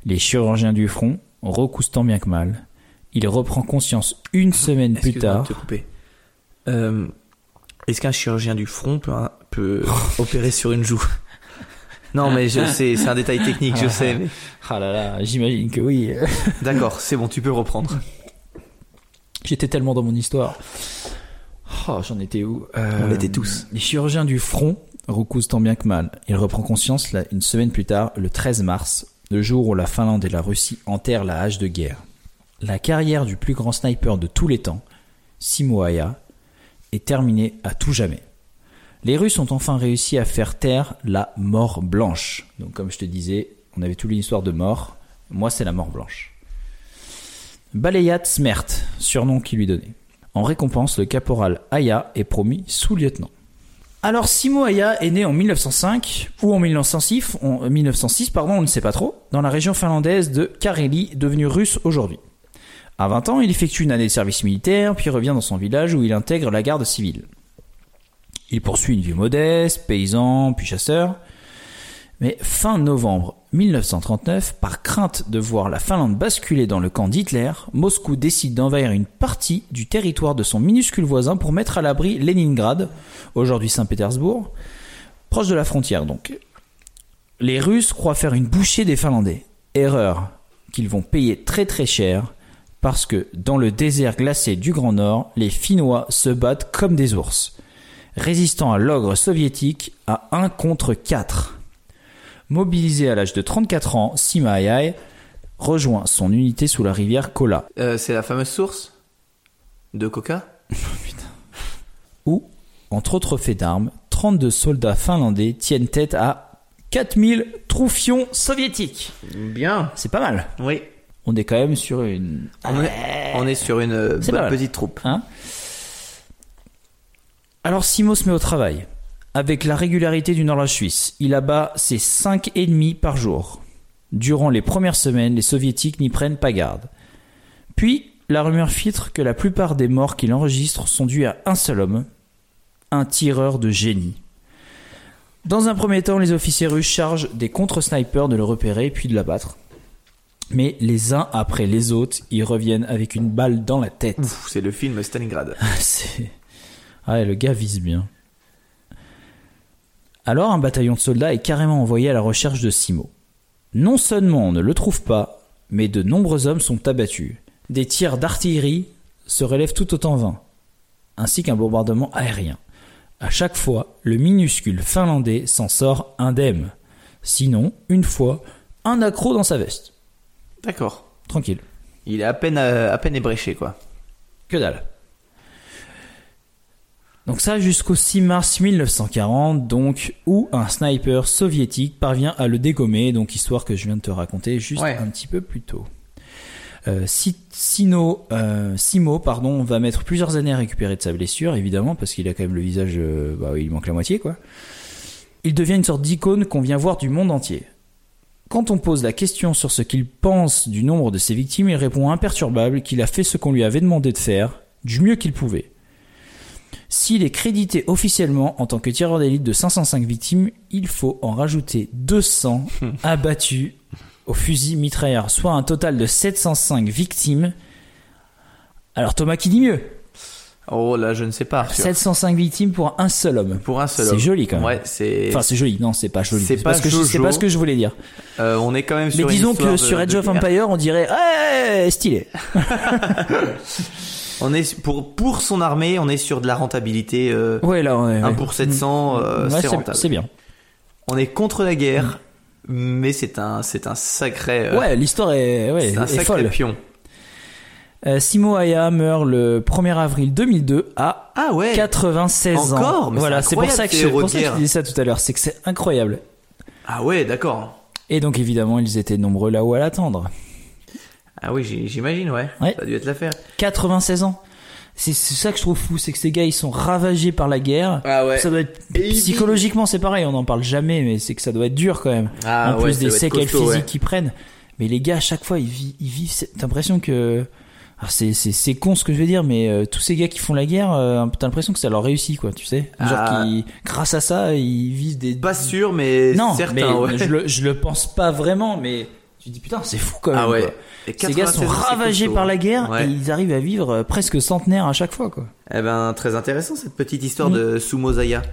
B: Les chirurgiens du front recoussent tant bien que mal. Il reprend conscience une semaine plus
A: Excuse-moi de
B: tard.
A: te couper. Euh, Est-ce qu'un chirurgien du front peut, hein, peut opérer sur une joue Non, mais je sais, c'est un détail technique, je sais. mais-
B: Ah là là, j'imagine que oui.
A: D'accord, c'est bon, tu peux reprendre.
B: J'étais tellement dans mon histoire. Oh, j'en étais où euh,
A: On était tous.
B: Les chirurgiens du front recousent tant bien que mal. Il reprend conscience là, une semaine plus tard, le 13 mars, le jour où la Finlande et la Russie enterrent la hache de guerre. La carrière du plus grand sniper de tous les temps, Simo Haya, est terminée à tout jamais. Les Russes ont enfin réussi à faire taire la mort blanche. Donc comme je te disais, on avait toute l'histoire de mort. Moi, c'est la mort blanche. Balayat Smert, surnom qu'il lui donnait. En récompense, le caporal Aya est promu sous-lieutenant. Alors Simo Aya est né en 1905 ou en 1906, on, euh, 1906 pardon, on ne sait pas trop, dans la région finlandaise de Karélie, devenue russe aujourd'hui. À 20 ans, il effectue une année de service militaire, puis revient dans son village où il intègre la garde civile. Il poursuit une vie modeste, paysan, puis chasseur. Mais fin novembre 1939, par crainte de voir la Finlande basculer dans le camp d'Hitler, Moscou décide d'envahir une partie du territoire de son minuscule voisin pour mettre à l'abri Leningrad, aujourd'hui Saint-Pétersbourg, proche de la frontière donc. Les Russes croient faire une bouchée des Finlandais. Erreur qu'ils vont payer très très cher parce que dans le désert glacé du Grand Nord, les Finnois se battent comme des ours, résistant à l'ogre soviétique à 1 contre 4. Mobilisé à l'âge de 34 ans, Sima Ayai rejoint son unité sous la rivière Kola,
A: Euh, c'est la fameuse source de coca
B: où, entre autres faits d'armes, 32 soldats finlandais tiennent tête à 4000 troufions soviétiques.
A: Bien.
B: C'est pas mal.
A: Oui.
B: On est quand même sur une...
A: On est, on est sur une euh,
B: C'est
A: bonne
B: pas mal.
A: petite troupe.
B: Hein Alors Simo se met au travail. Avec la régularité d'une horloge suisse, il abat ses 5 ennemis par jour. Durant les premières semaines, les soviétiques n'y prennent pas garde. Puis, la rumeur filtre que la plupart des morts qu'il enregistre sont dues à un seul homme, un tireur de génie. Dans un premier temps, les officiers russes chargent des contre-snipers de le repérer puis de l'abattre. Mais les uns après les autres, ils reviennent avec une balle dans la tête.
A: Ouf, c'est le film Stalingrad.
B: C'est- Ah, ouais, le gars vise bien. Alors, un bataillon de soldats est carrément envoyé à la recherche de Simo. Non seulement on ne le trouve pas, mais de nombreux hommes sont abattus. Des tirs d'artillerie se relèvent tout autant vains. ainsi qu'un bombardement aérien. À chaque fois, le minuscule finlandais s'en sort indemne. Sinon, une fois, un accro dans sa veste.
A: D'accord.
B: Tranquille.
A: Il est à peine, euh, à peine ébréché, quoi.
B: Que dalle. Donc ça jusqu'au 6 mars 1940, donc où un sniper soviétique parvient à le dégommer, donc histoire que je viens de te raconter juste
A: Ouais.
B: un petit peu plus tôt. Euh, Si- Sino, euh, Simo, pardon, va mettre plusieurs années à récupérer de sa blessure, évidemment, parce qu'il a quand même le visage, euh, bah, il manque la moitié, quoi. Il devient une sorte d'icône qu'on vient voir du monde entier. Quand on pose la question sur ce qu'il pense du nombre de ses victimes, il répond imperturbable qu'il a fait ce qu'on lui avait demandé de faire, du mieux qu'il pouvait. S'il est crédité officiellement en tant que tireur d'élite de 505 victimes, il faut en rajouter 200 abattus au fusil mitrailleur, soit un total de 705 victimes. Alors Thomas qui dit mieux
A: Oh là, je ne sais pas. Arthur.
B: 705 victimes pour un seul homme.
A: Pour un seul
B: C'est
A: homme.
B: joli, quand même.
A: Ouais, c'est.
B: Enfin c'est joli, non c'est pas joli.
A: C'est pas
B: ce que je- c'est
A: Jojo.
B: pas ce que je voulais dire.
A: euh, on est quand même
B: Mais
A: sur. une
B: disons que
A: histoire de-
B: sur Edge
A: de
B: of
A: guerre.
B: Empire, on dirait ouais, stylé.
A: On est su- pour pour son armée, on est sur de la rentabilité. euh,
B: Ouais là, ouais,
A: 1
B: ouais.
A: pour 700, euh,
B: Ouais,
A: c'est rentable.
B: C'est bien.
A: On est contre la guerre, mais c'est un c'est un sacré. euh,
B: Ouais, l'histoire est, ouais,
A: c'est un
B: est
A: sacré
B: folle.
A: pion.
B: Euh, Simo Aya meurt le 1er avril 2002 à
A: Ah ouais.
B: 96 ans.
A: Encore Mais
B: Voilà,
A: c'est
B: c'est pour ça
A: incroyable,
B: que
A: ces
B: je, pour
A: héros de
B: ça que je
A: guerre.
B: disais ça tout à l'heure, c'est que c'est incroyable.
A: Ah ouais, d'accord.
B: Et donc évidemment, ils étaient nombreux là-haut à l'attendre.
A: Ah oui, j'ai- j'imagine, ouais.
B: Ouais.
A: Ça a dû être l'affaire.
B: 96 ans. C'est c'est ça que je trouve fou, c'est que ces gars ils sont ravagés par la guerre.
A: Ah ouais.
B: Ça doit être
A: Et ils
B: psychologiquement c'est pareil, on n'en parle jamais, mais c'est que ça doit être dur quand même.
A: Ah
B: en
A: ouais,
B: plus
A: ça
B: des
A: doit être
B: séquelles
A: costaud,
B: physiques
A: ouais.
B: qu'ils prennent. Mais les gars à chaque fois ils, vi- ils vivent cette impression que Alors, c'est c'est c'est con ce que je veux dire, mais euh, tous ces gars qui font la guerre, euh, t'as l'impression que ça leur réussit quoi, tu sais. Genre
A: Ah.
B: qu'ils- grâce à ça ils vivent des
A: Pas sûr, mais
B: non,
A: certain.
B: mais
A: ouais.
B: je, le, je le pense pas vraiment, mais tu te dis putain c'est fou quand même.
A: Ah ouais.
B: quoi.
A: Et
B: Ces gars
A: 96,
B: sont
A: c'est
B: ravagés
A: costaud,
B: par
A: hein.
B: la guerre
A: Ouais.
B: et ils arrivent à vivre euh, presque centenaire à chaque fois, quoi.
A: Eh ben, très intéressant cette petite histoire de Sumo Zaya.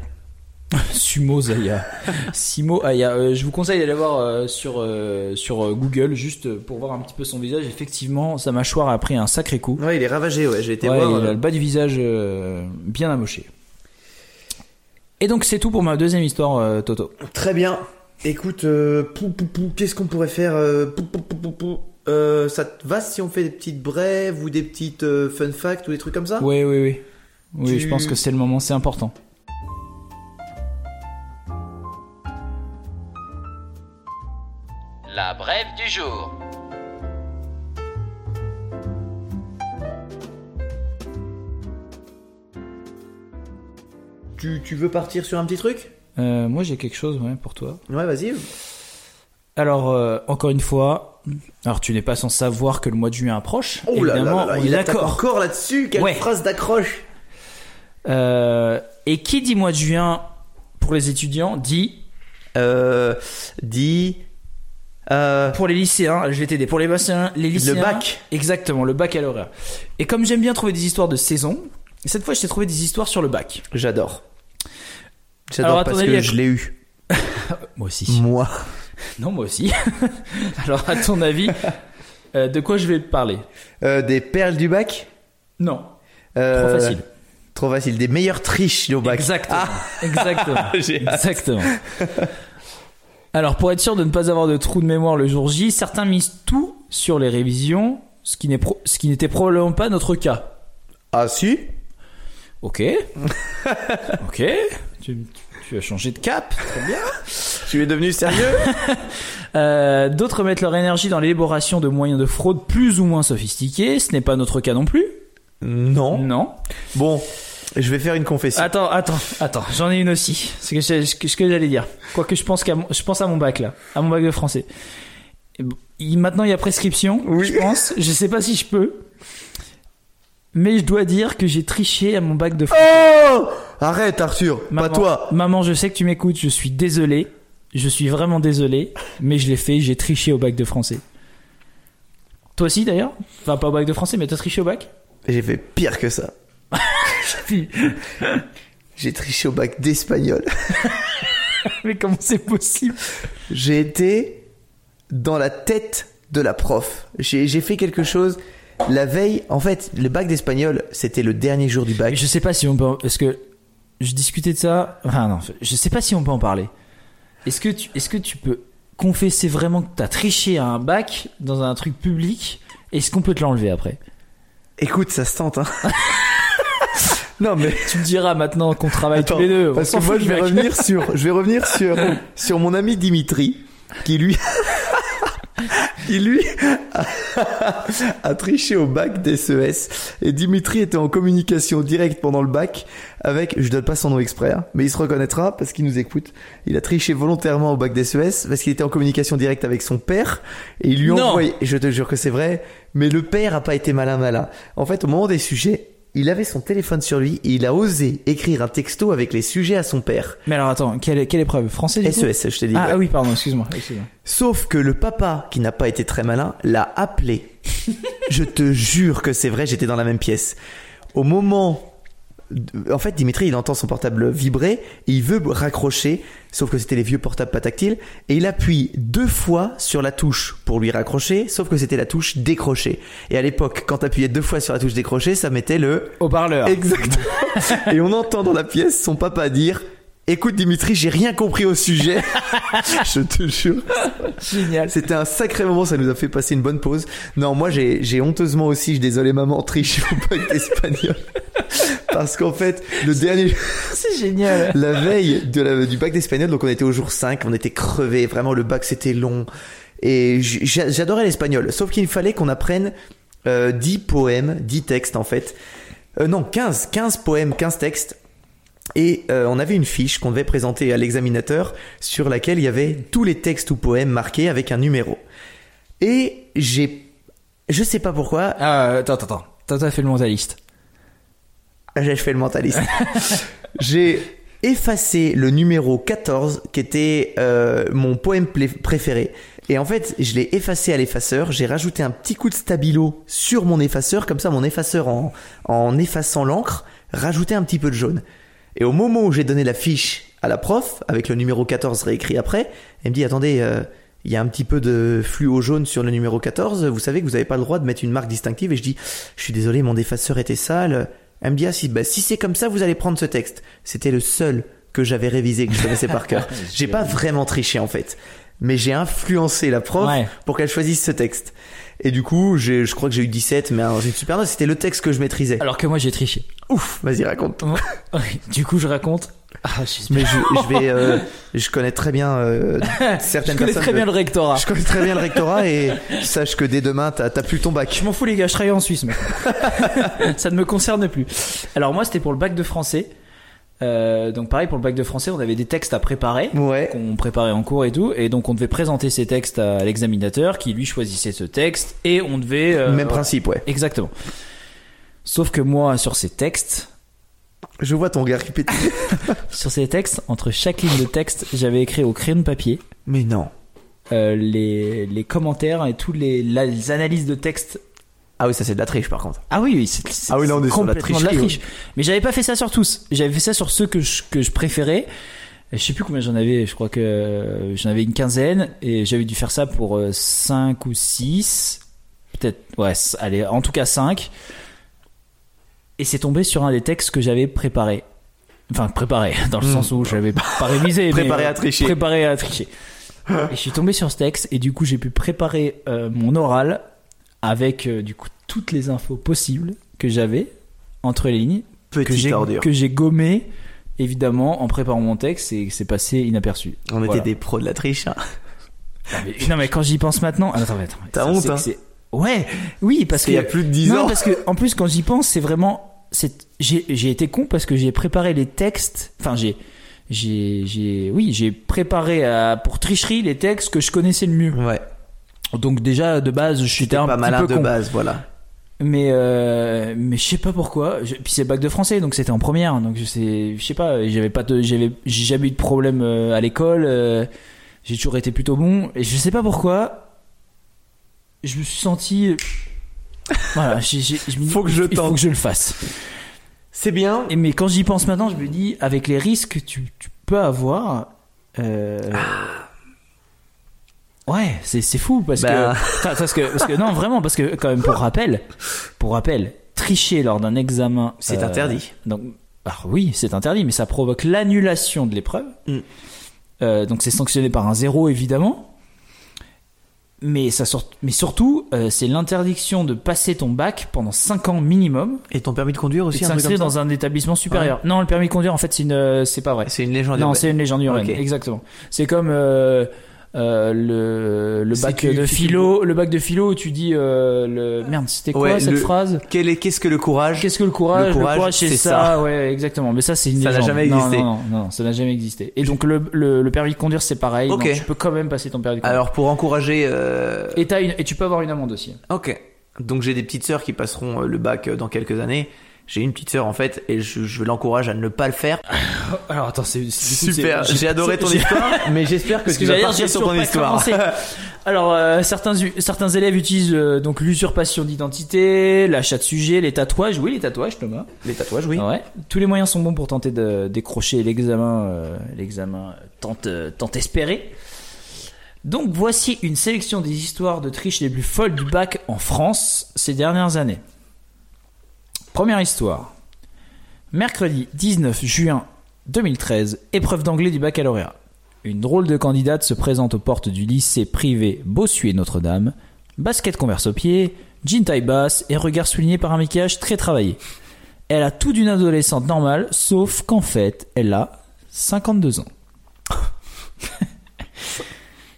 B: Sumo Zaya. Simo Aya. Euh, je vous conseille d'aller voir euh, sur, euh, sur euh, Google juste euh, pour voir un petit peu son visage. Effectivement, sa mâchoire a pris un sacré coup.
A: Ouais, il est ravagé, ouais. J'ai été
B: Ouais,
A: voir.
B: il a
A: euh,
B: le bas du visage euh, bien amoché. Et donc c'est tout pour ma deuxième histoire, euh, Toto.
A: Très bien. Écoute, euh, pou, pou, pou, qu'est-ce qu'on pourrait faire euh, pou, pou, pou, pou, pou. Euh, Ça te va si on fait des petites brèves ou des petites euh, fun facts ou des trucs comme ça
B: Oui, oui, oui. Oui,
A: Tu-
B: je pense que c'est le moment, c'est important.
G: La brève du jour.
A: tu, tu veux partir sur un petit truc
B: Euh, moi j'ai quelque chose ouais, pour toi.
A: Ouais, vas-y.
B: Alors, euh, encore une fois, alors tu n'es pas sans savoir que le mois de juin approche.
A: Oh là là,
B: Évidemment,
A: là là,
B: on est
A: il attaque
B: d'accord.
A: encore là-dessus. Quelle
B: Ouais.
A: phrase d'accroche
B: Euh, et qui dit mois de juin pour les étudiants dit
A: Euh, dis. Euh,
B: pour les lycéens, je l'ai aidé, pour les lycéens, les lycéens.
A: bac.
B: Exactement, le bac à l'horaire. Et comme j'aime bien trouver des histoires de saison, cette fois je t'ai trouvé des histoires sur le bac.
A: J'adore.
B: Alors, à
A: J'adore parce
B: ton avis,
A: que
B: à-
A: je l'ai eu.
B: Moi aussi.
A: Moi.
B: Non, moi aussi. Alors, à ton avis, euh, de quoi je vais te parler
A: Euh, des perles du bac
B: Non,
A: Euh,
B: trop facile.
A: Trop facile. Des meilleures triches au bac.
B: Exactement. Exactement. Exactement. Alors, pour être sûr de ne pas avoir de trou de mémoire le jour J, certains misent tout sur les révisions, ce qui n'est pro- ce qui n'était probablement pas notre cas.
A: Ah si
B: Ok. ok. Tu, tu as changé de cap. Très bien.
A: Tu es devenu sérieux
B: Euh, D'autres mettent leur énergie dans l'élaboration de moyens de fraude plus ou moins sophistiqués. Ce n'est pas notre cas non plus.
A: Non.
B: Non.
A: Bon, je vais faire une confession.
B: Attends, attends, attends. J'en ai une aussi. C'est que j'ai- ce que, ce que j'allais dire. Quoique je pense qu'à mon- je pense à mon bac là, à mon bac de français. Et bon, il- maintenant il y a prescription. Je pense. Je sais pas si je peux. Mais je dois dire que j'ai triché à mon bac de français.
A: Oh Arrête Arthur,
B: Maman,
A: pas toi.
B: Maman, je sais que tu m'écoutes, je suis désolé. Je suis vraiment désolé, mais je l'ai fait, j'ai triché au bac de français. Toi aussi d'ailleurs Enfin, pas au bac de français, mais t'as triché au bac
A: J'ai fait pire que ça. J'ai triché au bac d'espagnol.
B: Mais comment c'est possible
A: J'ai été dans la tête de la prof. J'ai j'ai fait quelque chose la veille, en fait, le bac d'espagnol, c'était le dernier jour du bac.
B: Je sais pas si on peut. en- Est-ce que je discutais de ça Enfin non, je sais pas si on peut en parler. Est-ce que tu, est-ce que tu peux confesser vraiment que t'as triché à un bac dans un truc public Est-ce qu'on peut te l'enlever après
A: Écoute, ça se tente, hein. non, mais.
B: Tu me diras maintenant qu'on travaille
A: Attends,
B: tous les deux. on
A: Parce que
B: s'en
A: moi,
B: fout
A: je
B: du
A: vais
B: bac.
A: revenir sur, je vais revenir sur, sur mon ami Dimitri, qui lui, qui lui a, a triché au bac d'SES. Et Dimitri était en communication directe pendant le bac avec, je donne pas son nom exprès, hein, mais il se reconnaîtra parce qu'il nous écoute. Il a triché volontairement au bac d'SES parce qu'il était en communication directe avec son père et il lui
B: Non.
A: envoyait, et je te jure que c'est vrai, mais le père a pas été malin malin. En fait, au moment des sujets, il avait son téléphone sur lui et il a osé écrire un texto avec les sujets à son père.
B: Mais alors attends, quelle, quelle épreuve Français du coup
A: SES, je t'ai dit.
B: Ah,
A: ouais.
B: ah oui, pardon, excuse-moi. excuse-moi.
A: Sauf que le papa, qui n'a pas été très malin, l'a appelé. Je te jure que c'est vrai, j'étais dans la même pièce. Au moment... de- En fait, Dimitri, il entend son portable vibrer et il veut raccrocher, sauf que c'était les vieux portables pas tactiles, et il appuie deux fois sur la touche pour lui raccrocher, sauf que c'était la touche décrocher. Et à l'époque, quand t'appuyais deux fois sur la touche décrocher, ça mettait le...
B: Au parleur.
A: Exactement. Et on entend dans la pièce son papa dire Écoute Dimitri, j'ai rien compris au sujet. Je te jure.
B: Génial.
A: C'était un sacré moment, ça nous a fait passer une bonne pause. Non, moi j'ai j'ai honteusement aussi, je désolé maman, triché au bac d'espagnol. Parce qu'en fait, le dernier,
B: C'est génial.
A: la veille de la- du bac d'espagnol, donc on était au jour 5, on était crevés, vraiment le bac c'était long. Et j- j'a- j'adorais l'espagnol, sauf qu'il fallait qu'on apprenne euh, 10 poèmes, 10 textes en fait. Euh, non, 15, 15 poèmes, 15 textes. Et euh, on avait une fiche qu'on devait présenter à l'examinateur sur laquelle il y avait tous les textes ou poèmes marqués avec un numéro. Et j'ai... Je sais pas pourquoi,
B: Ah, attends, attends, attends. Tata fait le mentaliste.
A: j'ai fait le mentaliste. J'ai effacé le numéro 14 qui était euh, mon poème plé- préféré. Et en fait, je l'ai effacé à l'effaceur. J'ai rajouté un petit coup de stabilo sur mon effaceur. Comme ça, mon effaceur, en, en effaçant l'encre, rajoutait un petit peu de jaune. Et au moment où j'ai donné la fiche à la prof, avec le numéro 14 réécrit après, elle me dit, attendez, euh, il y a un petit peu de fluo jaune sur le numéro 14, vous savez que vous n'avez pas le droit de mettre une marque distinctive. Et je dis, je suis désolé, mon effaceur était sale. Elle me dit, ah si, bah, si c'est comme ça, vous allez prendre ce texte. C'était le seul que j'avais révisé, que je connaissais par cœur. J'ai pas vraiment triché en fait. Mais j'ai influencé la prof
B: Ouais.
A: pour qu'elle choisisse ce texte. Et du coup, j'ai- je crois que j'ai eu 17, mais hein, j'ai une super note. C'était le texte que je maîtrisais.
B: Alors que moi j'ai triché.
A: Ouf, vas-y, raconte.
B: du coup, je raconte. Ah, je suis
A: Mais je, je vais, euh, je connais très bien euh, certaines
B: Je connais
A: personnes
B: très
A: de-
B: bien le rectorat.
A: Je connais très bien le rectorat et sache que dès demain, t'as t'as plus ton bac.
B: Je m'en fous les gars, je travaille en Suisse mais ça ne me concerne plus. Alors moi c'était pour le bac de français. Euh, donc pareil pour le bac de français, on avait des textes à préparer
A: Ouais.
B: qu'on préparait en cours et tout et donc on devait présenter ces textes à l'examinateur qui lui choisissait ce texte et on devait euh,
A: Même principe, ouais.
B: Exactement. Sauf que moi sur ces textes,
A: Je vois ton gars qui pétille.
B: sur ces textes entre chaque ligne de texte, j'avais écrit au crayon de papier
A: Mais non.
B: euh, les, les commentaires et toutes les, la- les analyses de texte
A: Ah oui, ça c'est de la triche par contre.
B: Ah oui, oui, c'est c'est-
A: Ah oui, là, on est
B: c'est
A: sur la
B: complètement de la
A: tricherie,
B: triche. Mais j'avais pas fait ça sur tous. J'avais fait ça sur ceux que je, que je préférais. Je sais plus combien j'en avais. Je crois que euh, j'en avais une quinzaine et j'avais dû faire ça pour 5 ou 6. Peut-être, ouais, c- allez, en tout cas 5. Et c'est tombé sur un des textes que j'avais préparé. Enfin, préparé, dans le sens où je l'avais pas révisé. mais,
A: Hmm. Préparé à
B: euh,
A: tricher.
B: Préparé à tricher. Et je suis tombé sur ce texte et du coup j'ai pu préparer euh, mon oral avec euh, du coup toutes les infos possibles que j'avais entre les lignes que
A: Petite
B: j'ai
A: ordure.
B: que j'ai gommé évidemment en préparant mon texte et c'est passé inaperçu.
A: On était
B: Voilà.
A: des pros de la triche. hein.
B: Non, mais, non, mais quand j'y pense maintenant, Ah, attends, attends,
A: T'as
B: ça,
A: honte,
B: c'est-
A: hein.
B: c'est- Ouais, oui parce
A: C'était
B: que
A: il y a plus de 10
B: non
A: ans.
B: parce que en plus quand j'y pense c'est vraiment c'est j'ai j'ai été con parce que j'ai préparé les textes enfin j'ai j'ai j'ai oui j'ai préparé à, pour tricherie les textes que je connaissais le mieux.
A: Ouais.
B: Donc déjà de base, je suis
A: T'es
B: un
A: pas
B: petit
A: malin
B: peu
A: de
B: con.
A: base, voilà.
B: Mais euh, mais je sais pas pourquoi. Je- puis c'est bac de français, donc c'était en première, donc je sais, je sais pas. J'avais pas de, j'avais, j'ai jamais eu de problème euh, à l'école. euh, j'ai toujours été plutôt bon, et je sais pas pourquoi. Je me suis senti. euh, voilà, j'ai- j'ai- je me dis,
A: Faut que je
B: il faut
A: tente.
B: que je le fasse.
A: C'est bien.
B: Et mais quand j'y pense maintenant, je me dis, avec
A: Ah.
B: les risques que tu, tu peux avoir, euh, Ouais, c'est c'est fou parce
A: Bah.
B: que enfin, parce que parce que non vraiment parce que quand même pour rappel pour rappel tricher lors d'un examen euh,
A: C'est interdit.
B: Donc alors oui c'est interdit mais ça provoque l'annulation de l'épreuve.
A: Mm.
B: Euh, donc c'est sanctionné par un zéro évidemment. Mais ça sort mais surtout euh, c'est l'interdiction de passer ton bac pendant 5 ans minimum
A: Et ton permis de conduire
B: et
A: aussi
B: de
A: un truc
B: s'inscrire
A: comme ça
B: dans un établissement supérieur. Non le permis de conduire en fait c'est une euh, c'est pas vrai.
A: C'est une légende.
B: Non,
A: urbaine.
B: c'est une légende urbaine,
A: Ok.
B: exactement. C'est comme euh, euh, le, le bac
E: CQ, CQ.
B: de philo, le bac de philo où tu dis euh, le merde, c'était quoi
A: Ouais,
B: cette
A: le-
B: phrase
A: Quel est- Qu'est-ce que le courage
B: Qu'est-ce que le courage
A: le courage,
B: c'est
A: c'est
B: ça. ouais, exactement. Mais ça, c'est une
A: Ça n'a
B: légende.
A: jamais
B: Non,
A: existé.
B: Non, non, non, ça n'a jamais existé. Et donc le, le, le permis de conduire, c'est pareil.
A: Ok.
B: Donc, tu peux quand même passer ton permis de conduire.
A: Alors pour encourager. euh,
B: Et, t'as une- et tu peux avoir une amende aussi.
A: Ok. Donc j'ai des petites sœurs qui passeront euh, le bac euh, dans quelques années. J'ai une petite sœur en fait et je, je l'encourage à ne pas le faire.
B: Alors attends, c'est
A: Super. J'ai adoré ton histoire, mais j'espère que
B: Parce
A: tu
B: que
A: vas
B: j'allais dire, j'ai
A: partir sur
B: toujours
A: ton
B: pas
A: histoire.
B: commencé. Alors, euh, certains, u- certains élèves utilisent euh, donc l'usurpation d'identité, l'achat de sujets, les tatouages. Oui, les tatouages, Thomas.
A: Les tatouages, oui.
B: Ouais. Tous les moyens sont bons pour tenter de décrocher l'examen, euh, l'examen tant, euh, tant espéré. Donc, voici une sélection des histoires de triche les plus folles du bac en France ces dernières années. Première histoire. Mercredi 19 juin 2013, épreuve d'anglais du baccalauréat. Une drôle de candidate se présente aux portes du lycée privé Bossuet Notre-Dame, basket converse au pied, jean taille basse et regard souligné par un maquillage très travaillé. Elle a tout d'une adolescente normale, sauf qu'en fait, elle a 52 ans.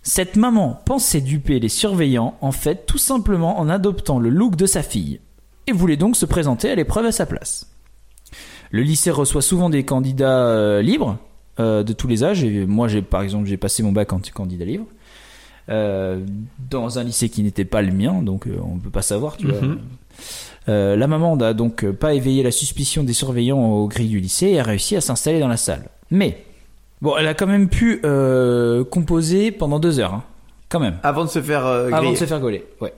B: Cette maman pensait duper les surveillants, en fait, tout simplement en adoptant le look de sa fille, et voulait donc se présenter à l'épreuve à sa place. Le lycée reçoit souvent des candidats euh, libres, euh, de tous les âges, et moi, j'ai, par exemple, j'ai passé mon bac en candidat libre, euh, dans un lycée qui n'était pas le mien, donc euh, on ne peut pas savoir, tu vois.
A: Mhm.
B: Euh, la maman n'a donc euh, pas éveillé la suspicion des surveillants aux grilles du lycée et a réussi à s'installer dans la salle. Mais, bon, elle a quand même pu euh, composer pendant deux heures, hein. quand même,
A: Avant de se faire euh,
B: avant de
A: griller.
B: se faire gauler. Ouais.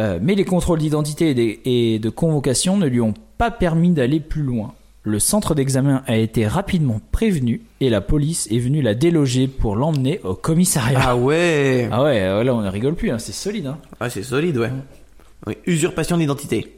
B: Euh, mais les contrôles d'identité et, des- et de convocation ne lui ont pas permis d'aller plus loin. Le centre d'examen a été rapidement prévenu et la police est venue la déloger pour l'emmener au commissariat.
A: Ah ouais.
B: Ah ouais, euh, là on ne rigole plus, hein, c'est solide. Hein.
A: Ah, c'est solide, ouais. Oui, Usurpation d'identité.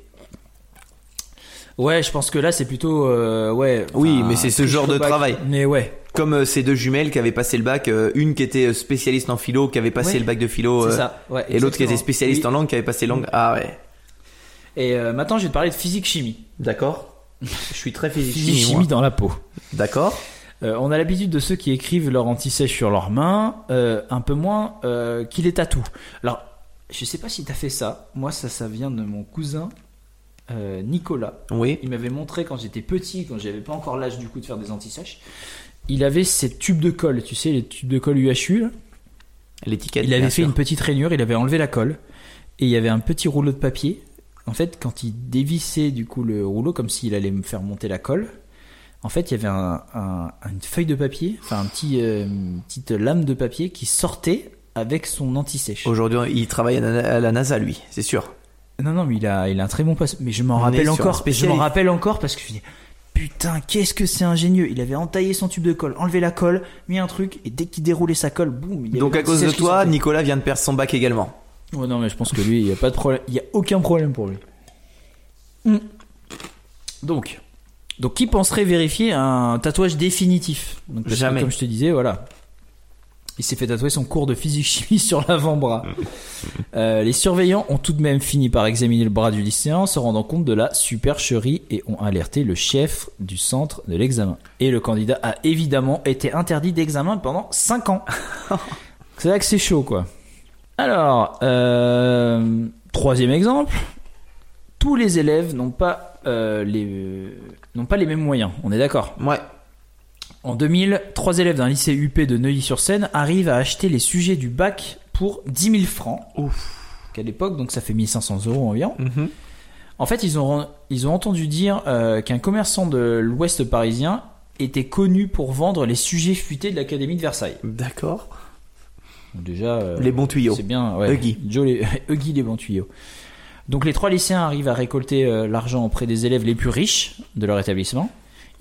B: Ouais, je pense que là c'est plutôt euh, ouais.
A: Oui,
B: enfin,
A: mais c'est ce
B: triche
A: genre
B: au
A: de
B: bac.
A: travail.
B: Mais ouais,
A: Comme euh, ces deux jumelles qui avaient passé le bac, euh, une qui était spécialiste en philo, qui avait passé
B: Ouais.
A: le bac de philo,
B: c'est
A: euh,
B: ça. Ouais,
A: et l'autre qui était
B: exactement.
A: spécialiste
B: Oui. Mm.
A: en langue, qui avait passé langue. Ah ouais.
B: Et euh, maintenant, je vais te parler de physique chimie.
A: D'accord. Je suis très
B: Physique
A: physique
B: chimie, dans la peau.
A: D'accord.
B: Euh, on a l'habitude de ceux qui écrivent leur anti-sèche sur leurs mains, euh, un peu moins euh, qu'il est à tout. Alors, je sais pas si t'as fait ça. Moi, ça, ça vient de mon cousin euh, Nicolas.
A: Oui.
B: Il m'avait montré quand j'étais petit, quand j'avais pas encore l'âge du coup de faire des anti-sèches. Il avait ces tubes de colle, tu sais, les tubes de colle UHU. là.
A: L'étiquette.
B: Il avait
A: bien
B: fait
A: sûr.
B: une petite rainure, il avait enlevé la colle et il y avait un petit rouleau de papier. En fait, quand il dévissait du coup le rouleau comme s'il allait me faire monter la colle, en fait, il y avait un- un- une feuille de papier, enfin un petit euh, une petite lame de papier qui sortait avec son anti-sèche.
A: Aujourd'hui, il travaille à la- à la NASA, lui, c'est sûr.
B: Non non, mais il a il a un très bon passe, mais je m'en
A: On est
B: rappelle
A: sur un
B: encore, je
A: spécialiste.
B: m'en rappelle encore parce que je me dis putain, qu'est-ce que c'est ingénieux. Il avait entaillé son tube de colle, enlevé la colle, mis un truc et dès qu'il déroulait sa colle, boum, il y avait
A: Donc à cause de
B: l'anti-sèche qui
A: toi,
B: sortait.
A: Nicolas vient de perdre son bac également.
B: Ouais, non, mais je pense que lui, il n'y a pas de problème. Il n'y a aucun problème pour lui. Donc, donc, qui penserait vérifier un tatouage définitif Donc, parce que,
A: Jamais.
B: Comme je te disais, voilà. Il s'est fait tatouer son cours de physique-chimie sur l'avant-bras. Euh, les surveillants ont tout de même fini par examiner le bras du lycéen, se rendant compte de la supercherie et ont alerté le chef du centre de l'examen. Et le candidat a évidemment été interdit d'examen pendant 5 ans. c'est là que c'est chaud, quoi. Alors, euh, troisième exemple, tous les élèves n'ont pas, euh, les, euh, n'ont pas les mêmes moyens, on est d'accord.
A: Ouais.
B: En 2000, trois élèves d'un lycée UP de Neuilly-sur-Seine arrivent à acheter les sujets du bac pour 10 000 francs. Ouf. Qu'à l'époque, donc ça fait 1500 euros environ.
A: Mm-hmm.
B: En fait, ils ont, ils ont entendu dire euh, qu'un commerçant de l'ouest parisien était connu pour vendre les sujets fuités de l'Académie de Versailles.
A: D'accord.
B: Donc Déjà, euh,
A: Les bons tuyaux.
B: c'est bien, ouais.
A: Huggy.
B: Joe les, Huggy les bons tuyaux. Donc les trois lycéens arrivent à récolter euh, l'argent auprès des élèves les plus riches de leur établissement.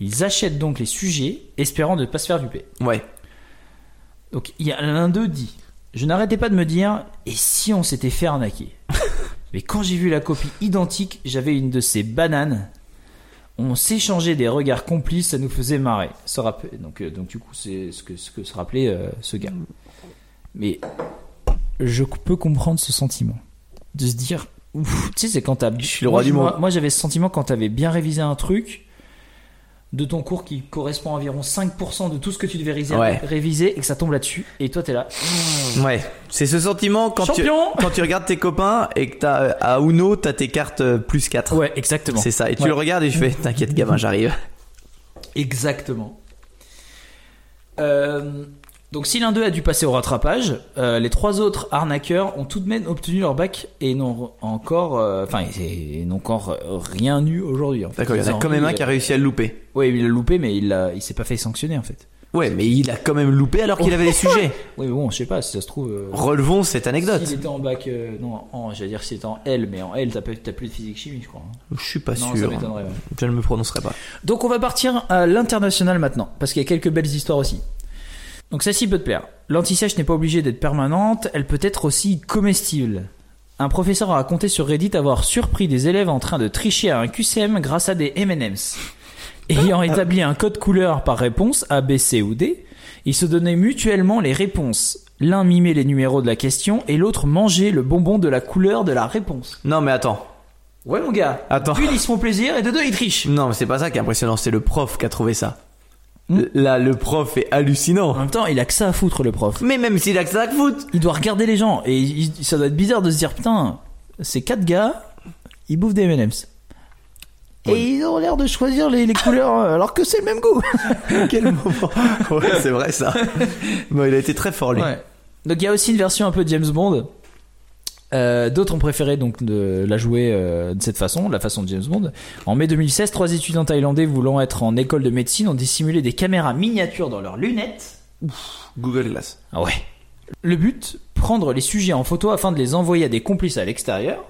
B: Ils achètent donc les sujets, espérant ne pas se faire duper.
A: Ouais.
B: Donc il y a l'un d'eux dit Je n'arrêtais pas de me dire, et si on s'était fait arnaquer Mais quand j'ai vu la copie identique, j'avais une de ces bananes. On s'échangeait des regards complices, ça nous faisait marrer. Se rappeler- donc, euh, donc du coup, c'est ce que, ce que se rappelait euh, ce gars. Mais je c- peux comprendre ce sentiment. De se dire, ouf, tu sais, c'est quand t'as... Je
A: suis le roi du monde.
B: Moi, j'avais ce sentiment quand t'avais bien révisé un truc de ton cours qui correspond à environ 5% de tout ce que tu devais réviser,
A: Ouais.
B: réviser et que ça tombe là-dessus. Et toi, t'es là.
A: Ouais, c'est ce sentiment quand tu,
B: Champion
A: quand tu regardes tes copains et que t'as euh, à Uno, t'as tes cartes euh, plus 4.
B: Ouais, exactement.
A: C'est ça. Et tu
B: Ouais.
A: le regardes et je fais T'inquiète, gamin, j'arrive.
B: Exactement. Euh, donc si l'un d'eux a dû passer au rattrapage, euh, les trois autres arnaqueurs ont tout de même obtenu leur bac et n'ont encore, euh, enfin, et- et n'ont encore rien eu aujourd'hui. en fait.
A: D'accord, il y
B: Ils
A: en
B: ont
A: a quand même un
B: eu-
A: qui a réussi à le louper.
B: Ouais, il l'a loupé, mais il l'a- il s'est pas fait sanctionner en fait.
A: Ouais, mais il a quand même loupé alors qu'il avait les sujets.
B: Oui, mais bon, je sais pas si ça se trouve. euh,
A: Relevons cette
B: S'il
A: anecdote.
B: était en bac, euh, non, en, j'allais dire s'il était en L, mais en L, t'as pas- t'as plus de physique chimie, je crois. hein.
A: Je suis pas
B: non, ça
A: sûr.
B: m'étonnerait. ouais.
A: Je ne me prononcerai pas.
B: Donc on va partir à l'international maintenant, parce qu'il y a quelques belles histoires aussi. Donc celle-ci peut te plaire. L'antisèche n'est pas obligée d'être permanente, elle peut être aussi comestible. Un professeur a raconté sur Reddit avoir surpris des élèves en train de tricher à un QCM grâce à des M&M's. Ayant établi un code couleur par réponse A, B, C ou D, ils se donnaient mutuellement les réponses. L'un mimait les numéros de la question et l'autre mangeait le bonbon de la couleur de la réponse.
A: Non, mais attends.
B: Ouais mon gars.
A: Attends.
B: D'une ils se font plaisir et de deux ils trichent.
A: Non, mais c'est pas ça qui est impressionnant, c'est le prof qui a trouvé ça.
B: Hmm.
A: Là, le prof est hallucinant.
B: En même temps, il a que ça à foutre le prof.
A: Mais même s'il a que ça à foutre.
B: il doit regarder les gens et il- ça doit être bizarre de se dire putain ces quatre gars ils bouffent des M&M's et ils ont l'air de choisir les, les couleurs euh, alors que c'est le même goût
A: Quel moment. Ouais, c'est vrai ça. Bon, il a été très fort lui.
B: donc il y a aussi une version un peu James Bond Euh, D'autres ont préféré donc de la jouer euh, de cette façon, de la façon de James Bond. En mai 2016, trois étudiants thaïlandais voulant être en école de médecine ont dissimulé des caméras miniatures dans leurs lunettes
A: Google Glass.
B: Ah ouais. Le but, prendre les sujets en photo afin de les envoyer à des complices à l'extérieur,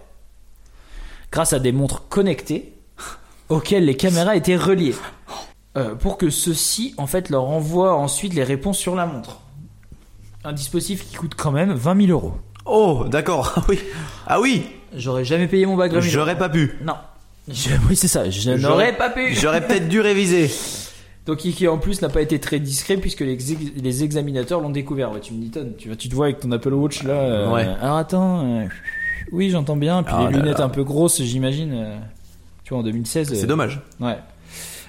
B: grâce à des montres connectées auxquelles les caméras étaient reliées, Euh, pour que ceux-ci, en fait, leur envoient ensuite les réponses sur la montre. Un dispositif qui coûte quand même 20 000 euros.
A: Oh, d'accord. Ah oui. Ah oui.
B: J'aurais jamais payé mon bac 20 000 euros.
A: J'aurais pas pu.
B: Non. Je- Oui, c'est ça. Je n'aurais
A: J'aurais-
B: pas pu.
A: J'aurais peut-être dû réviser.
B: Donc qui qui, en plus n'a pas été très discret puisque les, ex- les examinateurs l'ont découvert. Ouais, tu me ditonnes, tu, vas- tu te vois avec ton Apple Watch là. euh,
A: Ouais.
B: Alors attends, euh, oui j'entends bien, puis
A: Ah
B: les
A: là
B: lunettes un peu grosses j'imagine. euh, tu vois en 2016.
A: C'est
B: euh,
A: dommage.
B: Ouais.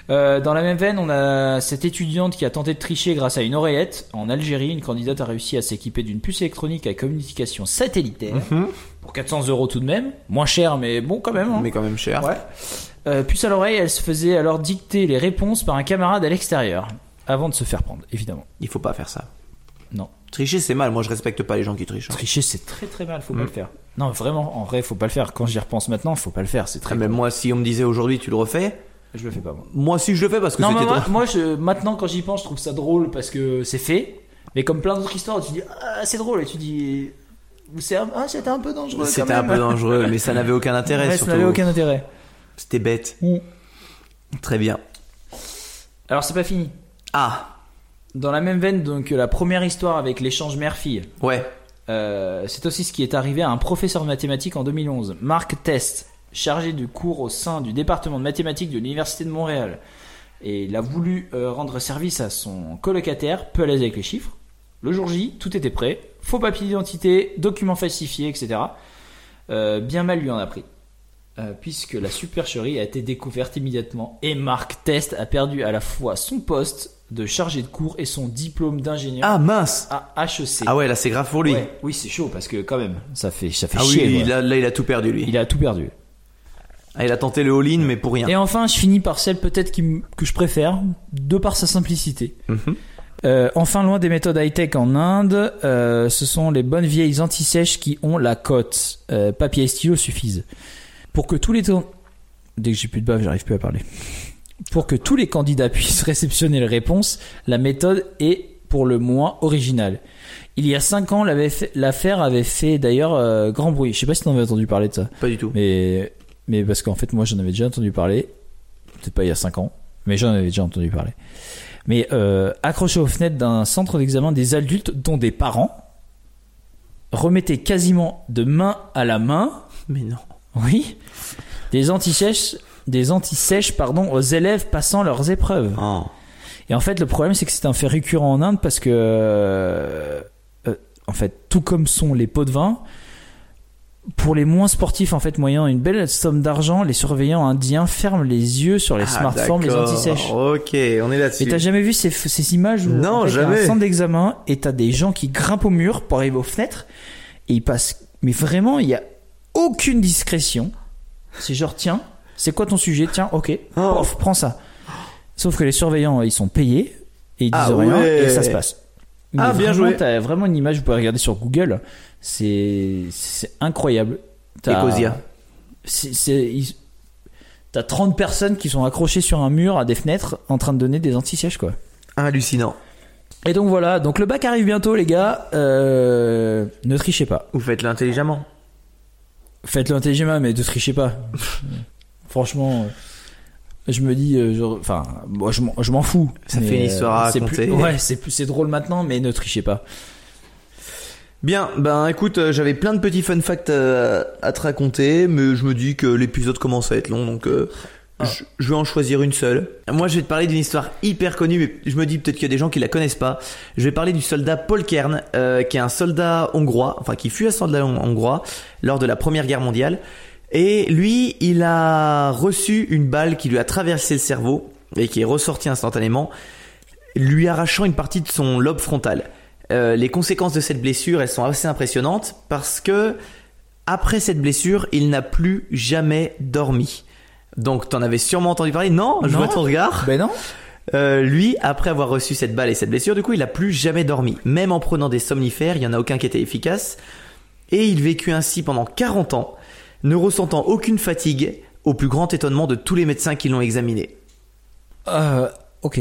B: Euh, dans la même veine, on a cette étudiante qui a tenté de tricher grâce à une oreillette. En Algérie, une candidate a réussi à s'équiper d'une puce électronique à communication satellitaire
A: Mhm.
B: pour 400 euros tout de même, moins cher mais bon quand même. hein.
A: Mais quand même cher.
B: Ouais. Euh, puce à l'oreille, elle se faisait alors dicter les réponses par un camarade à l'extérieur, avant de se faire prendre, évidemment.
A: Il faut pas faire ça.
B: Non.
A: Tricher, c'est mal. Moi, je respecte pas les gens qui trichent. hein.
B: Tricher, c'est très très mal,
A: Mm.
B: faut pas le faire. Non, vraiment, en vrai, faut pas le faire. Quand j'y repense maintenant, faut pas le faire, c'est
A: Ah,
B: très
A: mais
B: con.
A: moi, si on me disait aujourd'hui, tu le refais,
B: Je le fais pas moi.
A: moi si je le fais parce que
B: Non, mais
A: c'était
B: moi,
A: toi.
B: moi, je, maintenant, quand j'y pense, je trouve ça drôle parce que c'est fait. Mais comme plein d'autres histoires, tu dis, ah, c'est drôle, et tu dis, c'est un- ah, c'était un peu dangereux. quand
A: C'était un
B: même.
A: peu dangereux, mais ça n'avait aucun intérêt.
B: Ouais, ça
A: surtout.
B: n'avait aucun intérêt.
A: C'était bête.
B: Mm.
A: Très bien.
B: Alors, c'est pas fini.
A: Ah,
B: Dans la même veine, donc, la première histoire avec l'échange mère-fille.
A: ouais.
B: Euh, c'est aussi ce qui est arrivé à un professeur de mathématiques en 2011, Marc Test, chargé du cours au sein du département de mathématiques de l'Université de Montréal. Et il a voulu euh, rendre service à son colocataire, peu à l'aise avec les chiffres. Le jour J, tout était prêt. Faux papier d'identité, documents falsifiés, etc. Euh, bien mal lui en a pris. Euh, puisque la supercherie a été découverte immédiatement et Marc Test a perdu à la fois son poste de chargé de cours et son diplôme d'ingénieur
A: Ah mince.
B: à E HEC.
A: Ah ouais, là c'est grave pour lui.
B: Ouais, oui, c'est chaud parce que quand même, ça fait, ça fait
A: Ah
B: chier.
A: oui,
B: quoi.
A: il a- là il a tout perdu lui.
B: Il a tout perdu.
A: Ah, il a tenté le all-in mais pour rien.
B: Et enfin, je finis par celle peut-être qui m- que je préfère, de par sa simplicité.
A: Mhm.
B: Euh, enfin, loin des méthodes high-tech en Inde, euh, ce sont les bonnes vieilles anti-sèches qui ont la cote. Euh, papier et stylo suffisent. Pour que tous les temps... Dès que j'ai plus de bave, j'arrive plus à parler. Pour que tous les candidats puissent réceptionner les réponses, la méthode est pour le moins originale. Il y a 5 ans, l'avait fait- l'affaire avait fait d'ailleurs euh, grand bruit. Je sais pas si t'en avais entendu parler de ça.
A: Pas du tout.
B: Mais, mais parce qu'en fait, moi, j'en avais déjà entendu parler. Peut-être pas il y a 5 ans, mais j'en avais déjà entendu parler. Mais euh, accroché aux fenêtres d'un centre d'examen des adultes, dont des parents, remettait quasiment de main à la main,
A: Mais non.
B: oui, des antisèches, des antisèches, pardon, aux élèves passant leurs épreuves.
A: Oh.
B: Et en fait, le problème, c'est que c'est un fait récurrent en Inde parce que, euh, euh, en fait, tout comme sont les pots de vin, pour les moins sportifs, en fait, moyennant une belle somme d'argent, les surveillants indiens ferment les yeux sur les smartphones, les antisèches.
A: Ah, Ok, on est
B: Et t'as
A: là-dessus.
B: jamais vu ces, ces images où en
A: Non,
B: fait, t'as
A: jamais.
B: un centre d'examen et t'as des gens qui grimpent au mur pour arriver aux fenêtres et ils passent. Mais vraiment, il y a aucune discrétion. C'est genre tiens, c'est quoi ton sujet Tiens, ok,
A: Oh.
B: pof, prends ça. Sauf que les surveillants, ils sont payés et ils disent
A: Ah
B: rien
A: ouais.
B: et ça se passe. Mais
A: Ah, bien
B: vraiment,
A: joué.
B: T'as vraiment une image, vous pouvez regarder sur Google. C'est c'est incroyable. T'as-
A: Ecosia.
B: c'est- c'est- ils- T'as 30 personnes qui sont accrochées sur un mur à des fenêtres en train de donner des anti-sièges quoi.
A: Hallucinant.
B: Et donc voilà, donc le bac arrive bientôt les gars, Euh, ne trichez pas.
A: Vous faites-le intelligemment.
B: Faites-le intelligemment mais ne trichez pas. Franchement, euh, je me dis, euh, genre, enfin, moi je m'en- je m'en fous.
A: Ça
B: Mais,
A: fait une
B: euh,
A: histoire à
B: c'est
A: raconter.
B: plus- ouais, c'est plus- c'est drôle maintenant mais ne trichez pas.
A: Bien, ben écoute, euh, j'avais plein de petits fun facts euh, à te raconter, mais je me dis que l'épisode commence à être long, donc euh, je, je vais en choisir une seule. Moi, je vais te parler d'une histoire hyper connue, mais je me dis peut-être qu'il y a des gens qui la connaissent pas. Je vais parler du soldat Paul Kern, euh, qui est un soldat hongrois, enfin qui fut un soldat hon- hongrois lors de la Première Guerre mondiale. Et lui, il a reçu une balle qui lui a traversé le cerveau et qui est ressortie instantanément lui arrachant une partie de son lobe frontal. Euh, les conséquences de cette blessure, elles sont assez impressionnantes parce que après cette blessure, il n'a plus jamais dormi. Donc t'en avais sûrement entendu parler. Non, je
B: Non.
A: vois ton regard.
B: Ben non.
A: Euh, lui, après avoir reçu cette balle et cette blessure, du coup, il a plus jamais dormi. Même en prenant des somnifères, il y en a aucun qui était efficace. Et il vécut ainsi pendant 40 ans, ne ressentant aucune fatigue, au plus grand étonnement de tous les médecins qui l'ont examiné.
B: Euh, ok.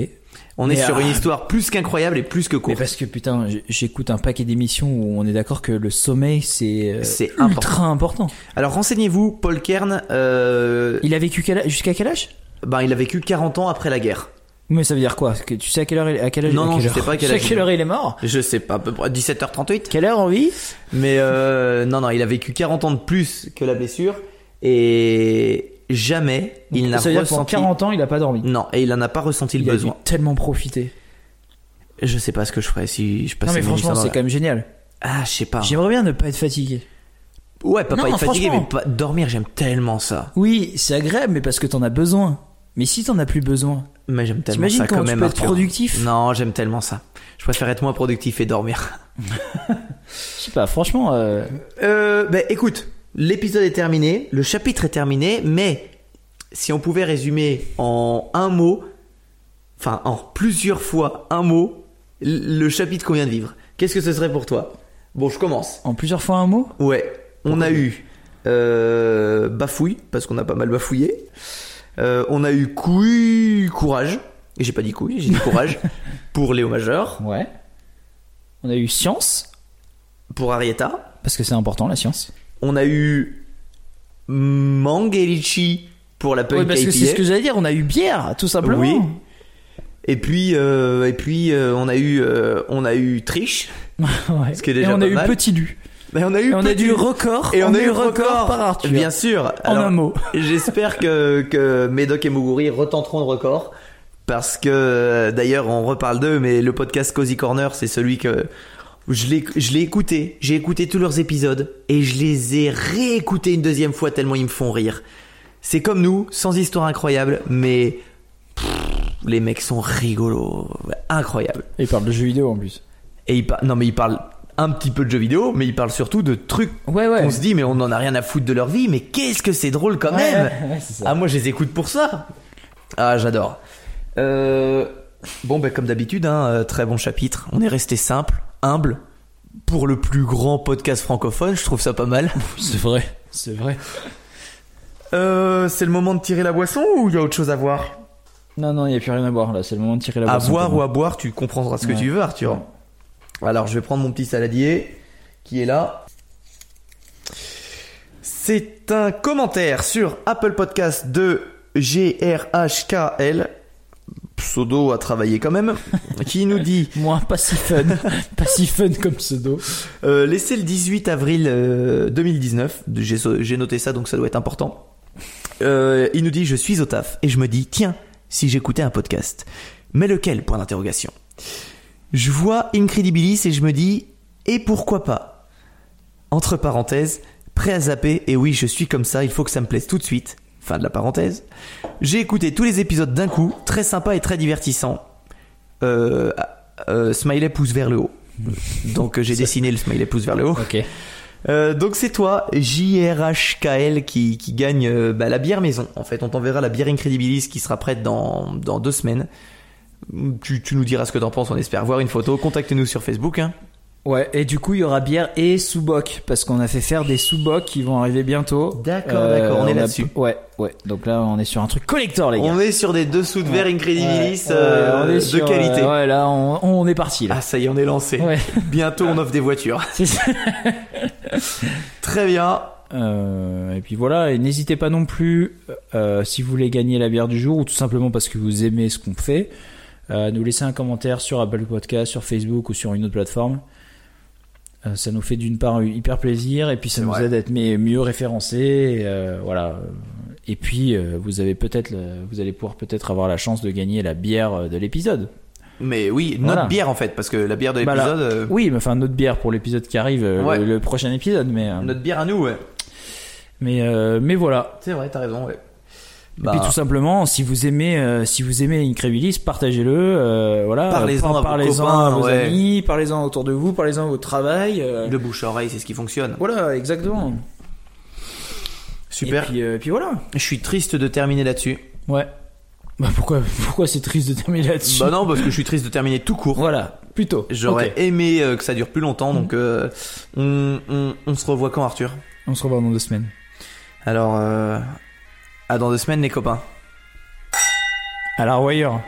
A: On est
B: Mais,
A: sur
B: euh,
A: une histoire plus qu'incroyable et plus que
B: Mais
A: courte.
B: parce que putain, j- j'écoute un paquet d'émissions où on est d'accord que le sommeil c'est euh,
A: C'est
B: ultra important.
A: Alors renseignez-vous, Paul Kern, euh,
B: Il a vécu quel âge- jusqu'à quel âge
A: ben, il a vécu 40 ans après la guerre.
B: Mais ça veut dire quoi que Tu sais à quelle heure, il- à quelle heure
A: Non, non,
B: à quelle
A: je
B: heure-
A: sais pas à quelle
B: tu
A: heure
B: sais à quelle
A: il-
B: heure il est mort
A: Je sais pas, à peu près 17h38.
B: Quelle heure on vit
A: Mais euh, non, non, il a vécu 40 ans de plus que la blessure et jamais il n'a
B: Ça veut dire que pendant
A: ressenti...
B: 40 ans, il a pas dormi.
A: Non, et il en a pas ressenti le
B: il
A: besoin.
B: a dû tellement profité.
A: Je sais pas ce que je ferais si je passais
B: non mais
A: mes
B: franchement,
A: nuits sans
B: c'est
A: dormir.
B: quand même génial.
A: Ah, je sais pas.
B: J'aimerais bien ne pas être fatigué.
A: Ouais, pas,
B: Non,
A: pas être fatigué,
B: franchement.
A: mais pas... dormir, j'aime tellement ça.
B: Oui, c'est agréable, mais parce que t'en as besoin. Mais si t'en as plus besoin,
A: Mais j'aime tellement
B: t'imagines
A: ça
B: comment
A: quand
B: tu
A: même,
B: peux être
A: Arthur.
B: productif
A: Non, j'aime tellement ça. Je préfère être moins productif et dormir.
B: Je sais pas, franchement, euh,
A: Euh, ben écoute, l'épisode est terminé, le chapitre est terminé, mais si on pouvait résumer en un mot, enfin en plusieurs fois un mot, l- le chapitre qu'on vient de vivre, qu'est-ce que ce serait pour toi Bon, je commence.
B: en plusieurs fois un mot
A: Ouais, on a eu euh, bafouille, parce qu'on a pas mal bafouillé. Euh, on a eu couille, courage. Et j'ai pas dit couille, j'ai dit courage. pour Léo Majeur,
B: Ouais. On a eu science,
A: pour Arietta.
B: parce que c'est important la science.
A: On a eu mangue et litchi pour la punk
B: Oui, parce que
A: IPA.
B: c'est ce que j'allais dire, on a eu bière, tout simplement.
A: Oui. Et puis euh, et puis euh, on a eu euh, on a eu triche.
B: Ouais.
A: Ce qui est déjà
B: Et on
A: pas
B: a eu
A: mal.
B: Petit Lu.
A: Mais on a eu
B: Et on a
A: petit-
B: du record.
A: et on, a eu
B: record,
A: record
B: par Arthur.
A: Bien sûr.
B: En
A: Alors,
B: un mot.
A: J'espère que que Médoc et Muguri retenteront le record parce que euh, d'ailleurs on reparle d'eux mais le podcast Cozy Corner c'est celui que je l'ai je l'ai écouté, j'ai écouté tous leurs épisodes et je les ai réécoutés une deuxième fois tellement ils me font rire. C'est comme nous, sans histoire incroyable mais pff, les mecs sont rigolos, incroyables.
B: Il parle de jeux vidéo en plus.
A: Et ils par- non mais ils parlent un petit peu de jeux vidéo mais ils parlent surtout de trucs
B: Ouais, ouais.
A: on se dit mais on en a rien à foutre de leur vie mais qu'est-ce que c'est drôle quand même.
B: Ouais, ouais, c'est ça.
A: Ah moi je les écoute pour ça. Ah j'adore. Euh, bon ben comme d'habitude hein, euh, très bon chapitre. On est resté simple, humble pour le plus grand podcast francophone. Je trouve ça pas mal.
B: C'est vrai, Ah, c'est vrai.
A: Euh, c'est le moment de tirer la boisson ou il y a autre chose à voir
B: Non, non, il n'y a plus rien à boire là, c'est le moment de tirer la
A: À
B: boisson.
A: voir
B: pour
A: ou
B: moi.
A: à boire, tu comprendras ce que
B: Ouais.
A: tu veux Arthur. Alors je vais prendre mon petit saladier qui est là. C'est un commentaire sur Apple Podcast de GRHKL. pseudo à travailler quand même, qui nous dit
B: Moi, pas si fun. pas si fun comme pseudo.
A: euh, laissez le 18 avril euh, 2019. J'ai j'ai noté ça, donc ça doit être important. Euh, il nous dit je suis au taf et je me dis tiens si j'écoutais un podcast, mais lequel Point d'interrogation. Je vois Incredibilis et je me dis et pourquoi pas Entre parenthèses, prêt à zapper, et oui, je suis comme ça, il faut que ça me plaise tout de suite. Fin de la parenthèse. J'ai écouté tous les épisodes d'un coup, très sympa et très divertissant. Euh, euh, smiley pouce vers le haut. Donc euh, j'ai dessiné le smiley pouce vers le haut.
B: Ok.
A: Euh, donc c'est toi, JRHKL, qui, qui gagne euh, bah, la bière maison. En fait, on t'enverra la bière Incredibilis qui sera prête dans, dans deux semaines. Tu, tu nous diras ce que t'en penses, on espère voir une photo. Contacte-nous sur Facebook. Hein.
B: Ouais,
E: Et du coup, il y aura bière et sous-boc parce qu'on a fait faire des sous-bocs qui vont arriver bientôt. Euh,
A: D'accord, d'accord, on est
E: a-
A: là-dessus.
E: Ouais, ouais. Donc là, on est sur un truc collector, les gars.
A: On est sur des dessous de verre Incredibilis
E: Ouais,
A: euh,
E: on est
A: de
E: sur,
A: qualité.
E: euh, ouais, là, on, on est parti là.
A: Ah ça y est, on est lancé.
B: Ouais.
A: Bientôt on offre des voitures.
B: C'est ça.
A: Très bien.
B: Euh, et puis voilà, et n'hésitez pas non plus, euh, si vous voulez gagner la bière du jour ou tout simplement parce que vous aimez ce qu'on fait, euh, à nous laisser un commentaire sur Apple Podcast, sur Facebook ou sur une autre plateforme. Euh, ça nous fait d'une part hyper plaisir et puis ça nous
A: vrai.
B: aide à être mi- mieux référencés. et, euh, voilà. Et puis euh, vous avez peut-être, le- vous allez pouvoir peut-être avoir la chance de gagner la bière euh, de l'épisode.
A: Mais oui, notre
B: Voilà.
A: bière en fait, parce que la bière de
B: Bah là.
A: l'épisode, euh,
B: Oui, mais enfin notre bière pour l'épisode qui arrive, euh,
A: Ouais.
B: le, le prochain épisode. Mais euh,
A: notre bière à nous, ouais.
B: mais euh, mais voilà.
A: C'est vrai, t'as raison, ouais.
B: Et
A: Bah,
B: puis tout simplement, si vous aimez, euh, si vous aimez Incredibilis, partagez-le. euh, voilà,
A: Parlez-en à vos
B: parlez-en
A: copains,
B: à vos
A: ouais.
B: amis, parlez-en autour de vous, parlez-en au travail. euh,
A: le bouche-oreille, c'est ce qui fonctionne.
B: Voilà, exactement.
A: Super.
B: Et puis, euh, puis voilà.
A: Je suis triste de terminer là-dessus.
B: Ouais. Bah pourquoi, pourquoi c'est triste de terminer là-dessus
A: Bah non, parce que je suis triste de terminer tout court.
B: Voilà, plutôt.
A: J'aurais
B: Ok.
A: aimé euh, que ça dure plus longtemps, donc euh, on, on- on se revoit quand, Arthur
B: On se revoit dans deux semaines.
A: Alors, euh, à dans deux semaines, les copains.
B: À la revoyeur.